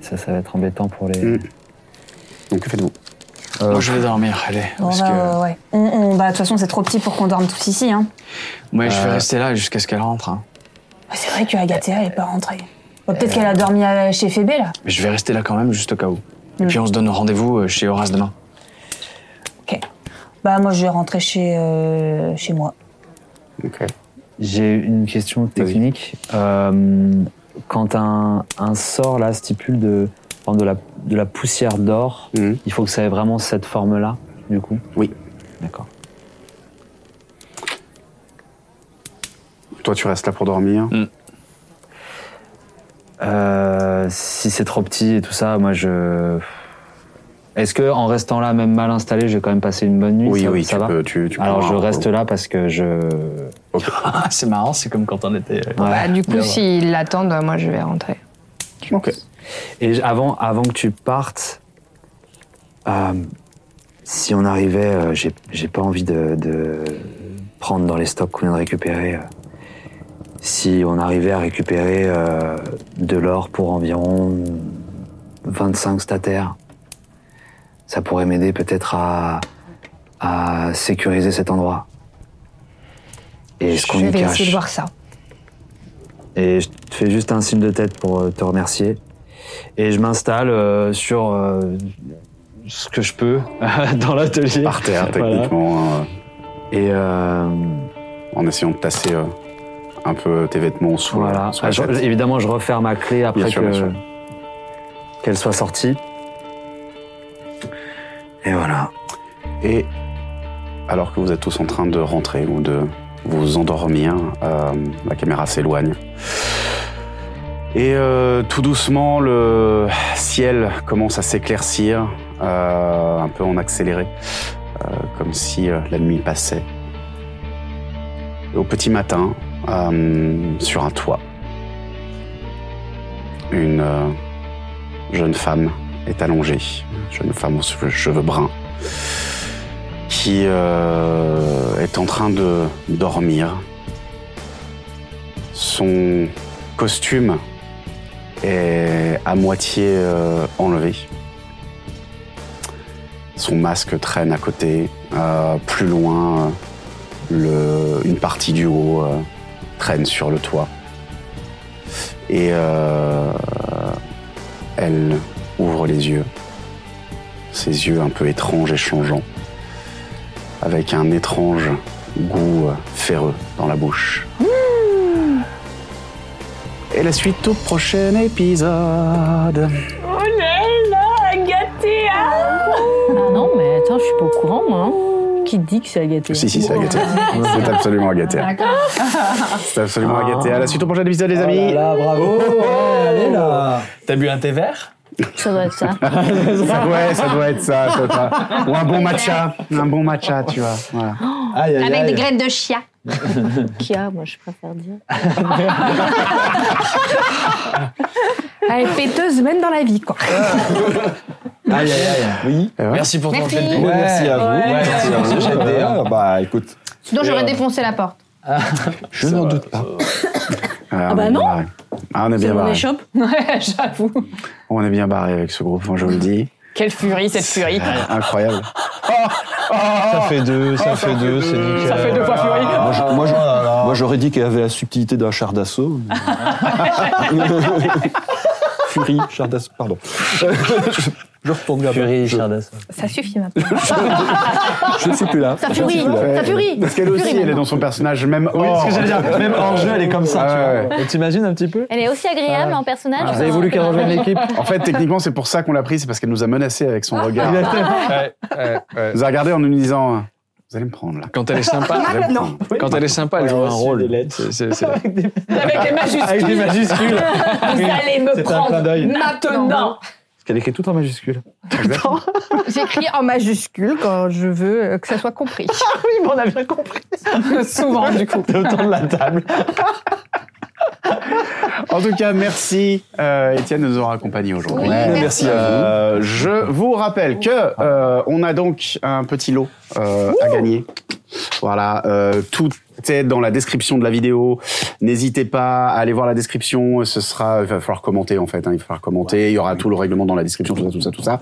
Speaker 7: Ça, ça va être embêtant pour les.
Speaker 1: Mm. Donc que faites-vous
Speaker 7: Euh,
Speaker 8: Moi, je vais dormir, allez.
Speaker 15: On
Speaker 8: parce
Speaker 15: va,
Speaker 8: que...
Speaker 15: euh, ouais. On- on- bah, de toute façon, c'est trop petit pour qu'on dorme tous ici. Hein.
Speaker 8: Moi, je vais
Speaker 7: Euh,
Speaker 8: rester là jusqu'à ce qu'elle rentre. hein.
Speaker 15: Bah, c'est
Speaker 11: Euh.
Speaker 15: vrai que Agathea, elle est pas rentrée. Bah, peut-être qu'elle a dormi à- chez Phébé, là.
Speaker 8: Mais je vais rester là quand même, juste au cas où. Et puis on se donne rendez-vous euh, chez Horace demain.
Speaker 15: Ok. Bah moi je vais rentrer chez, euh, chez moi.
Speaker 7: J'ai une question technique. Euh, quand un, un sort là stipule de, par exemple, de, la, de la poussière d'or, il faut que ça ait vraiment cette forme-là, du coup
Speaker 1: Mm. Oui.
Speaker 7: D'accord.
Speaker 1: Toi, tu restes là pour dormir.
Speaker 7: Euh, si c'est trop petit et tout ça, moi je. Est-ce que en restant là, même mal installé, j'ai quand même passé une bonne nuit
Speaker 1: Oui,
Speaker 7: ça,
Speaker 1: oui,
Speaker 7: ça
Speaker 1: tu
Speaker 7: va
Speaker 1: peux- tu- tu peux
Speaker 7: Alors
Speaker 1: avoir
Speaker 7: je
Speaker 1: un
Speaker 7: reste
Speaker 1: repos.
Speaker 7: là parce que je.
Speaker 8: c'est marrant, c'est comme quand on était.
Speaker 7: Ouais.
Speaker 12: Bah, du coup,
Speaker 7: Bien.
Speaker 12: s'ils l'attendent, moi je vais rentrer.
Speaker 1: Ok.
Speaker 7: Et j- avant, avant que tu partes, euh, si on arrivait, euh, j'ai j'ai pas envie de, de prendre dans les stocks qu'on vient de récupérer. euh, Si on arrivait à récupérer euh, de l'or pour environ 25 statères, ça pourrait m'aider peut-être à, à sécuriser cet endroit. Et ce qu'on
Speaker 12: je
Speaker 7: y
Speaker 12: vais essayer
Speaker 7: cache.
Speaker 12: de voir ça.
Speaker 7: Et je te fais juste un signe de tête pour euh, te remercier. Et je m'installe euh, sur euh, ce que je peux dans l'atelier.
Speaker 1: Par terre, techniquement. euh,
Speaker 7: Et. euh,
Speaker 1: en essayant de tasser euh, un peu tes vêtements sous la-
Speaker 7: Voilà.
Speaker 1: sous la
Speaker 7: Ah, je-
Speaker 1: tête.
Speaker 7: évidemment, je referme ma clé après
Speaker 1: Bien sûr,
Speaker 7: que-
Speaker 1: bien sûr.
Speaker 7: qu'elle soit sortie. Et voilà.
Speaker 1: Et alors que vous êtes tous en train de rentrer ou de vous endormir, euh, la caméra s'éloigne. Et euh, tout doucement, le ciel commence à s'éclaircir, euh, un peu en accéléré, euh, comme si euh, la nuit passait. Et au petit matin, euh, sur un toit, une euh, jeune femme est allongée, jeune femme aux cheveux- cheveux bruns, qui euh, est en train de dormir. Son costume est à moitié euh, enlevé. Son masque traîne à côté. Euh, plus loin, euh, le- une partie du haut euh, traîne sur le toit. Et euh, elle ouvre les yeux. Ses yeux un peu étranges et changeants avec un étrange goût euh, ferreux dans la bouche. Mmh. Et la suite au prochain épisode.
Speaker 6: Oh là là, gâté
Speaker 2: Ah non, mais attends, je suis pas au courant, moi. hein. Qui te dit que c'est Agathe
Speaker 1: Si, si, c'est Agathe. C'est absolument Agathe. C'est absolument Agathe. À la suite au prochain épisode, les amis.
Speaker 7: bravo.
Speaker 8: T'as bu un thé vert
Speaker 2: Ça doit être ça.
Speaker 1: ouais, ça doit être ça. ça doit être ça. Ou un bon matcha. Un bon matcha, tu vois. Voilà.
Speaker 15: Avec des graines de chia.
Speaker 2: Kia, moi, je préfère dire.
Speaker 12: Elle est fêteuse même dans la vie, quoi.
Speaker 8: Aïe, aïe, aille.
Speaker 4: Oui.
Speaker 8: Merci pour ton
Speaker 12: Merci.
Speaker 8: jet de dés.
Speaker 12: Ouais,
Speaker 4: merci à vous.
Speaker 12: ouais.
Speaker 4: merci à vous.
Speaker 8: J'ai aidé, hein.
Speaker 4: Ah, bah écoute.
Speaker 12: Sinon, j'aurais défoncé la porte.
Speaker 4: Je n'en doute pas.
Speaker 12: bah
Speaker 1: Ah, on est
Speaker 12: non.
Speaker 1: barré. Ah, on est bien barré.
Speaker 13: Ouais, j'avoue.
Speaker 1: On est bien barré avec ce groupe, moi, je vous le dis.
Speaker 13: Quelle furie, cette furie.
Speaker 1: Incroyable.
Speaker 8: Ça
Speaker 4: fait deux, ça, fait deux, c'est nickel. Ça fait deux fois Fury. Moi, je- moi, je- moi, j'aurais dit qu'il y avait la subtilité d'un char d'assaut. Fury, char d'assaut, pardon. je, je retourne vers Fury,
Speaker 7: char d'assaut.
Speaker 9: Ça suffit maintenant.
Speaker 4: Je ne suis plus là.
Speaker 9: Ça
Speaker 4: Je ne suis
Speaker 9: furie,
Speaker 4: plus là.
Speaker 9: ça furie.
Speaker 1: Parce qu'elle aussi, elle est dans son personnage, même
Speaker 7: Oui,
Speaker 1: hors.
Speaker 7: ce que j'allais dire, même hors jeu, elle est comme ça, tu
Speaker 1: Ah, ouais.
Speaker 7: vois. Et T'imagines un petit peu
Speaker 22: Elle est aussi agréable en personnage.
Speaker 1: Ah,
Speaker 22: que
Speaker 1: vous avez
Speaker 22: dans-
Speaker 1: voulu
Speaker 22: que
Speaker 1: qu'elle
Speaker 22: dans-
Speaker 1: rejoigne l'équipe En fait, techniquement, c'est pour ça qu'on l'a prise, c'est parce qu'elle nous a menacés avec son
Speaker 8: Ah,
Speaker 1: regard. Elle Nous a regardé en nous disant euh, Vous allez me prendre là.
Speaker 8: Quand elle est sympa,
Speaker 1: Vous allez me prendre.
Speaker 8: quand elle est sympa, elle joue un rôle. C'est- c'est-
Speaker 2: Ah,
Speaker 13: Avec des majuscules.
Speaker 8: Avec des majuscules.
Speaker 13: Vous allez me
Speaker 8: C'est un clin
Speaker 13: prendre
Speaker 8: d'œil.
Speaker 13: maintenant.
Speaker 7: Parce qu'elle écrit tout en majuscule.
Speaker 12: J'écris en majuscule quand je veux euh, que ça soit compris.
Speaker 13: Ah oui, mais on a bien compris. Souvent, du coup.
Speaker 7: autour de la table.
Speaker 1: En tout cas, merci euh, Étienne de nous avoir accompagnés aujourd'hui.
Speaker 4: Oui, Ouais, merci. merci à
Speaker 1: Euh, je vous rappelle que euh, on a donc un petit lot euh, à gagner. Voilà, euh, tout C'était dans la description de la vidéo. N'hésitez pas à aller voir la description. Ce sera, il va falloir commenter en fait. hein, il va falloir commenter. Il y aura tout le règlement dans la description, tout ça, tout ça, tout ça.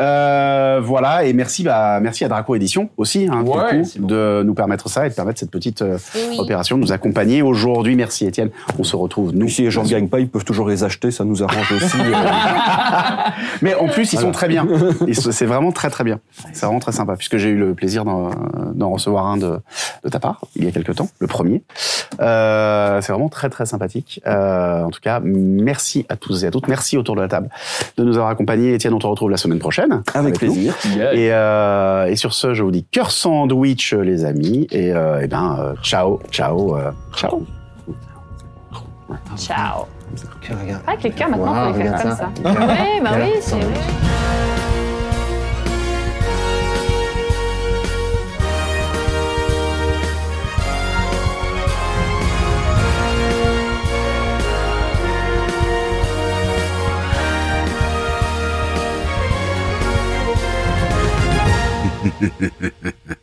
Speaker 1: Euh, voilà. Et merci, bah, merci à Draco Édition aussi hein, du coup, de nous permettre ça et de permettre cette petite euh,
Speaker 4: Oui.
Speaker 1: opération de nous accompagner aujourd'hui. Merci Étienne. On se retrouve nous. Si
Speaker 4: les gens gagnent pas, ils peuvent toujours les acheter. Ça nous arrange aussi. euh,
Speaker 1: Mais en plus, ils
Speaker 4: Voilà.
Speaker 1: sont très bien. Ils sont- C'est vraiment très très bien. C'est vraiment très sympa, puisque j'ai eu le plaisir d'en d'en recevoir un de, de ta part, il y a quelque temps, le premier. Euh, C'est vraiment très très sympathique. Euh, en tout cas, merci à tous et à toutes. Merci autour de la table de nous avoir accompagnés. Étienne, on te retrouve la semaine prochaine. Avec, plaisir. Et, euh, et sur ce, je vous dis cœur sandwich, les amis. Et, euh, eh ben, euh, ciao, ciao, euh, ciao.
Speaker 11: Ciao.
Speaker 7: Regarde.
Speaker 11: Avec les cœurs, maintenant,
Speaker 7: Wow,
Speaker 11: on peut
Speaker 1: Ah,
Speaker 11: les faire comme
Speaker 7: regarde
Speaker 11: ça.
Speaker 7: ça.
Speaker 11: Oui, bah oui,
Speaker 7: Regarde.
Speaker 11: c'est vrai.
Speaker 10: Ciao.